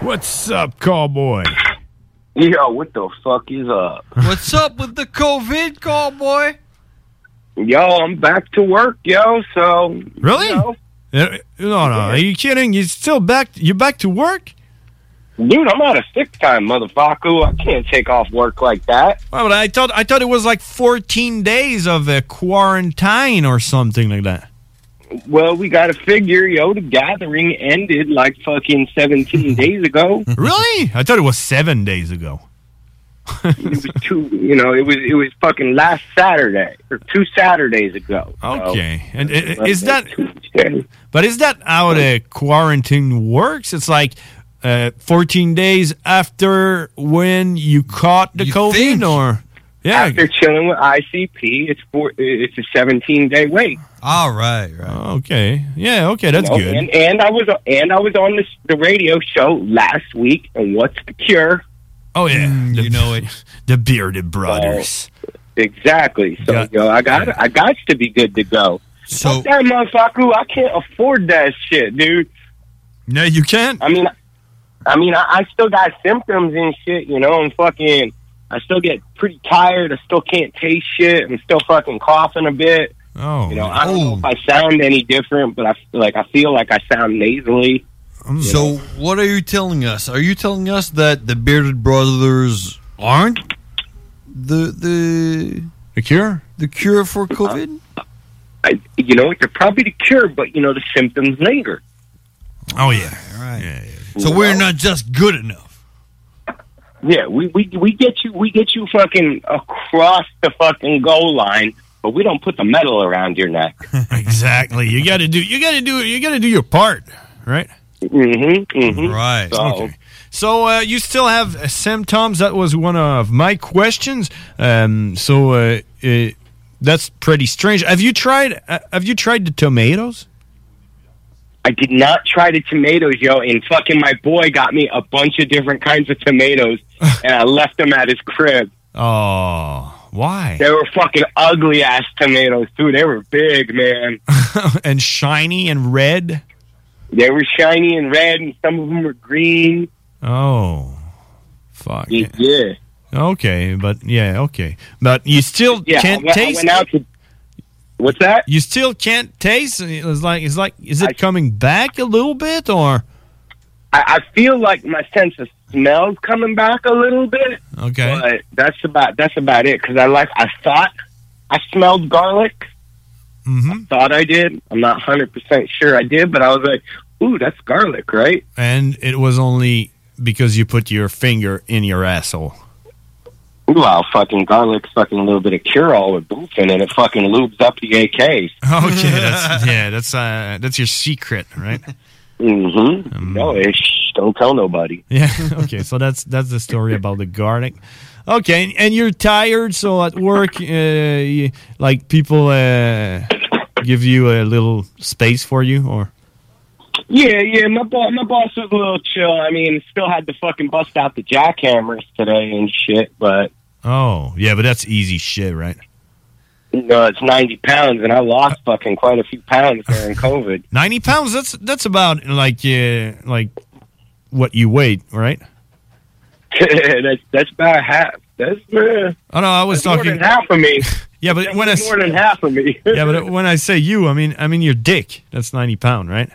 Speaker 10: What's up, Cowboy?
Speaker 23: Yo, what the fuck is up?
Speaker 11: What's up with the COVID, cowboy?
Speaker 23: Yo, I'm back to work, yo, so.
Speaker 10: Really?
Speaker 23: You know,
Speaker 10: Uh, no, no. Are you kidding? You still back? You back to work?
Speaker 23: dude, I'm out of sick time, motherfucker. I can't take off work like that.
Speaker 10: Well, but I thought I thought it was like 14 days of uh, quarantine or something like that.
Speaker 23: Well, we got to figure, yo, the gathering ended like fucking 17 days ago.
Speaker 10: Really? I thought it was seven days ago.
Speaker 23: It was two, you know, it was it was fucking last Saturday or two Saturdays ago.
Speaker 10: Okay, and i- i- is that? But is that how the quarantine works? It's like uh, 14 days after when you caught the COVID, or yeah,
Speaker 23: After chilling with ICP, it's four, it's a 17 day wait.
Speaker 11: All right,
Speaker 10: right. Okay. Yeah, okay, that's
Speaker 23: You know,
Speaker 10: good.
Speaker 23: And, and I was and I was on this, the radio show last week. And what's the cure?
Speaker 10: Oh yeah, you know it. The bearded brothers.
Speaker 23: Exactly. So yo, I got I got to be good to go.
Speaker 10: So
Speaker 23: Fuck that motherfucker, I can't afford that shit, dude.
Speaker 10: No, you can't.
Speaker 23: I mean, I mean, I, I still got symptoms and shit. You know, I'm fucking. I still get pretty tired. I still can't taste shit. I'm still fucking coughing a bit.
Speaker 10: Oh,
Speaker 23: ah, You know, I don't know if I sound any different, but I f- like I feel like I sound nasally.
Speaker 11: So, what are you telling us? Are you telling us that the Bearded Brothers aren't the the
Speaker 10: the cure?
Speaker 11: The cure for COVID?
Speaker 23: Uh, I, you know, they're probably the cure, but you know the symptoms linger.
Speaker 11: Oh yeah, right. So we're not just good enough.
Speaker 23: Yeah, we, we we get you we get you fucking across the fucking goal line, but we don't put the medal around your neck.
Speaker 10: exactly. You got to do. You got to do. You got to do your part, right?
Speaker 23: Mm-hmm. mm-hmm.
Speaker 11: Right.
Speaker 23: So-
Speaker 10: okay. So uh, you still have uh, symptoms. That was one of my questions. Um, so uh, uh that's pretty strange. Have you tried? Uh, have you tried the tomatoes?
Speaker 23: I did not try the tomatoes, yo, and fucking my boy got me a bunch of different kinds of tomatoes, and I left them at his crib.
Speaker 10: Oh, why?
Speaker 23: They were fucking ugly ass tomatoes too. They were big, man.
Speaker 10: and shiny and red.
Speaker 23: They were shiny and red, and some of them were green.
Speaker 10: Oh, fuck.
Speaker 23: Yeah.
Speaker 10: Okay, but yeah, okay, but you still
Speaker 23: Yeah, I
Speaker 10: can't
Speaker 23: went- I
Speaker 10: taste.
Speaker 23: went out to- What's that?
Speaker 10: You still can't taste. It's like it's like is it coming back a little bit or
Speaker 23: I, I feel like my sense of smell's coming back a little bit.
Speaker 10: okay?
Speaker 23: But that's about that's about it. Because I like I thought I smelled garlic. I thought I did. I'm not hundred percent sure I did, but I was like, "Ooh, that's garlic, right?"
Speaker 10: And it was only because you put your finger in your asshole.
Speaker 23: Wow, fucking garlic's fucking a little bit of cure all with bluefin, and it fucking lubes up the AKs.
Speaker 10: Okay, that's yeah, that's uh, that's your secret, right?
Speaker 23: Mm-hmm. no, eh, shh, don't tell nobody.
Speaker 10: Yeah. Okay. So that's that's the story about the garlic. Okay, and, and you're tired, so at work, uh, you, like people uh, give you a little space for you, or
Speaker 23: Yeah, yeah. My boss, my boss was a little chill. I mean, still had to fucking bust out the jackhammers today and shit, but
Speaker 10: oh yeah, but that's easy shit, right?
Speaker 23: you know, uh, it's ninety pounds, and I lost fucking quite a few pounds during COVID.
Speaker 10: Ninety pounds. That's that's about like uh, like what you weigh, right?
Speaker 23: that's that's about half. That's uh,
Speaker 10: Oh no, I was
Speaker 23: that's
Speaker 10: talking-
Speaker 23: more than half of me.
Speaker 10: Yeah, but when I
Speaker 23: That's
Speaker 10: s-
Speaker 23: more than half of me.
Speaker 10: yeah, but when I say you, I mean I mean your dick. That's ninety pound, right?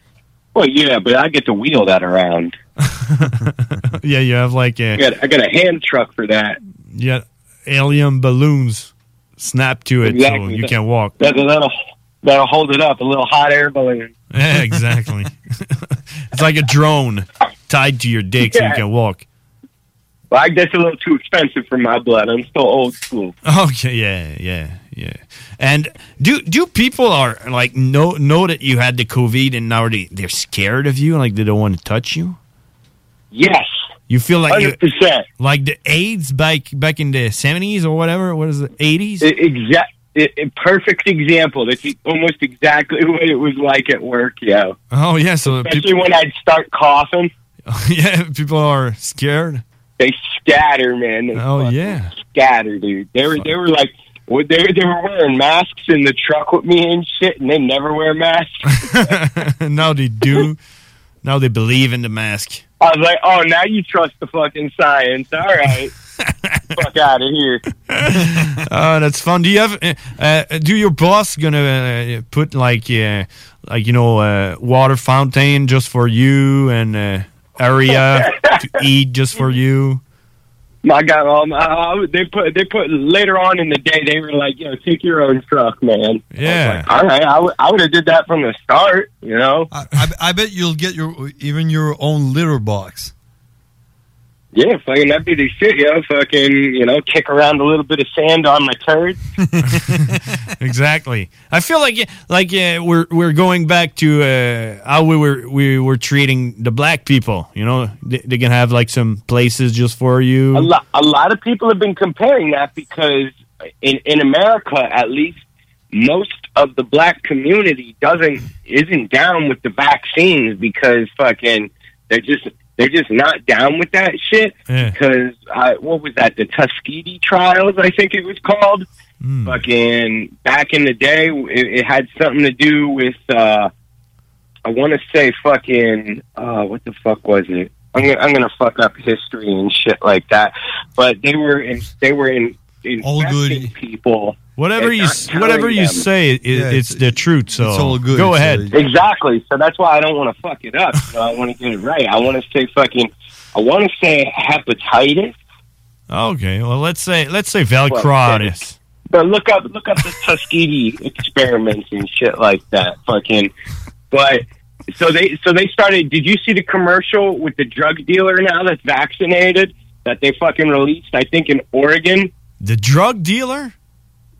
Speaker 23: well, yeah, but I get to wheel that around.
Speaker 10: yeah, you have like
Speaker 23: I
Speaker 10: a,
Speaker 23: got, I got a hand truck for that.
Speaker 10: you got alien balloons snapped to it,
Speaker 23: Exactly.
Speaker 10: so you can walk.
Speaker 23: That, that'll that'll hold it up. A little hot air balloon.
Speaker 10: Yeah, exactly. it's like a drone tied to your dick, so you
Speaker 23: Yeah.
Speaker 10: can walk.
Speaker 23: Well, I that's a little too expensive for my blood. I'm still old school.
Speaker 10: Okay, yeah, yeah, yeah. And do do people are like know know that you had the COVID and now they they're scared of you, like they don't want to touch you?
Speaker 23: Yes.
Speaker 10: You feel like you-
Speaker 23: 100%.
Speaker 10: like the AIDS back back in the seventies or whatever. What is it? Eighties.
Speaker 23: E, Exact, e, perfect example. That's almost exactly what it was like at work, yo.
Speaker 10: Oh yeah, so
Speaker 23: Especially
Speaker 10: people,
Speaker 23: when I'd start coughing,
Speaker 10: yeah, people are scared.
Speaker 23: they scatter, man. They
Speaker 10: Oh yeah.
Speaker 23: scatter, dude. They were they were like well, they they were wearing masks in the truck with me and shit, and they never wear masks.
Speaker 10: now they do. now they believe in the mask.
Speaker 23: I was like, oh, now you trust the fucking science? All right, fuck out of here.
Speaker 10: Oh, that's fun. Do you have? Uh, uh, do your boss gonna uh, put like, uh, like you know, uh, water fountain just for you and uh, area to eat just for you?
Speaker 23: I got all my. I- They put they put later on in the day. They were like, yo, take your own truck, man.
Speaker 10: Yeah.
Speaker 23: All right, I would have did that from the start, you know.
Speaker 11: I, I bet you'll get your even your own litter box.
Speaker 23: Yeah, fucking that'd be the shit, yo. Fucking, you know, kick around a little bit of sand on my turd.
Speaker 10: exactly. I feel like like uh, we're we're going back to uh, how we were we were treating the black people. You know, they, they can have like some places just for you.
Speaker 23: A lot, a lot of people have been comparing that because in in America, at least, most of the black community doesn't isn't down with the vaccines because fucking they're just they're just not down with that shit.
Speaker 10: Yeah.
Speaker 23: Because uh, what was that? The Tuskegee trials, I think it was called.
Speaker 10: Hmm.
Speaker 23: Fucking back in the day, it, it had something to do with. uh I want to say fucking uh, what the fuck was it? I'm gonna, I'm gonna fuck up history and shit like that. But they were in, they were in, infecting people.
Speaker 10: Whatever you
Speaker 23: It's not
Speaker 10: whatever
Speaker 23: killing
Speaker 10: you
Speaker 23: them.
Speaker 10: say, it, it's the truth. So go ahead.
Speaker 23: Exactly. So that's why I don't want to fuck it up. So I want to get it right. I want to say fucking. I want to say hepatitis.
Speaker 10: Okay. Well, let's say let's say
Speaker 23: Well,
Speaker 10: Valcrodis.
Speaker 23: But look up look up the Tuskegee experiments and shit like that. Fucking. But so they so they started. Did you see the commercial with the drug dealer now that's vaccinated that they fucking released? I think in Oregon.
Speaker 10: The drug dealer.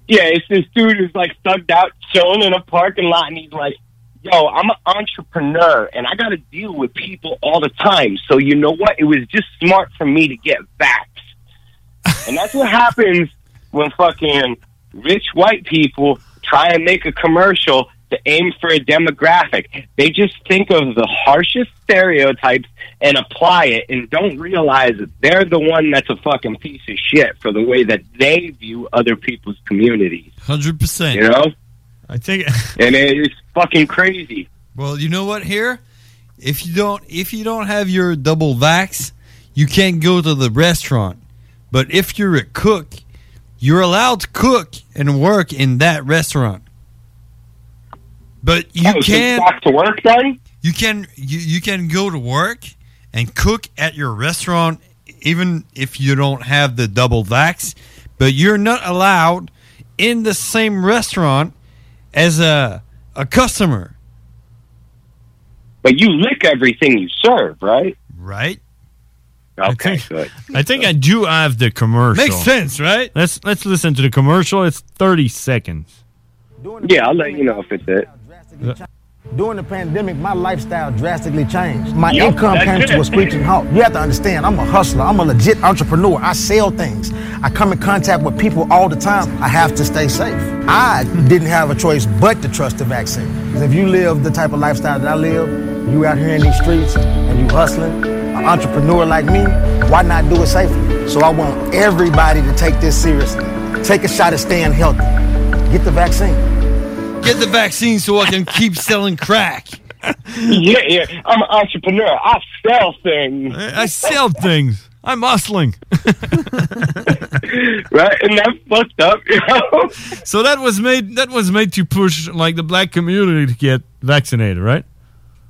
Speaker 23: Yeah, it's this dude who's like thugged out, chilling in a parking lot, and he's like, "Yo, I'm an entrepreneur, and I got to deal with people all the time. So you know what? It was just smart for me to get back." and that's what happens when fucking rich white people try and make a commercial to aim for a demographic. They just think of the harshest stereotypes and apply it and don't realize that they're the one that's a fucking piece of shit for the way that they view other people's communities.
Speaker 11: 100%.
Speaker 23: You know?
Speaker 10: I think.
Speaker 23: And it's fucking crazy.
Speaker 11: Well, you know what? Here, if you don't, if you don't have your double vax, you can't go to the restaurant. But if you're a cook, you're allowed to cook and work in that restaurant. But you
Speaker 23: Oh, so
Speaker 11: can
Speaker 23: back to work then.
Speaker 11: You can you, you can go to work and cook at your restaurant even if you don't have the double vax. But you're not allowed in the same restaurant as a a customer.
Speaker 23: But you lick everything you serve, right?
Speaker 11: Right.
Speaker 23: Okay, good.
Speaker 10: I think I do have the commercial.
Speaker 23: Makes sense,
Speaker 10: right? Let's let's listen to the commercial. It's thirty seconds.
Speaker 23: Yeah, I'll let you know if it's it.
Speaker 32: During the pandemic, my lifestyle drastically changed. My
Speaker 23: Yup,
Speaker 32: income
Speaker 23: that's
Speaker 32: came
Speaker 23: it.
Speaker 32: to a screeching halt. You have to understand, I'm a hustler. I'm a legit entrepreneur. I sell things. I come in contact with people all the time. I have to stay safe. I didn't have a choice but to trust the vaccine. 'Cause If you live the type of lifestyle that I live, you out here in these streets and you hustling, an entrepreneur like me, why not do it safely? So I want everybody to take this seriously. Take a shot at staying healthy. Get the vaccine.
Speaker 11: Get the vaccine so I can keep selling crack.
Speaker 23: yeah, yeah. I'm an entrepreneur. I sell things.
Speaker 10: I sell things. I'm hustling.
Speaker 23: right, and that fucked up. You know?
Speaker 10: So that was made. That was made to push like the black community to get vaccinated, right?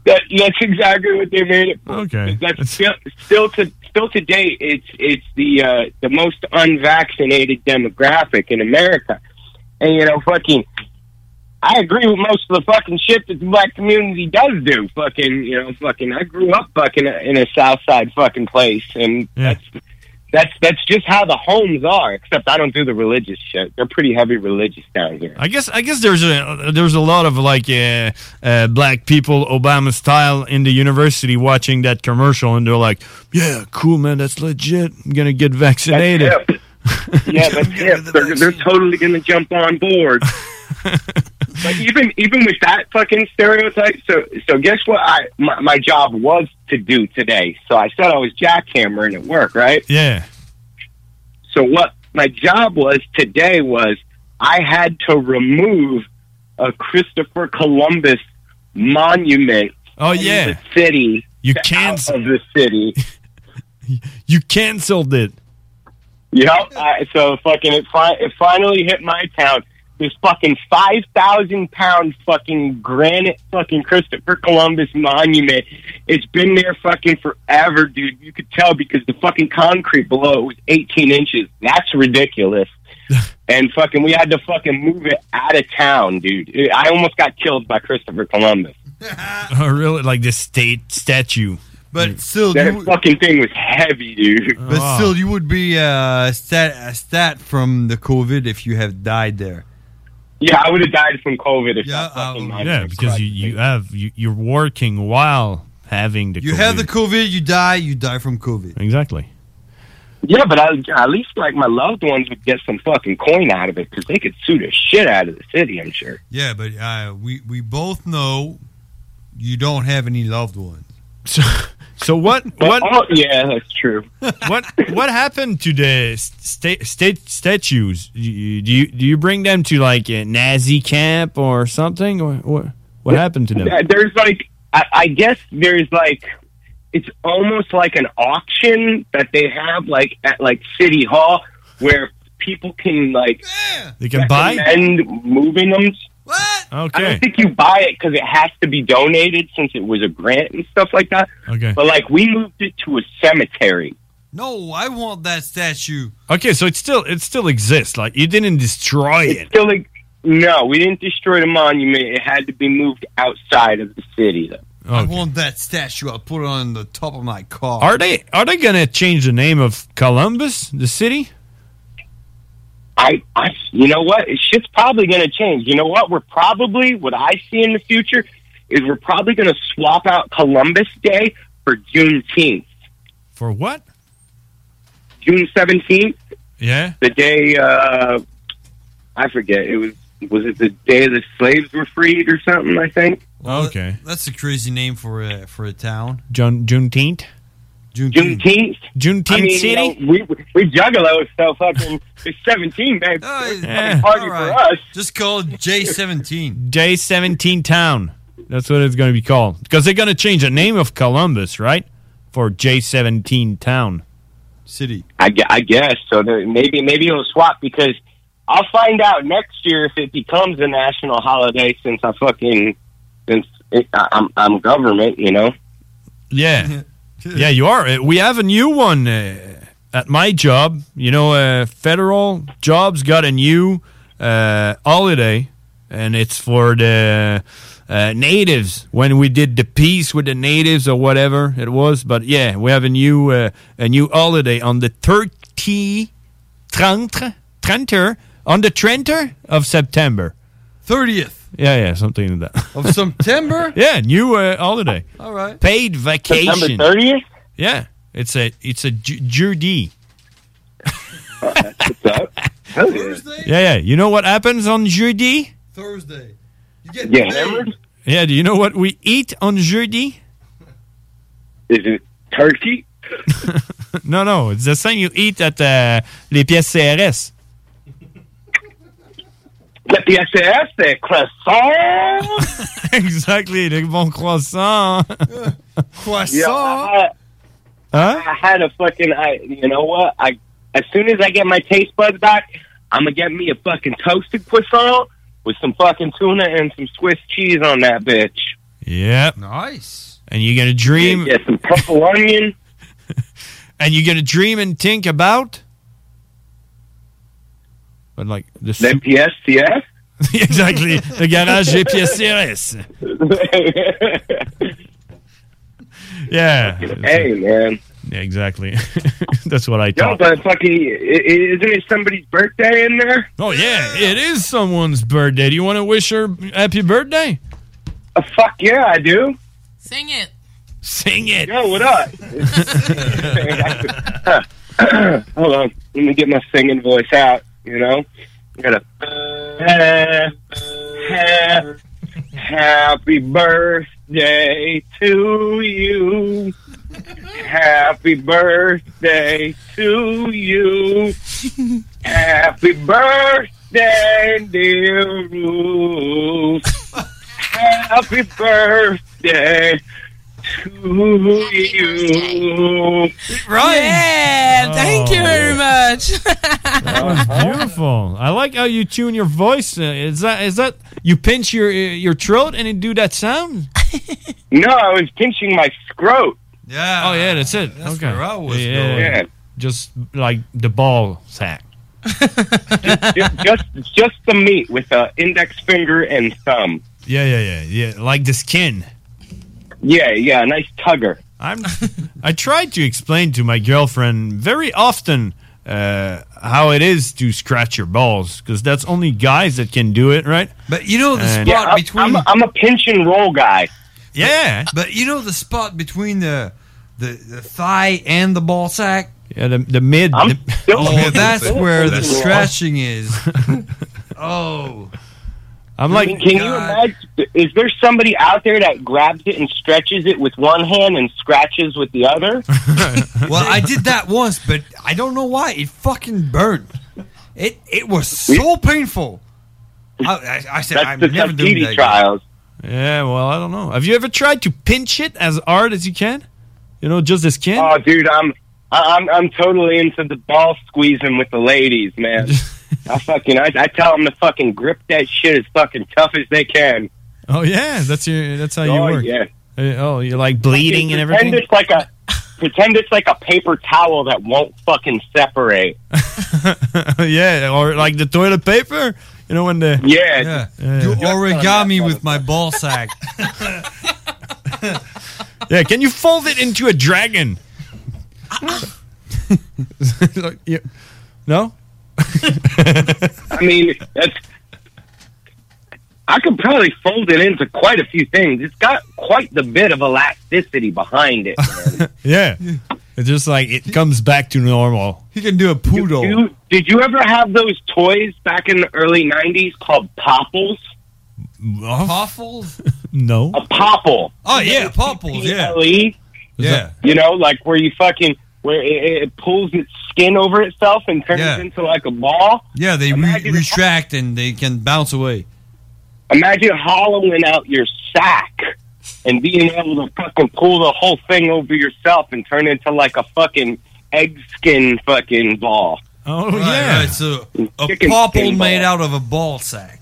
Speaker 23: That, that's exactly what they made it. For.
Speaker 10: Okay.
Speaker 23: That's still still to still today. It's it's the uh, the most unvaccinated demographic in America, and you know fucking. I agree with most of the fucking shit that the black community does do. Fucking, you know, fucking. I grew up fucking in a South Side fucking place, and that's that's that's just how the homes are. Except I don't do the religious shit. They're pretty heavy religious down here.
Speaker 10: I guess I guess there's a there's a lot of like uh, uh, black people Obama style in the university watching that commercial and they're like, yeah, cool man, that's legit. I'm gonna get vaccinated.
Speaker 23: yeah, but yeah, they're, they're totally going to jump on board. but even even with that fucking stereotype, so so guess what? I my, my job was to do today. So I said I was jackhammering at work, right?
Speaker 10: Yeah.
Speaker 23: So what my job was today was I had to remove a Christopher Columbus monument.
Speaker 10: Oh
Speaker 23: yeah, the city.
Speaker 10: You
Speaker 23: cancel of the city.
Speaker 10: You canceled it.
Speaker 23: Yep. I, so fucking it, fi- it finally hit my town. This fucking five thousand pound fucking granite fucking Christopher Columbus monument. It's been there fucking forever, dude. You could tell because the fucking concrete below it was eighteen inches. That's ridiculous. and fucking, we had to fucking move it out of town, dude. I almost got killed by Christopher Columbus.
Speaker 11: Uh,
Speaker 10: Oh, really? Like this state statue.
Speaker 11: But still,
Speaker 23: that
Speaker 11: you-
Speaker 23: fucking thing was heavy, dude.
Speaker 11: But still, you would be uh, a, stat, a stat from the COVID if you have died there.
Speaker 23: yeah, I would have died from COVID if that fucking
Speaker 10: Yeah,
Speaker 23: monument
Speaker 10: because you, you have you, you're working while having the
Speaker 11: You have the
Speaker 10: COVID.
Speaker 11: COVID, you die, you die from COVID.
Speaker 10: exactly.
Speaker 23: Yeah, but I, at least like my loved ones would get some fucking coin out of it because they could sue the shit out of the city. I'm sure.
Speaker 11: Yeah, but uh, we we both know you don't have any loved ones.
Speaker 10: So, so what? What?
Speaker 23: Oh, yeah, that's true.
Speaker 10: what what happened to the state state statues? You- Do you do you bring them to like a Nazi camp or something? Or what what happened to them?
Speaker 23: Yeah, Uh, There's like, I, I guess there's like, it's almost like an auction that they have like at like city hall where people can like
Speaker 10: they can buy?
Speaker 23: recommend moving them. What?
Speaker 10: Okay.
Speaker 23: I don't think you buy it because it has to be donated since it was a grant and stuff like that.
Speaker 10: Okay.
Speaker 23: But like we moved it to a cemetery.
Speaker 11: No, I want that statue.
Speaker 10: Okay, so it still it still exists. Like you didn't destroy it.
Speaker 23: Still, like, no, we didn't destroy the monument. It had to be moved outside of the city. Though.
Speaker 11: I want that statue. I'll put it on the top of my car.
Speaker 10: Are they are they gonna change the name of Columbus, the city?
Speaker 23: I, I, you know what? Shit's probably going to change. You know what? We're probably what I see in the future is we're probably going to swap out Columbus Day for Juneteenth.
Speaker 10: For what?
Speaker 23: June seventeenth,
Speaker 10: Yeah.
Speaker 23: the day uh, I forget. It was was it the day the slaves were freed or something? I think.
Speaker 10: Okay.
Speaker 11: That's a crazy name for a for a town.
Speaker 10: Jun Juneteenth?
Speaker 23: Juneteenth.
Speaker 10: Juneteenth
Speaker 23: I mean,
Speaker 10: City?
Speaker 23: You know, we we- we juggalo, so fucking it's seventeen, babe.
Speaker 11: Oh,
Speaker 23: It's a fucking party for us.
Speaker 11: Just call J seventeen.
Speaker 10: J seventeen town. That's what it's gonna be called. Because they're gonna change the name of Columbus, right? For J seventeen town.
Speaker 11: City.
Speaker 23: I, gue- I guess so. There, maybe maybe it'll swap because I'll find out next year if it becomes a national holiday since I fucking since it, I, I'm I'm government, you know.
Speaker 10: Yeah. yeah, you are. Uh, We have a new one uh, at my job. You know, uh, federal jobs got a new uh, holiday, and it's for the uh, natives. When we did the peace with the natives or whatever it was, but yeah, we have a new uh, a new holiday on the 30, 30, 30 on the 30 of September.
Speaker 11: Thirtieth
Speaker 10: Yeah, yeah, something like that.
Speaker 11: of September.
Speaker 10: yeah, new uh, holiday.
Speaker 11: All right.
Speaker 10: Paid vacation.
Speaker 11: September
Speaker 23: 30th?
Speaker 10: Yeah. It's a it's a ju- Judy.
Speaker 11: Thursday?
Speaker 10: Yeah, yeah. You know what happens on jeudi?
Speaker 11: Thursday. You get
Speaker 10: Yeah.
Speaker 11: paid.
Speaker 10: Yeah, do you know what we eat on jeudi?
Speaker 23: Is it turkey?
Speaker 10: no, no. It's the thing you eat at uh, les pièces CRS.
Speaker 23: Let the SAS there, croissant.
Speaker 10: exactly, les bons croissants.
Speaker 23: Yeah, I,
Speaker 10: Huh?
Speaker 23: I had a fucking. I you know what? I as soon as I get my taste buds back, I'm gonna get me a fucking toasted croissant with some fucking tuna and some Swiss cheese on that bitch.
Speaker 10: Yep.
Speaker 11: Nice.
Speaker 10: And you're gonna dream.
Speaker 23: Yeah, some purple onion.
Speaker 10: and you're gonna dream and think about. But like the soup.
Speaker 23: PSCS.
Speaker 10: exactly. Le garage GPS CRS. Yeah.
Speaker 23: Hey man.
Speaker 10: Yeah, exactly. That's what I
Speaker 23: Yo,
Speaker 10: thought.
Speaker 23: but fucking, i- i- isn't it somebody's birthday in there?
Speaker 10: Oh yeah, it is someone's birthday. Do you want to wish her happy birthday?
Speaker 23: Uh, fuck yeah, I do.
Speaker 25: Sing it.
Speaker 10: Sing it.
Speaker 23: Yo, what up? Hold on, let me get my singing voice out. You know, I gotta. uh, Happy birthday to you. Happy birthday to you. Happy birthday, dear Ruth. Happy birthday to you.
Speaker 25: Right. Yeah, thank you very
Speaker 13: Euh,
Speaker 25: much.
Speaker 23: Oh,
Speaker 10: That
Speaker 23: uh-huh.
Speaker 10: was beautiful. I like how you tune your voice. Uh, Is that is that you pinch your uh, your throat and it do that sound?
Speaker 23: no, I was pinching my throat.
Speaker 11: Yeah.
Speaker 10: Oh yeah, that's it. okay.
Speaker 23: where I was
Speaker 10: yeah,
Speaker 23: going. Yeah.
Speaker 10: Just like the ball sack.
Speaker 23: just, just, just the meat with uh, index finger and thumb.
Speaker 10: Yeah, yeah, yeah, yeah. Like the skin.
Speaker 23: Yeah, yeah, nice tugger.
Speaker 10: I'm. I tried to explain to my girlfriend very often uh, how it is to scratch your balls because that's only guys that can do it, right?
Speaker 11: But you know Oh, the spot between.
Speaker 10: I'm,
Speaker 23: a pinch and roll guy.
Speaker 10: Yeah.
Speaker 11: But you know the spot between the the, the thigh and the ball sack.
Speaker 10: Yeah, the, the mid.
Speaker 11: Oh,
Speaker 10: the-
Speaker 11: that's where the scratching is. oh.
Speaker 10: I'm
Speaker 23: like, can you imagine? Is there somebody out there that grabs it and stretches it with one hand and scratches with the other?
Speaker 11: Well, I did that once, but I don't know why it fucking burned. It it was so painful. I, I, I said
Speaker 23: That's
Speaker 11: I'm
Speaker 23: the
Speaker 11: never doing
Speaker 23: Tuskegee
Speaker 11: that. again."
Speaker 23: trials.
Speaker 10: Yeah, well, I don't know. Have you ever tried to pinch it as hard as you can? You know, just the skin.
Speaker 23: Oh, dude, I'm I, I'm I'm totally into the ball squeezing with the ladies, man. I fucking I, I tell them to fucking grip that shit as fucking tough as they can.
Speaker 10: Oh yeah, that's your. That's how you
Speaker 23: Oh,
Speaker 10: work.
Speaker 23: yeah.
Speaker 10: Uh, Oh, you're like bleeding and everything.
Speaker 23: Pretend It's like a pretend it's like a paper towel that won't fucking separate.
Speaker 10: yeah, or like the toilet paper. You know when the
Speaker 23: Yeah.
Speaker 11: Do origami with my ball sack.
Speaker 10: yeah. Can you fold it into a dragon? Like, yeah. No.
Speaker 23: I mean, that's. I could probably fold it into quite a few things. It's got quite the bit of elasticity behind it.
Speaker 10: Oh. Yeah. It's just like it comes back to normal.
Speaker 11: He can do a poodle.
Speaker 23: You- did you ever have those toys back in the early '90s called popples?
Speaker 11: Poffles?
Speaker 10: No.
Speaker 23: A popple.
Speaker 11: Oh yeah, popples. Yeah.
Speaker 23: P-L-E.
Speaker 11: Yeah.
Speaker 23: E. You know, like where you fucking where it, it pulls its skin over itself and turns
Speaker 11: Yeah.
Speaker 23: into like a ball.
Speaker 11: Yeah, they re- retract and they can bounce away.
Speaker 23: Imagine hollowing out your sack and being able to fucking pull the whole thing over yourself and turn it into like a fucking egg skin fucking ball.
Speaker 10: Oh
Speaker 11: yeah. Right, so a
Speaker 23: Chicken
Speaker 11: popple
Speaker 23: skin ball.
Speaker 11: made out of a ball sack.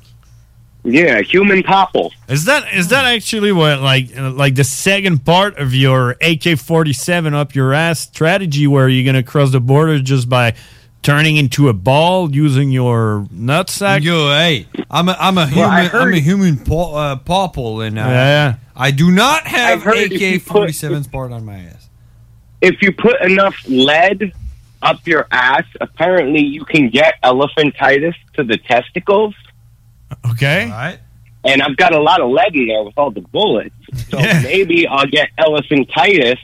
Speaker 23: Yeah, human popple.
Speaker 10: Is that is that actually what like uh, like the second part of your AK forty seven up your ass strategy where you're gonna cross the border just by turning into a ball using your nutsack?
Speaker 11: Yo, hey, I'm a I'm a
Speaker 10: Well,
Speaker 11: human
Speaker 10: I
Speaker 11: I'm
Speaker 10: heard-
Speaker 11: a human po- uh, popple and uh,
Speaker 10: Yeah.
Speaker 11: I do not have
Speaker 23: I've heard if you
Speaker 11: AK
Speaker 23: put-
Speaker 11: 47's part on my ass.
Speaker 23: If you put enough lead up your ass, apparently you can get elephantitis to the testicles.
Speaker 10: Okay.
Speaker 23: and I've got a lot of lead in there with all the bullets. So maybe I'll get elephantitis,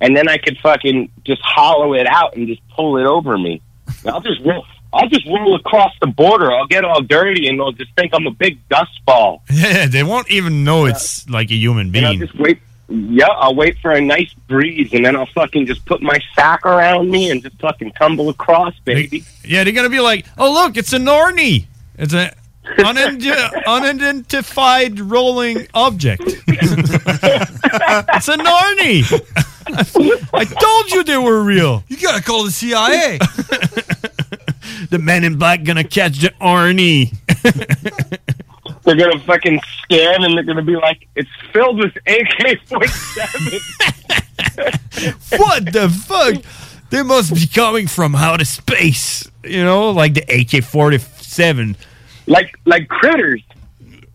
Speaker 23: and then I could fucking just hollow it out and just pull it over me. And I'll just roll. I'll just roll across the border. I'll get all dirty, and they'll just think I'm a big dust ball.
Speaker 10: Yeah, they won't even know it's like a human
Speaker 23: And I'll
Speaker 10: being.
Speaker 23: just wait. Yeah, I'll wait for a nice breeze, and then I'll fucking just put my sack around me and just fucking tumble across, baby.
Speaker 10: Yeah, they're gonna be like, "Oh look, it's an orny. It's an unident- unidentified rolling object. it's an orny. I told you they were real.
Speaker 11: You gotta call the CIA.
Speaker 10: the man in black gonna catch the orny.
Speaker 23: They're gonna fucking scan, and they're gonna be like, "It's filled with AK-47."
Speaker 10: what the fuck? They must be coming from outer space. You know, like the AK forty seven.
Speaker 23: Like like critters.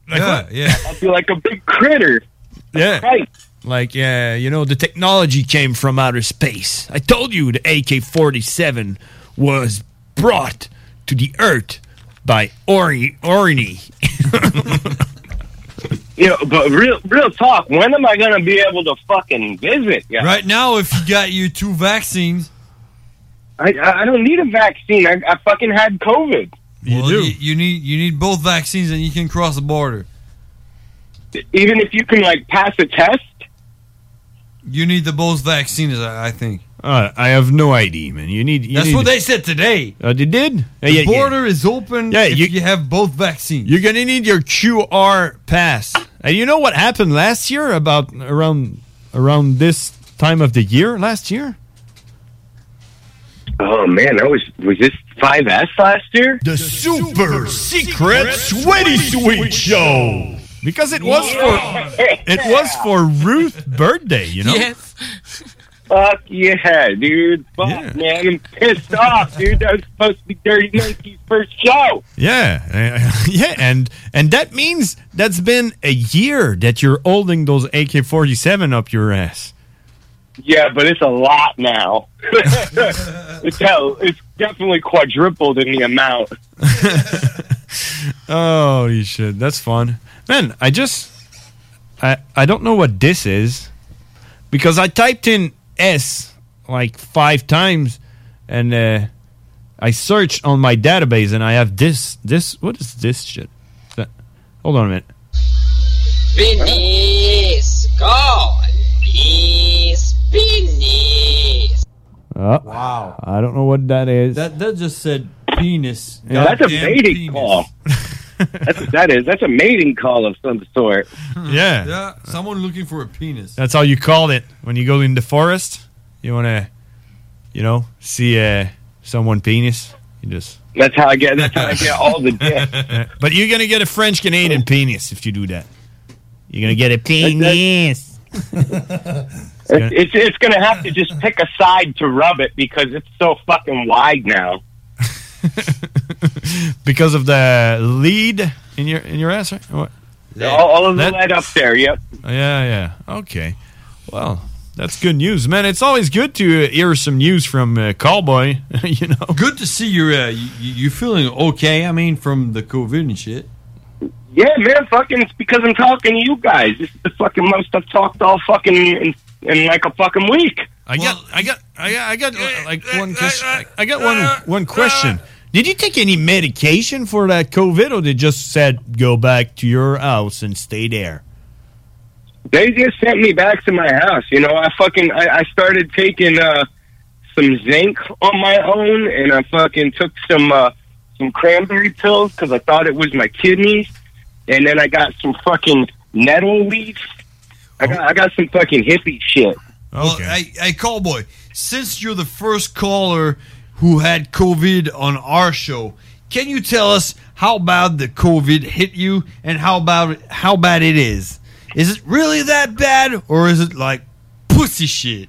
Speaker 10: yeah,
Speaker 11: yeah.
Speaker 23: I'll be like a big critter.
Speaker 10: Yeah.
Speaker 23: Right.
Speaker 10: Like, uh, you know, the technology came from outer space. I told you the AK 47 was brought to the Earth by Ori- Orny.
Speaker 23: You know, but real real talk. When am I gonna be able to fucking visit? Yeah.
Speaker 11: Right now, if you got your two vaccines,
Speaker 23: I I I don't need a vaccine. I, I fucking had COVID.
Speaker 11: you do. You, you need you need both vaccines, and you can cross the border.
Speaker 23: Even if you can like pass a test.
Speaker 11: You need the both vaccines, I, I think.
Speaker 10: Uh, I have no ID, man. You need. You
Speaker 11: That's
Speaker 10: need-
Speaker 11: what they said today.
Speaker 10: Uh, they did?
Speaker 11: The border is open.
Speaker 10: Yeah,
Speaker 11: if
Speaker 10: you-
Speaker 11: you, have both vaccines.
Speaker 10: You're gonna need your QR pass. And you know what happened last year about around around this time of the year last year?
Speaker 23: Oh man, that was was this 5S last year?
Speaker 10: The super secret sweaty sweet show. Because it was for it was for Ruth's birthday, you know.
Speaker 23: Fuck yeah, dude. Fuck man, I'm pissed off, dude. That was supposed to be Dirty Monkey's first show.
Speaker 10: Yeah, uh, yeah, and and that means that's been a year that you're holding those AK-47 up your ass.
Speaker 23: Yeah, but it's a lot now. it's hell. It's definitely quadrupled in the amount.
Speaker 10: Oh, you should. That's fun, man. I just I I don't know what this is because I typed in S like five times and uh, I searched on my database and I have this this what is this shit? That- hold on a minute.
Speaker 3: Penis, God, penis, penis.
Speaker 10: Oh,
Speaker 11: Wow.
Speaker 10: I don't know what that is.
Speaker 11: That that just said penis.
Speaker 10: Yeah, that's a
Speaker 11: Goddamn
Speaker 10: baiting
Speaker 11: penis.
Speaker 23: call. That's what that is. That's a mating call of some sort.
Speaker 10: Yeah.
Speaker 11: Yeah, someone looking for a penis.
Speaker 10: That's how you call it when you go in the forest. You wanna you know, see uh, someone penis, you just.
Speaker 23: That's how I get. That's how I get all the dick.
Speaker 10: Uh, but you're gonna get a French Canadian penis if you do that. You're gonna get a penis.
Speaker 23: It's, it's, it's going to have to just pick a side to rub it because it's so fucking wide now.
Speaker 10: because of the lead in your in your ass, right? Or What?
Speaker 23: All, all of the lead up there. Yep.
Speaker 10: Yeah, yeah. Okay. Well, that's good news, man. It's always good to uh, hear some news from uh, Cowboy. you know,
Speaker 11: good to see you're uh, you, you feeling okay. I mean, from the COVID and shit.
Speaker 23: Yeah, man. Fucking, it's because I'm talking to you guys. This is the fucking most I've talked all fucking in, in like a fucking week.
Speaker 10: I got, I got, I got, I got uh, like one. ques- I I got one, one question. Did you take any medication for that COVID, or they just said go back to your house and stay there?
Speaker 23: They just sent me back to my house. You know, I fucking I, I started taking uh, some zinc on my own, and I fucking took some uh, some cranberry pills because I thought it was my kidneys, and then I got some fucking nettle leaf. I got I got some fucking hippie shit.
Speaker 11: Well, hey, hey, Cowboy, since you're the first caller who had COVID on our show, can you tell us how bad the COVID hit you and how bad how bad it is? Is it really that bad, or is it like pussy shit?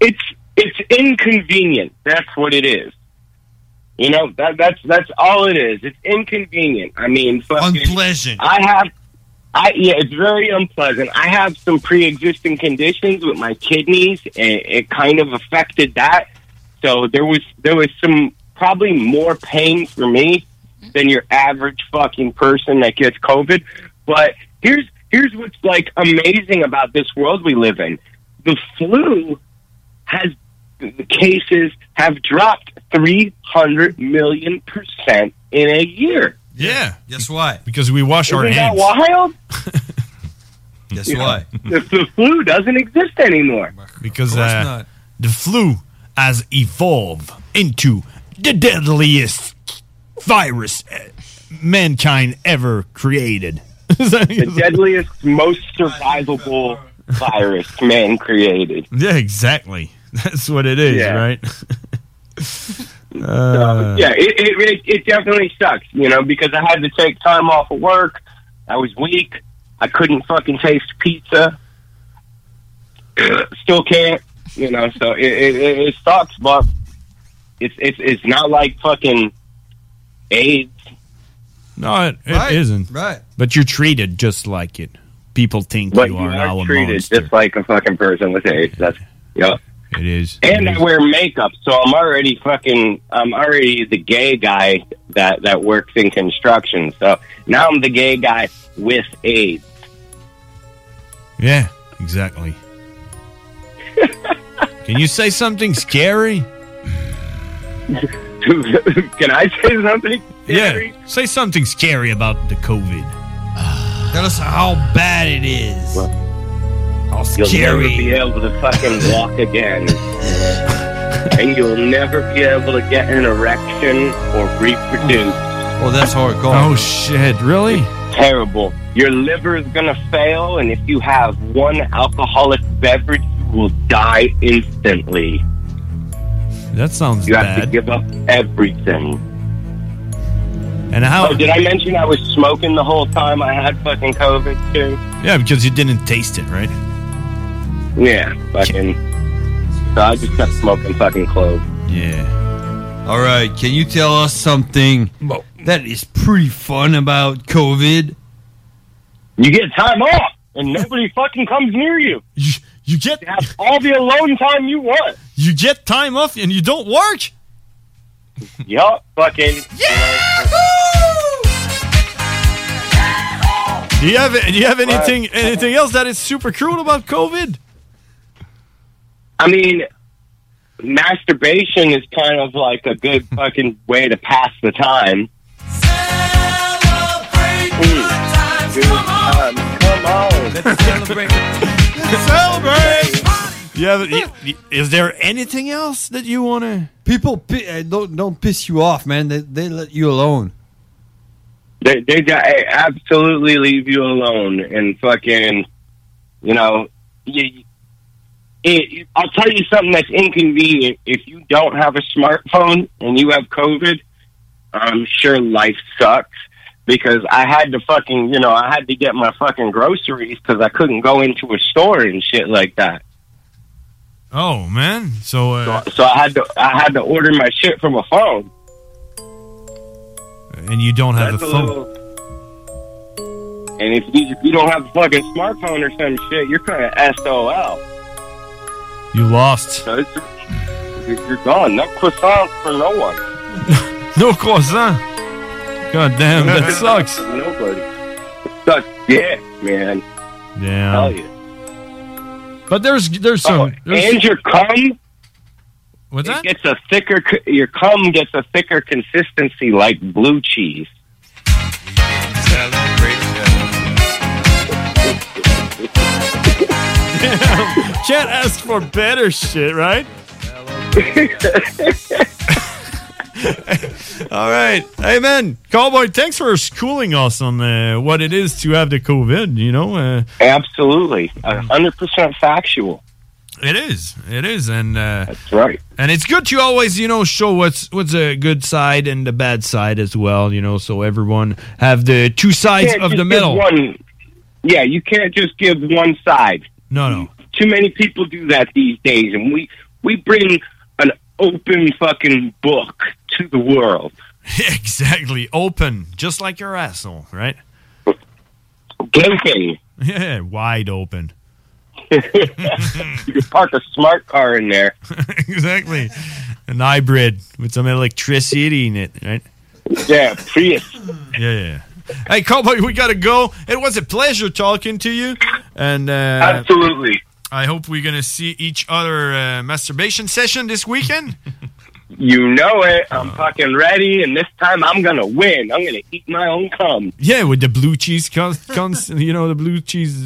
Speaker 23: It's it's inconvenient. That's what it is. You know that that's that's all it is. It's inconvenient. I mean, fucking,
Speaker 11: unpleasant.
Speaker 23: I have, I yeah, it's very unpleasant. I have some pre-existing conditions with my kidneys, and it kind of affected that. So there was there was some probably more pain for me than your average fucking person that gets COVID. But here's here's what's like amazing about this world we live in. The flu has the cases have dropped 300 million percent in a year.
Speaker 10: Yeah.
Speaker 11: Guess why?
Speaker 10: Because we wash our
Speaker 23: Isn't that
Speaker 10: hands.
Speaker 23: wild?
Speaker 11: Guess
Speaker 23: You know,
Speaker 11: why?
Speaker 23: the, the flu doesn't exist anymore.
Speaker 10: because
Speaker 23: Of course
Speaker 10: uh,
Speaker 23: not.
Speaker 10: the flu has evolved into the deadliest virus uh, mankind ever created.
Speaker 23: the deadliest, most survivable virus man created.
Speaker 10: Yeah, exactly. That's what it is,
Speaker 23: Yeah.
Speaker 10: right? Uh,
Speaker 23: yeah, it, it, it, it definitely sucks, you know, because I had to take time off of work. I was weak. I couldn't fucking taste pizza. Still can't, you know. So it, it, it it sucks, but it's it's it's not like fucking AIDS.
Speaker 10: No, it, it
Speaker 23: Right,
Speaker 10: not
Speaker 11: right.
Speaker 10: But you're treated just like it. People think
Speaker 23: But
Speaker 10: you
Speaker 23: you
Speaker 10: are, now
Speaker 23: are
Speaker 10: a
Speaker 23: treated
Speaker 10: monster.
Speaker 23: just like a fucking person with AIDS. That's yeah.
Speaker 10: It is.
Speaker 23: And I wear makeup, so I'm already fucking. I'm already the gay guy that that works in construction. So now I'm the gay guy with AIDS.
Speaker 10: Yeah, exactly. Can you say something scary?
Speaker 23: Can I say something?
Speaker 10: Yeah, say something scary about the COVID.
Speaker 11: Tell us how bad it is. How
Speaker 23: You'll never
Speaker 11: scary.
Speaker 23: be able to fucking walk again, and you'll never be able to get an erection or reproduce.
Speaker 11: Well, that's hard call.
Speaker 10: Oh shit! Really?
Speaker 23: Terrible. Your liver is gonna fail, and if you have one alcoholic beverage, you will die instantly.
Speaker 10: That sounds
Speaker 23: You have
Speaker 10: bad.
Speaker 23: to give up everything.
Speaker 10: And how?
Speaker 23: Oh, did I mention I was smoking the whole time I had fucking COVID too?
Speaker 10: Yeah, because you didn't taste it, right?
Speaker 23: Yeah, fucking. So I just kept smoking fucking clove.
Speaker 10: Yeah.
Speaker 11: All right. Can you tell us something that is pretty fun about COVID?
Speaker 23: You get time off, and nobody fucking comes near you.
Speaker 10: You, you get
Speaker 23: have all the alone time you want.
Speaker 10: You get time off and you don't work.
Speaker 23: Yup, fucking. Yeah.
Speaker 10: Do you have Do you have
Speaker 23: Right.
Speaker 10: anything anything else that is super cruel about COVID?
Speaker 23: I mean, masturbation is kind of like a good fucking way to pass the time. Come on. um, Come on.
Speaker 11: Let's celebrate.
Speaker 10: celebrate. Yeah. but y- y- Is there anything else that you want to?
Speaker 11: People pi- uh, don't don't piss you off, man. They, they let you alone.
Speaker 23: They, they got- they absolutely leave you alone and fucking, you know, you, it, I'll tell you something that's inconvenient. If you don't have a smartphone and you have COVID, I'm sure life sucks because I had to fucking, you know, I had to get my fucking groceries because I couldn't go into a store and shit like that.
Speaker 10: Oh, man. So, uh,
Speaker 23: So I had to, I had to order my shit from a phone.
Speaker 10: and you don't have
Speaker 23: That's
Speaker 10: the
Speaker 23: a
Speaker 10: phone.
Speaker 23: little- And if you, if you don't have a fucking smartphone or some shit, you're kind of SOL.
Speaker 10: You lost.
Speaker 23: So it's, you're you're gone. No croissant for no one.
Speaker 10: No croissant. God damn, that sucks.
Speaker 23: Nobody. It sucks dick, man.
Speaker 10: Yeah.
Speaker 23: Hell yeah. Oh,
Speaker 10: But there's there's some. there's-
Speaker 23: and your cum.
Speaker 10: What's
Speaker 23: that? It gets a thicker. c- Your cum gets a thicker consistency like blue cheese.
Speaker 10: Can't ask for better shit, right? All right. Hey, man. Cowboy, thanks for schooling us on uh, what it is to have the COVID, you know? Uh,
Speaker 23: Absolutely, a hundred percent factual.
Speaker 10: It is. It is, and uh,
Speaker 23: that's right.
Speaker 10: And it's good to always, you know, show what's what's a good side and the bad side as well, you know, so everyone have the two sides
Speaker 23: Can't
Speaker 10: of
Speaker 23: just
Speaker 10: the
Speaker 23: give
Speaker 10: medal.
Speaker 23: One, yeah, you can't just give one side.
Speaker 10: No, no.
Speaker 23: Too many people do that these days, and we we bring an open fucking book to the world.
Speaker 10: exactly. Open, just like your asshole, right?
Speaker 23: Blinking.
Speaker 10: Yeah, wide open.
Speaker 23: you could park a smart car in there.
Speaker 10: exactly. An hybrid with some electricity in it, right?
Speaker 23: Yeah, Prius.
Speaker 10: Yeah, yeah. Hey, Cowboy, we got to go. It was a pleasure talking to you. And uh,
Speaker 23: Absolutely.
Speaker 10: I hope we're going to see each other uh, masturbation session this weekend.
Speaker 23: You know it. I'm
Speaker 10: Uh-huh.
Speaker 23: fucking ready, and this time I'm gonna win. I'm gonna eat my own cum.
Speaker 10: yeah, with the blue cheese, cons- cons- you know, the blue cheese.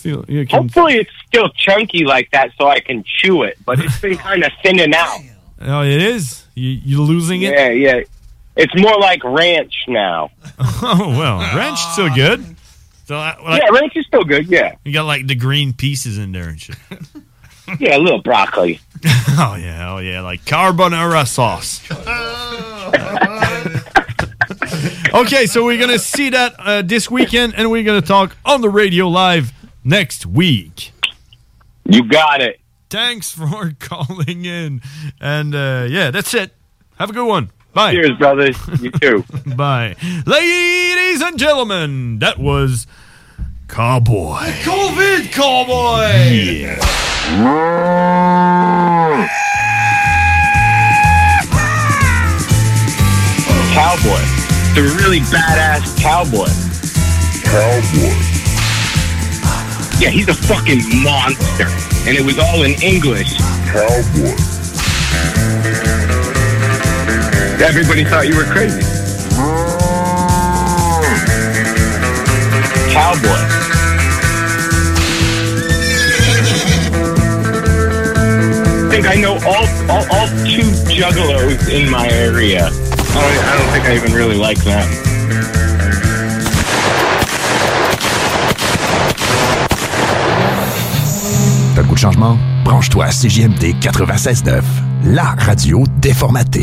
Speaker 10: Feel, yeah, can-
Speaker 23: Hopefully, it's still chunky like that, so I can chew it. But it's been kind of thinning out.
Speaker 10: oh, it is. You, you're losing it?
Speaker 23: Yeah, yeah. It's more like ranch now.
Speaker 10: oh, well, ranch is still good. So, I- well, I-
Speaker 23: yeah, ranch is still good. Yeah,
Speaker 10: You got like the green pieces in there and shit.
Speaker 23: yeah, a little broccoli.
Speaker 10: oh, yeah, oh, yeah, like carbonara sauce. okay, so we're gonna see that uh, this weekend, and we're gonna talk on the radio live next week.
Speaker 23: You got it.
Speaker 10: Thanks for calling in, and uh, yeah, that's it. Have a good one. Bye.
Speaker 23: Cheers, brothers. You too.
Speaker 10: Bye, ladies and gentlemen. That was Cowboy.
Speaker 24: COVID cowboy.
Speaker 23: Cowboy, the really badass cowboy. Cowboy. Yeah, he's a fucking monster, and it was all in English. Cowboy. Everybody thought you were crazy. Mm. Cowboy. I think I know all, all, all two juggalos in my area. I don't, I don't think I even really like them.
Speaker 7: T'as le goût de changement? Branche-toi à CJMD 96.9, la radio déformatée.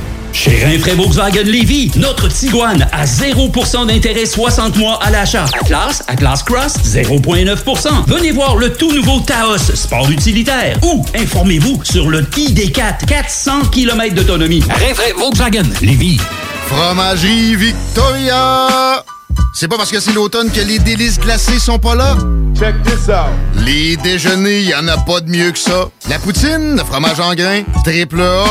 Speaker 13: Chez Rinfraie Volkswagen Lévy, notre Tiguan à 0% d'intérêt 60 mois à l'achat. Atlas, Atlas Cross, 0,9%. Venez voir le tout nouveau Taos, sport utilitaire. Ou informez-vous sur le ID4, 400 km d'autonomie. Rinfraie Volkswagen Lévy.
Speaker 33: Fromagerie Victoria! C'est pas parce que c'est l'automne que les délices glacées sont pas là? Check this out! Les déjeuners, y en a pas de mieux que ça. La poutine, le fromage en grains, triple A.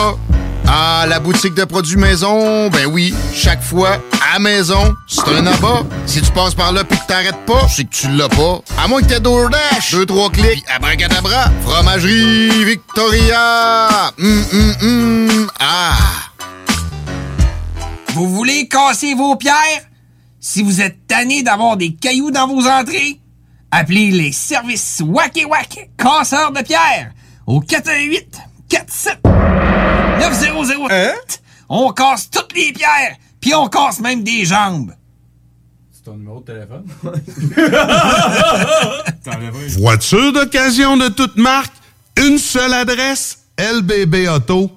Speaker 33: Ah, la boutique de produits maison, ben oui, chaque fois, à maison, c'est un abat. Si tu passes par là puis que t'arrêtes pas, c'est que tu l'as pas. À moins que t'aies DoorDash, deux, trois clics, puis abracadabra, fromagerie Victoria, hum, hum, hum, ah.
Speaker 28: Vous voulez casser vos pierres? Si vous êtes tanné d'avoir des cailloux dans vos entrées, appelez les services Wack et Wack, casseurs de pierres, au 418 47 900.
Speaker 11: Hein?
Speaker 28: On casse toutes les pierres, puis on casse même des jambes.
Speaker 14: C'est ton numéro de téléphone?
Speaker 9: Voiture d'occasion de toute marque, une seule adresse, lbbauto.com.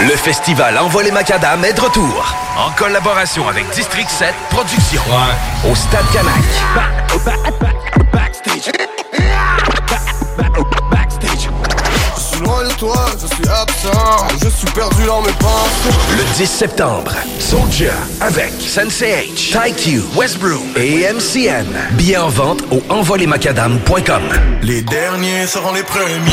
Speaker 1: Le festival Envoie les Macadam est de retour. En collaboration avec District 7 Productions. Au Stade Canac.
Speaker 12: Je suis loin de toi, je suis absent, je suis perdu dans mes pensées.
Speaker 1: Le 10 septembre, Soldier avec Sensei H, TyQ, Westbrook et MCN. Billets en vente au envolemacadam.com. Les derniers seront les premiers.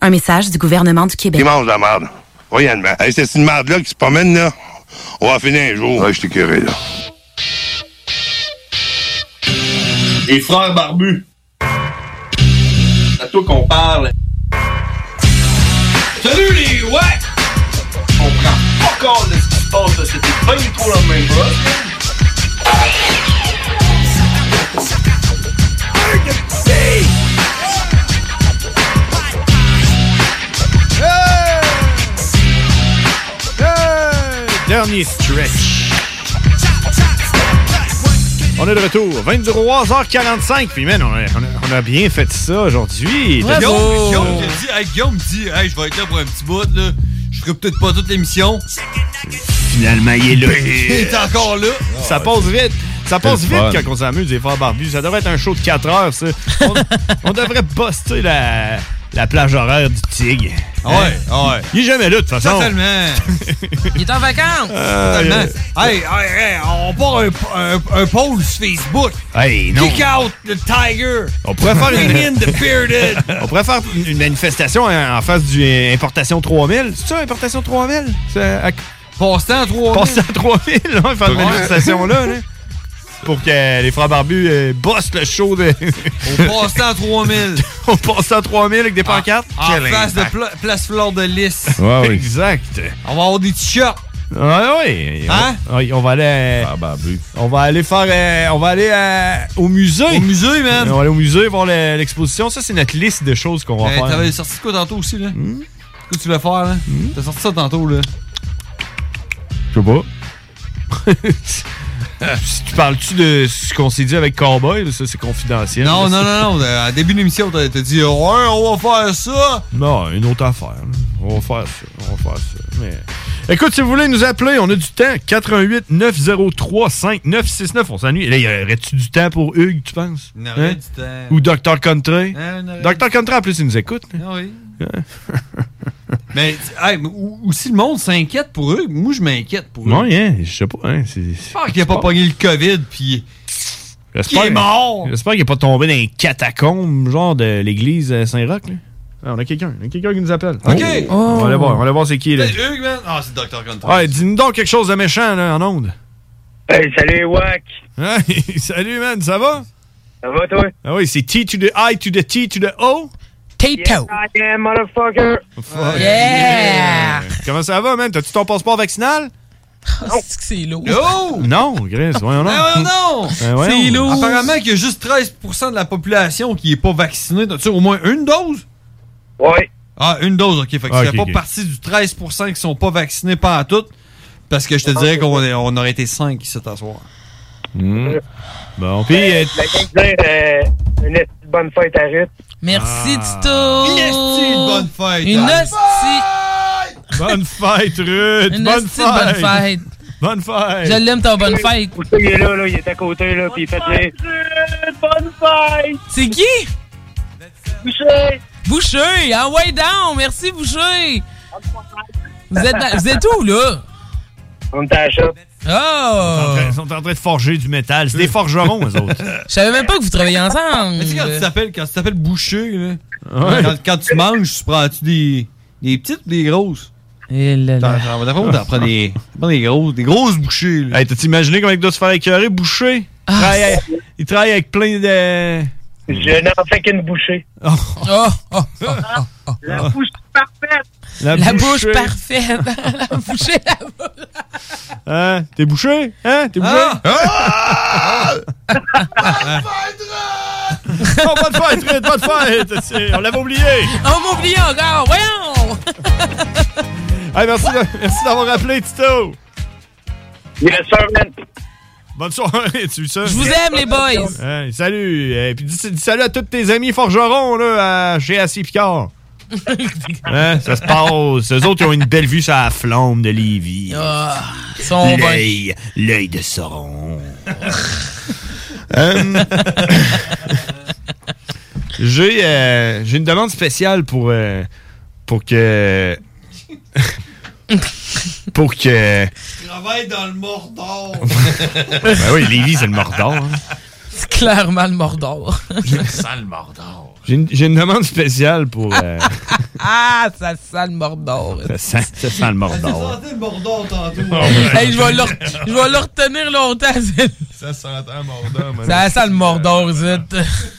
Speaker 4: Un message du gouvernement du Québec.
Speaker 34: Ils mangent de la merde. Voyellement. Hey, c'est une merde-là qui se promène, là. On va finir un jour. Ouais, je t'ai curé, là.
Speaker 23: Les frères barbus. C'est à toi qu'on parle. Salut les ouais! On prend pas compte de ce qui se passe, là. C'était pas du tout la même
Speaker 10: Dernier stretch. On est de retour, 23h45. Puis, man, on a, on a- on a bien fait ça aujourd'hui.
Speaker 11: Guillaume, Guillaume, j'ai dit, hey, Guillaume dit, hey, je vais être là pour un petit bout, là. Je ferai peut-être pas toute l'émission.
Speaker 10: Finalement, il est là.
Speaker 11: Ben, Il est encore là.
Speaker 10: Ça passe vite. Ça passe
Speaker 11: C'est
Speaker 10: vite
Speaker 11: le fun.
Speaker 10: quand on s'amuse des frères barbus. Ça devrait être un show de 4 heures, ça. On, on devrait poster la, la plage horaire du Tig.
Speaker 11: Ouais, ouais.
Speaker 10: Il est jamais là, de toute façon.
Speaker 11: Totalement.
Speaker 25: Il est en vacances.
Speaker 10: Euh,
Speaker 11: Totalement.
Speaker 10: euh,
Speaker 11: Hey, hey, hey, on part un, un, un poll sur Facebook.
Speaker 10: Hey, non.
Speaker 11: Kick out the tiger.
Speaker 10: On pourrait faire une,
Speaker 11: Bring in the bearded.
Speaker 10: on pourrait faire une manifestation en, en face du euh, Importation 3000. C'est ça, Importation 3000?
Speaker 11: Passant à 3000.
Speaker 10: Passant à 3000, ouais, faire une
Speaker 11: Ouais.
Speaker 10: manifestation-là. là. Pour que les frères barbus euh, bossent le show de...
Speaker 11: On passe à 3000.
Speaker 10: on passe à 3000 avec des pancartes.
Speaker 11: En
Speaker 10: Quel
Speaker 11: face de
Speaker 10: impact.
Speaker 11: pla- place fleur de lys. Ben,
Speaker 10: Ouais, oui. Exact.
Speaker 11: On va avoir des t-shirts.
Speaker 10: Ah oui.
Speaker 11: Hein?
Speaker 10: On, oui, on va aller. euh, On va aller faire. euh, on va aller euh, au musée. Au
Speaker 11: musée, man.
Speaker 10: On va aller au musée voir le- l'exposition. Ça, c'est notre liste de choses qu'on va
Speaker 11: Hey,
Speaker 10: faire. Hmm?
Speaker 11: T'avais sorti de quoi tantôt aussi, là? Qu'est-ce que tu voulais faire, là? T'as sorti ça tantôt, là.
Speaker 10: Je sais pas. Si tu parles-tu de ce qu'on s'est dit avec Cowboy? Ça, c'est confidentiel.
Speaker 11: Non, non,
Speaker 10: Là, c'est-
Speaker 11: non, non. euh, À début de l'émission, t'as t'as dit, ouais, on va faire ça.
Speaker 10: Non, une autre affaire. là. On va faire ça. On va faire ça. Mais Écoute, si vous voulez nous appeler, on a du temps. 88 903 5969. On s'ennuie. Là, y aurait-tu du temps pour Hugues, tu penses?
Speaker 11: Non,
Speaker 10: Hein?
Speaker 11: il y a du temps.
Speaker 10: Ou Dr. Country?
Speaker 11: Hein, on aurait-
Speaker 10: Dr. Country, en plus, il nous écoute. hein?
Speaker 11: Ah oui. Mais, hey, mais ou, ou si le monde s'inquiète pour eux, moi je m'inquiète pour eux.
Speaker 10: Non, hein, je sais pas. Hein, c'est-
Speaker 11: J'espère qu'il a pas pogné le COVID, puis
Speaker 10: J'espère-
Speaker 11: Il est mort!
Speaker 10: J'espère qu'il n'est pas tombé dans les catacombes, genre de l'église euh, Saint-Roch. là. Ah, on a quelqu'un. On a quelqu'un qui nous appelle. Oh.
Speaker 11: OK.
Speaker 6: Oh.
Speaker 10: On va aller voir. On va aller voir c'est qui, là.
Speaker 11: Ben, Hugues, man. Ah, c'est Dr. Gunter.
Speaker 10: Ouais, dis-nous donc quelque chose de méchant, là, en onde.
Speaker 6: Hey, salut, Wack.
Speaker 10: salut, man, ça va?
Speaker 6: Ça va, toi?
Speaker 10: Ah oui, c'est T to the I to the T to the O.
Speaker 6: Yes, I am, motherfucker.
Speaker 10: Fuck.
Speaker 6: Yeah.
Speaker 10: Comment ça va, man? T'as-tu ton passeport vaccinal?
Speaker 11: Oh,
Speaker 10: Oh!
Speaker 11: C'est lourd.
Speaker 10: Non, Chris, voyons
Speaker 11: Ben voyons donc!
Speaker 10: C'est lourd.
Speaker 11: Apparemment qu'il y a juste 13 de la population qui n'est pas vaccinée. T'as-tu au moins une dose?
Speaker 6: Oui.
Speaker 11: Ah, une dose, OK. Fait que
Speaker 10: Ah,
Speaker 11: tu fais
Speaker 10: ok,
Speaker 11: pas
Speaker 10: ok.
Speaker 11: partie du 13 qui sont pas vaccinés pas en tout. Parce que je te
Speaker 6: Ah,
Speaker 11: dirais qu'on est- on aurait été 5 ici ce soir.
Speaker 10: Hmm. Bon, puis... euh,
Speaker 6: Je vais te dire euh, une esti de bonne fête à Ruth.
Speaker 10: Merci, Ah.
Speaker 6: Tito.
Speaker 11: Une esti de bonne fête.
Speaker 6: Une
Speaker 11: Anne.
Speaker 6: esti-
Speaker 10: Bonne fête, Ruth!
Speaker 6: Une
Speaker 10: bonne
Speaker 6: hostie
Speaker 10: fête!
Speaker 6: de bonne fête.
Speaker 10: Bonne fête!
Speaker 6: Je l'aime, ton bonne fête. Il est là, là, il est à côté, là, puis il fait rire.
Speaker 3: Bonne fête!
Speaker 6: C'est qui?
Speaker 3: Boucher!
Speaker 6: Boucher,
Speaker 25: Ah ouais, down! Merci, Boucher! Vous êtes, dans- vous êtes où, là?
Speaker 6: On t'achète.
Speaker 10: Oh! Ils sont en train- sont en train de forger du métal. C'est des forgerons, eux autres.
Speaker 25: Je savais même pas que vous travailliez ensemble.
Speaker 11: Mais tu sais, quand tu t'appelles, quand tu t'appelles boucher, là,
Speaker 10: Euh. Ouais.
Speaker 11: quand, quand tu manges, tu prends-tu des, des petites ou des grosses? Et là là. T'en, t'en prends des, t'en prends des grosses, des grosses bouchées. Là.
Speaker 10: Hey, t'as-tu imaginé comment il doit se faire écœurer, boucher?
Speaker 25: Ah,
Speaker 10: Il travaille avec- il travaille avec plein de...
Speaker 6: Je n'en fais qu'une bouchée.
Speaker 25: Oh, oh, oh, oh, oh.
Speaker 10: La
Speaker 6: bouche
Speaker 25: parfaite!
Speaker 10: La
Speaker 25: La,
Speaker 10: bouchée.
Speaker 25: bouche parfaite! la bouchée, la bouche!
Speaker 10: Hein? T'es bouché? Hein? T'es bouché? Ah! Oh, bonne fête, Ruth! Bonne fête! C'est- On l'avait oublié!
Speaker 25: On m'a oublié encore! Voyons!
Speaker 10: Hey, merci de- merci d'avoir appelé, Tito!
Speaker 6: Yes, sir, man.
Speaker 10: Bonne soirée, tu veux ça?
Speaker 25: Je vous aime, les boys.
Speaker 10: Hey, salut! Et puis dis, dis salut à tous tes amis forgerons, là, à- chez Assis Picard. Hein, ça se passe. Eux autres, ils ont une belle vue sur la flamme de Lévis.
Speaker 25: Ah, ils sont bons.
Speaker 10: L'œil, l'œil de Sauron. Hum. j'ai, euh, j'ai une demande spéciale pour, euh, pour que... pour que...
Speaker 11: Je travaille dans le Mordor.
Speaker 10: ben oui, Lévis, c'est le Mordor. hein.
Speaker 25: C'est clairement le Mordor.
Speaker 11: sent le Mordor.
Speaker 10: J'ai une, j'ai une demande spéciale pour... euh,
Speaker 25: Ah, ça sent le Mordor.
Speaker 10: ça, sent, ça sent le Mordor.
Speaker 11: le Mordor tantôt.
Speaker 25: Hey, je vais le re- je vais le retenir longtemps. celle-
Speaker 11: Ça sent un Mordor, man.
Speaker 25: Ça sent le Mordor, zut.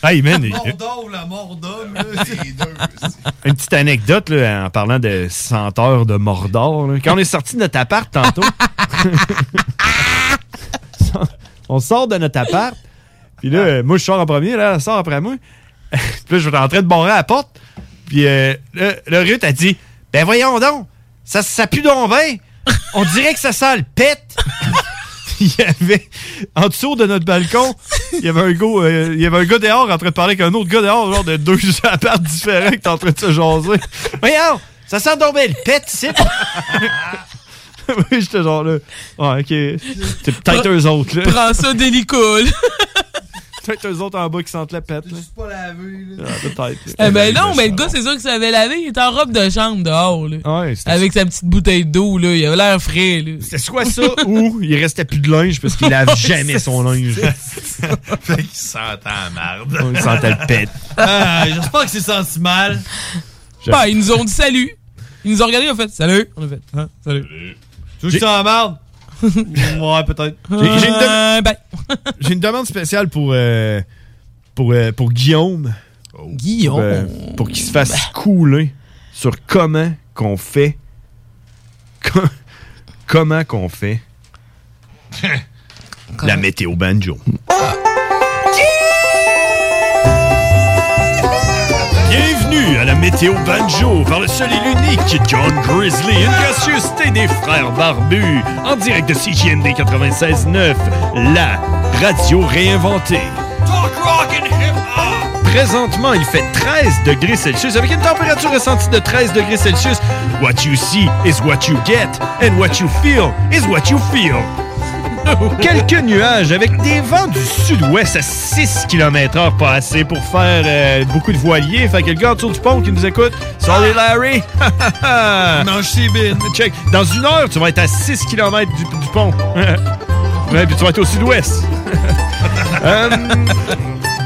Speaker 10: Hey, man, il-
Speaker 11: Mordor ou la
Speaker 10: Oh.
Speaker 11: Mordor, là, c'est les deux.
Speaker 10: Une petite anecdote là, en parlant de senteur de Mordor. là. Quand on est sorti de notre appart tantôt, on sort de notre appart. Puis là, euh, moi, je sors en premier, là, elle sort après moi. puis là, je suis en train de barrer à la porte. Puis euh, là, le Ruth a dit Ben voyons donc, ça, ça pue donc bien. On dirait que ça sent le pète. il y avait, en dessous de notre balcon, il y avait un gars, euh, il y avait un gars dehors en train de parler avec un autre gars dehors, genre de deux apparts différents qui étaient en train de se jaser. Voyons, ça sent donc bien le pète ici. oui, j'étais genre là. Ouais, ok. C'est peut-être eux autres, là.
Speaker 25: Prends ça délicat.
Speaker 10: Peut-être eux autres en bas qui sentent la pète, là.
Speaker 11: pas lavé, là.
Speaker 10: Ah, peut-être.
Speaker 25: Eh ben non, mais le gars, c'est sûr qu'il s'avait lavé. Il était en robe de chambre dehors, là.
Speaker 10: Ouais, c'était-
Speaker 25: Avec sa petite bouteille d'eau, là. Il avait l'air frais, là.
Speaker 10: C'était soit ça ou il restait plus de linge parce qu'il lave
Speaker 25: Ouais,
Speaker 10: jamais
Speaker 25: c'est
Speaker 10: son linge.
Speaker 11: Fait qu'il s'entend en marde.
Speaker 10: On le sentait le pète.
Speaker 11: Ah, J'espère que c'est senti mal.
Speaker 25: Bah, ils nous ont dit salut. Ils nous ont regardé, ils ont fait salut. On a fait, hein, salut.
Speaker 11: Tu veux que ça en marde? ouais, peut-être.
Speaker 25: Euh,
Speaker 10: J'ai j'ai une, dem-
Speaker 25: ben.
Speaker 10: J'ai une demande spéciale pour, euh, pour, euh, pour Guillaume.
Speaker 25: Guillaume. Ben.
Speaker 10: Pour, euh, pour qu'il se fasse couler sur comment qu'on fait. co- comment qu'on fait. La météo banjo. Bienvenue à la météo banjo par le seul et l'unique John Grizzly, une gracieuseté des frères barbus, en direct de CGMD 96.9, la radio réinventée.
Speaker 11: Talk rock and hip hop!
Speaker 10: Présentement, il fait 13 degrés Celsius avec une température ressentie de 13 degrés Celsius. What you see is what you get, and what you feel is what you feel. Quelques nuages avec des vents du sud-ouest à 6 km/h pas assez pour faire euh, beaucoup de voiliers. Fait que le gars autour du pont qui nous écoute, salut Larry! Ah. Mange ses bines. Check. Dans une heure, tu vas être à 6 km du, du pont. ouais, puis tu vas être au sud-ouest. Euh,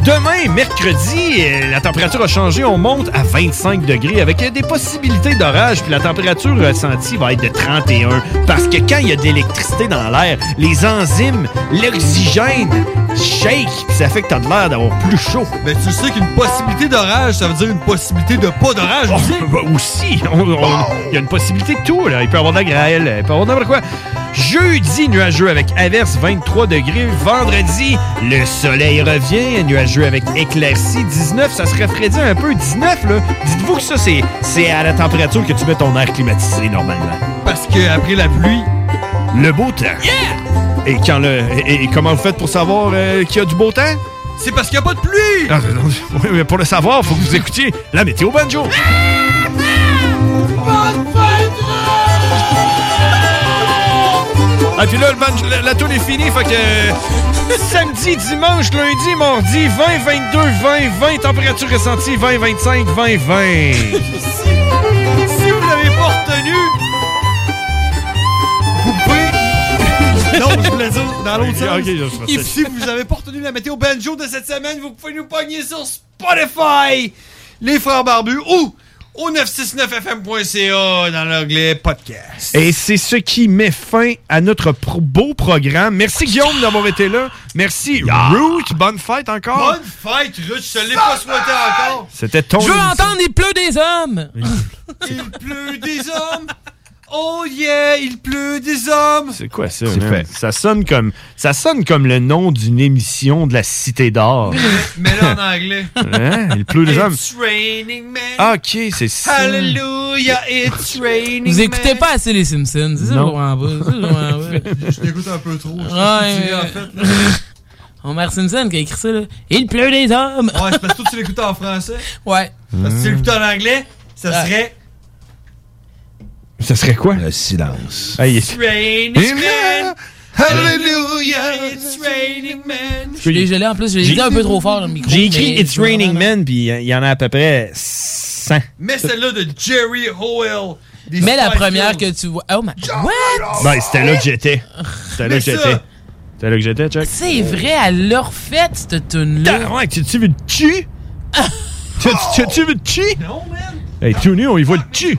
Speaker 10: Demain, mercredi, euh, la température a changé. On monte à 25 degrés avec euh, des possibilités d'orage. Puis la température ressentie va être de 31. Parce que quand il y a de l'électricité dans l'air, les enzymes, l'oxygène shake. Puis ça fait que t'as de l'air d'avoir plus chaud.
Speaker 11: Mais tu sais qu'une possibilité d'orage, ça veut dire une possibilité de pas
Speaker 10: Oh,
Speaker 11: d'orage aussi.
Speaker 10: aussi. On- on- Il y a une possibilité de tout. Là. Il peut y avoir de la grêle, il peut y avoir n'importe quoi. Jeudi, nuageux avec averse, 23 degrés. Vendredi, le soleil revient, nuageux avec éclaircie, 19. Ça se refroidit un peu, 19. là. Dites-vous que ça, c'est c'est à la température que tu mets ton air climatisé normalement.
Speaker 11: Parce que après la pluie,
Speaker 10: le beau temps. Et, quand le, et, et comment vous faites pour savoir euh, qu'il y a du beau temps? Ah,
Speaker 11: C'est parce qu'il n'y a pas de pluie!
Speaker 10: oui, mais pour le savoir, faut que vous écoutiez la météo banjo. Ah, puis là, le banjo- la, la toune est finie, fait que euh, samedi, dimanche, lundi, mardi, 20, 22, 20, 20, température ressentie, 20, 25, 20, 20.
Speaker 11: si vous l'avez pas retenu, vous pouvez. non, je voulais dire dans l'autre
Speaker 10: Ok,
Speaker 11: sens.
Speaker 10: ok, je pensais-
Speaker 11: Et si vous avez pas retenu la météo banjo de cette semaine, vous pouvez nous pogner sur Spotify, les frères barbus ou au 969fm.ca dans l'onglet podcast.
Speaker 10: Et c'est ce qui met fin à notre pro- beau programme. Merci Guillaume d'avoir été là. Merci Root. Bonne fête
Speaker 25: Ah.
Speaker 10: encore.
Speaker 11: Bonne fête, Ruth, je te l'ai pas souhaité encore.
Speaker 10: C'était ton.
Speaker 25: Je veux
Speaker 10: émission.
Speaker 25: entendre Il pleut des hommes!
Speaker 11: Il pleut des hommes. Oh yeah, il pleut des hommes.
Speaker 10: C'est quoi ça? man? Ça sonne comme ça sonne comme le nom d'une émission de la Cité d'Or.
Speaker 11: Mais là en anglais.
Speaker 10: Hein? Il pleut des hommes.
Speaker 11: It's raining man.
Speaker 10: Ah, ok, c'est ça.
Speaker 11: Hallelujah, it's raining
Speaker 25: Vous
Speaker 11: man.
Speaker 25: écoutez pas assez les Simpsons, c'est ça
Speaker 10: Non.
Speaker 25: le point bas, c'est ça le point bas.
Speaker 11: Je t'écoute un peu trop.
Speaker 25: Ouais, mais- Homer Simpson qui a écrit ça, là. Il pleut des hommes!
Speaker 11: Ouais, c'est parce que toi, tu l'écoutes en français.
Speaker 25: Ouais.
Speaker 11: Parce que si tu l'écoutes en anglais, ça
Speaker 25: Ouais.
Speaker 11: serait
Speaker 10: Ça serait quoi? Le silence.
Speaker 11: Raining man. Hallelujah, it's raining man.
Speaker 25: Je suis dégelé en plus, je l'ai
Speaker 10: J'ai-
Speaker 25: dit un peu trop fort dans le micro.
Speaker 10: J'ai écrit
Speaker 25: mais-
Speaker 10: It's Raining Men, puis euh, il y en a à peu près 100.
Speaker 11: Mais celle-là de Jerry Howell. des
Speaker 25: Mais la
Speaker 11: Spice
Speaker 25: première
Speaker 11: Girls.
Speaker 25: que tu vois. Oh my. What?
Speaker 10: Ben, c'était là que j'étais. C'était là
Speaker 11: Mais
Speaker 10: que
Speaker 11: ça-
Speaker 10: j'étais. C'était là que j'étais, Chuck.
Speaker 25: C'est vrai, elle l'a refaite, cette tune-là.
Speaker 10: Ouais, tu tu veux le chi? Tu- Tu tu- tu veux le chi?
Speaker 11: Non, man.
Speaker 10: Hey, tout nu, on y voit le chi.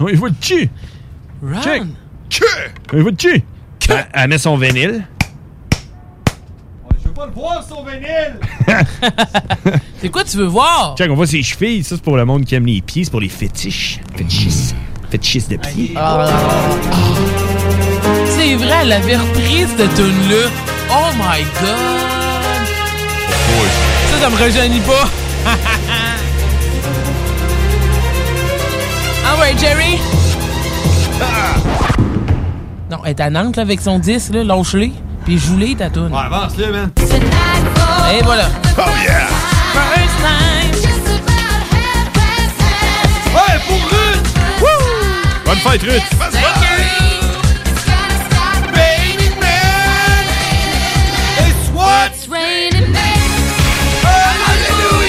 Speaker 10: On y voit le chi.
Speaker 25: Ron.
Speaker 10: Check. On y voit le chi. Elle- Elle met son vinyle.
Speaker 11: Je veux pas le voir, son vinyle.
Speaker 25: C'est quoi tu veux voir?
Speaker 10: Check, on voit ses chevilles. Ça, c'est pour le monde qui aime les pieds. C'est pour les fétiches. Fétiches. Fétiches de pieds.
Speaker 25: Ah, C'est vrai, elle l'avait reprise, cette tune-là. Oh my god. Ça, ça me rejoignit pas. Ah ouais, Jerry.
Speaker 11: Ah!
Speaker 25: Non, elle est à Nantes là, avec son 10, là, lâche-les. Puis joue-les, ta tune.
Speaker 11: Ouais, avance-le, man.
Speaker 25: Et voilà.
Speaker 11: Oh yeah. Ouais, pour Ruth.
Speaker 10: Bonne fête, Ruth!
Speaker 11: Raining man. It's what? Hallelujah.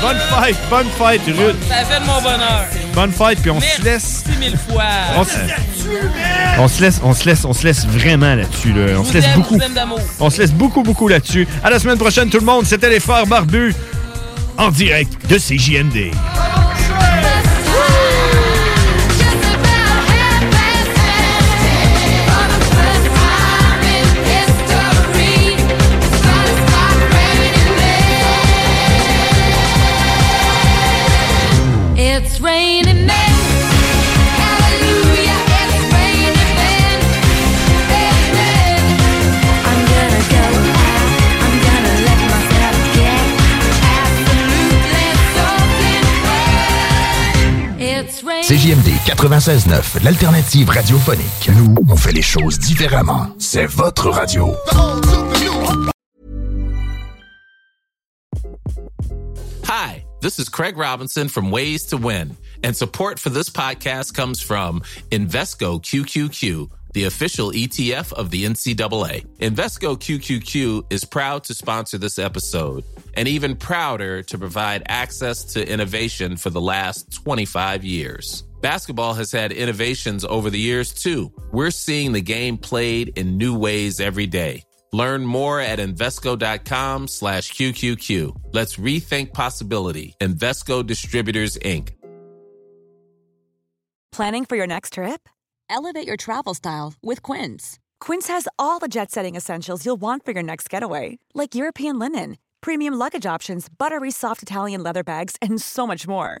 Speaker 10: Bonne fête! Bonne fête, Ruth!
Speaker 25: Ça a fait de mon bonheur.
Speaker 10: Bonne fête, puis on se
Speaker 25: Merci
Speaker 10: laisse.
Speaker 25: mille fois.
Speaker 10: On se- On se laisse, on se laisse, on se laisse vraiment là-dessus. Là. On
Speaker 25: Je
Speaker 10: se
Speaker 25: vous
Speaker 10: laisse
Speaker 25: aime, je
Speaker 10: beaucoup.
Speaker 25: vous aime d'amour.
Speaker 10: On se laisse beaucoup, beaucoup là-dessus. À la semaine prochaine, tout le monde. C'était les Frères Barbus en direct de CJMD.
Speaker 29: It's raining men. Hallelujah, it's raining men. Amen. I'm gonna go out. I'm gonna let myself get absolutely.
Speaker 7: CJMD 96.9, l'alternative radiophonique. Nous, on fait les choses différemment. C'est votre radio.
Speaker 32: Hi, this is Craig Robinson from Ways to Win, and support for this podcast comes from Invesco QQQ, the official ETF of the NCAA. Invesco QQQ is proud to sponsor this episode and even prouder to provide access to innovation for the last 25 years. Basketball has had innovations over the years, too. We're seeing the game played in new ways every day. Learn more at Invesco.com slash QQQ. Let's rethink possibility. Invesco Distributors, Inc.
Speaker 40: Planning for your next trip? Elevate your travel style with Quince. Quince has all the jet setting essentials you'll want for your next getaway, like European linen, premium luggage options, buttery soft Italian leather bags, and so much more.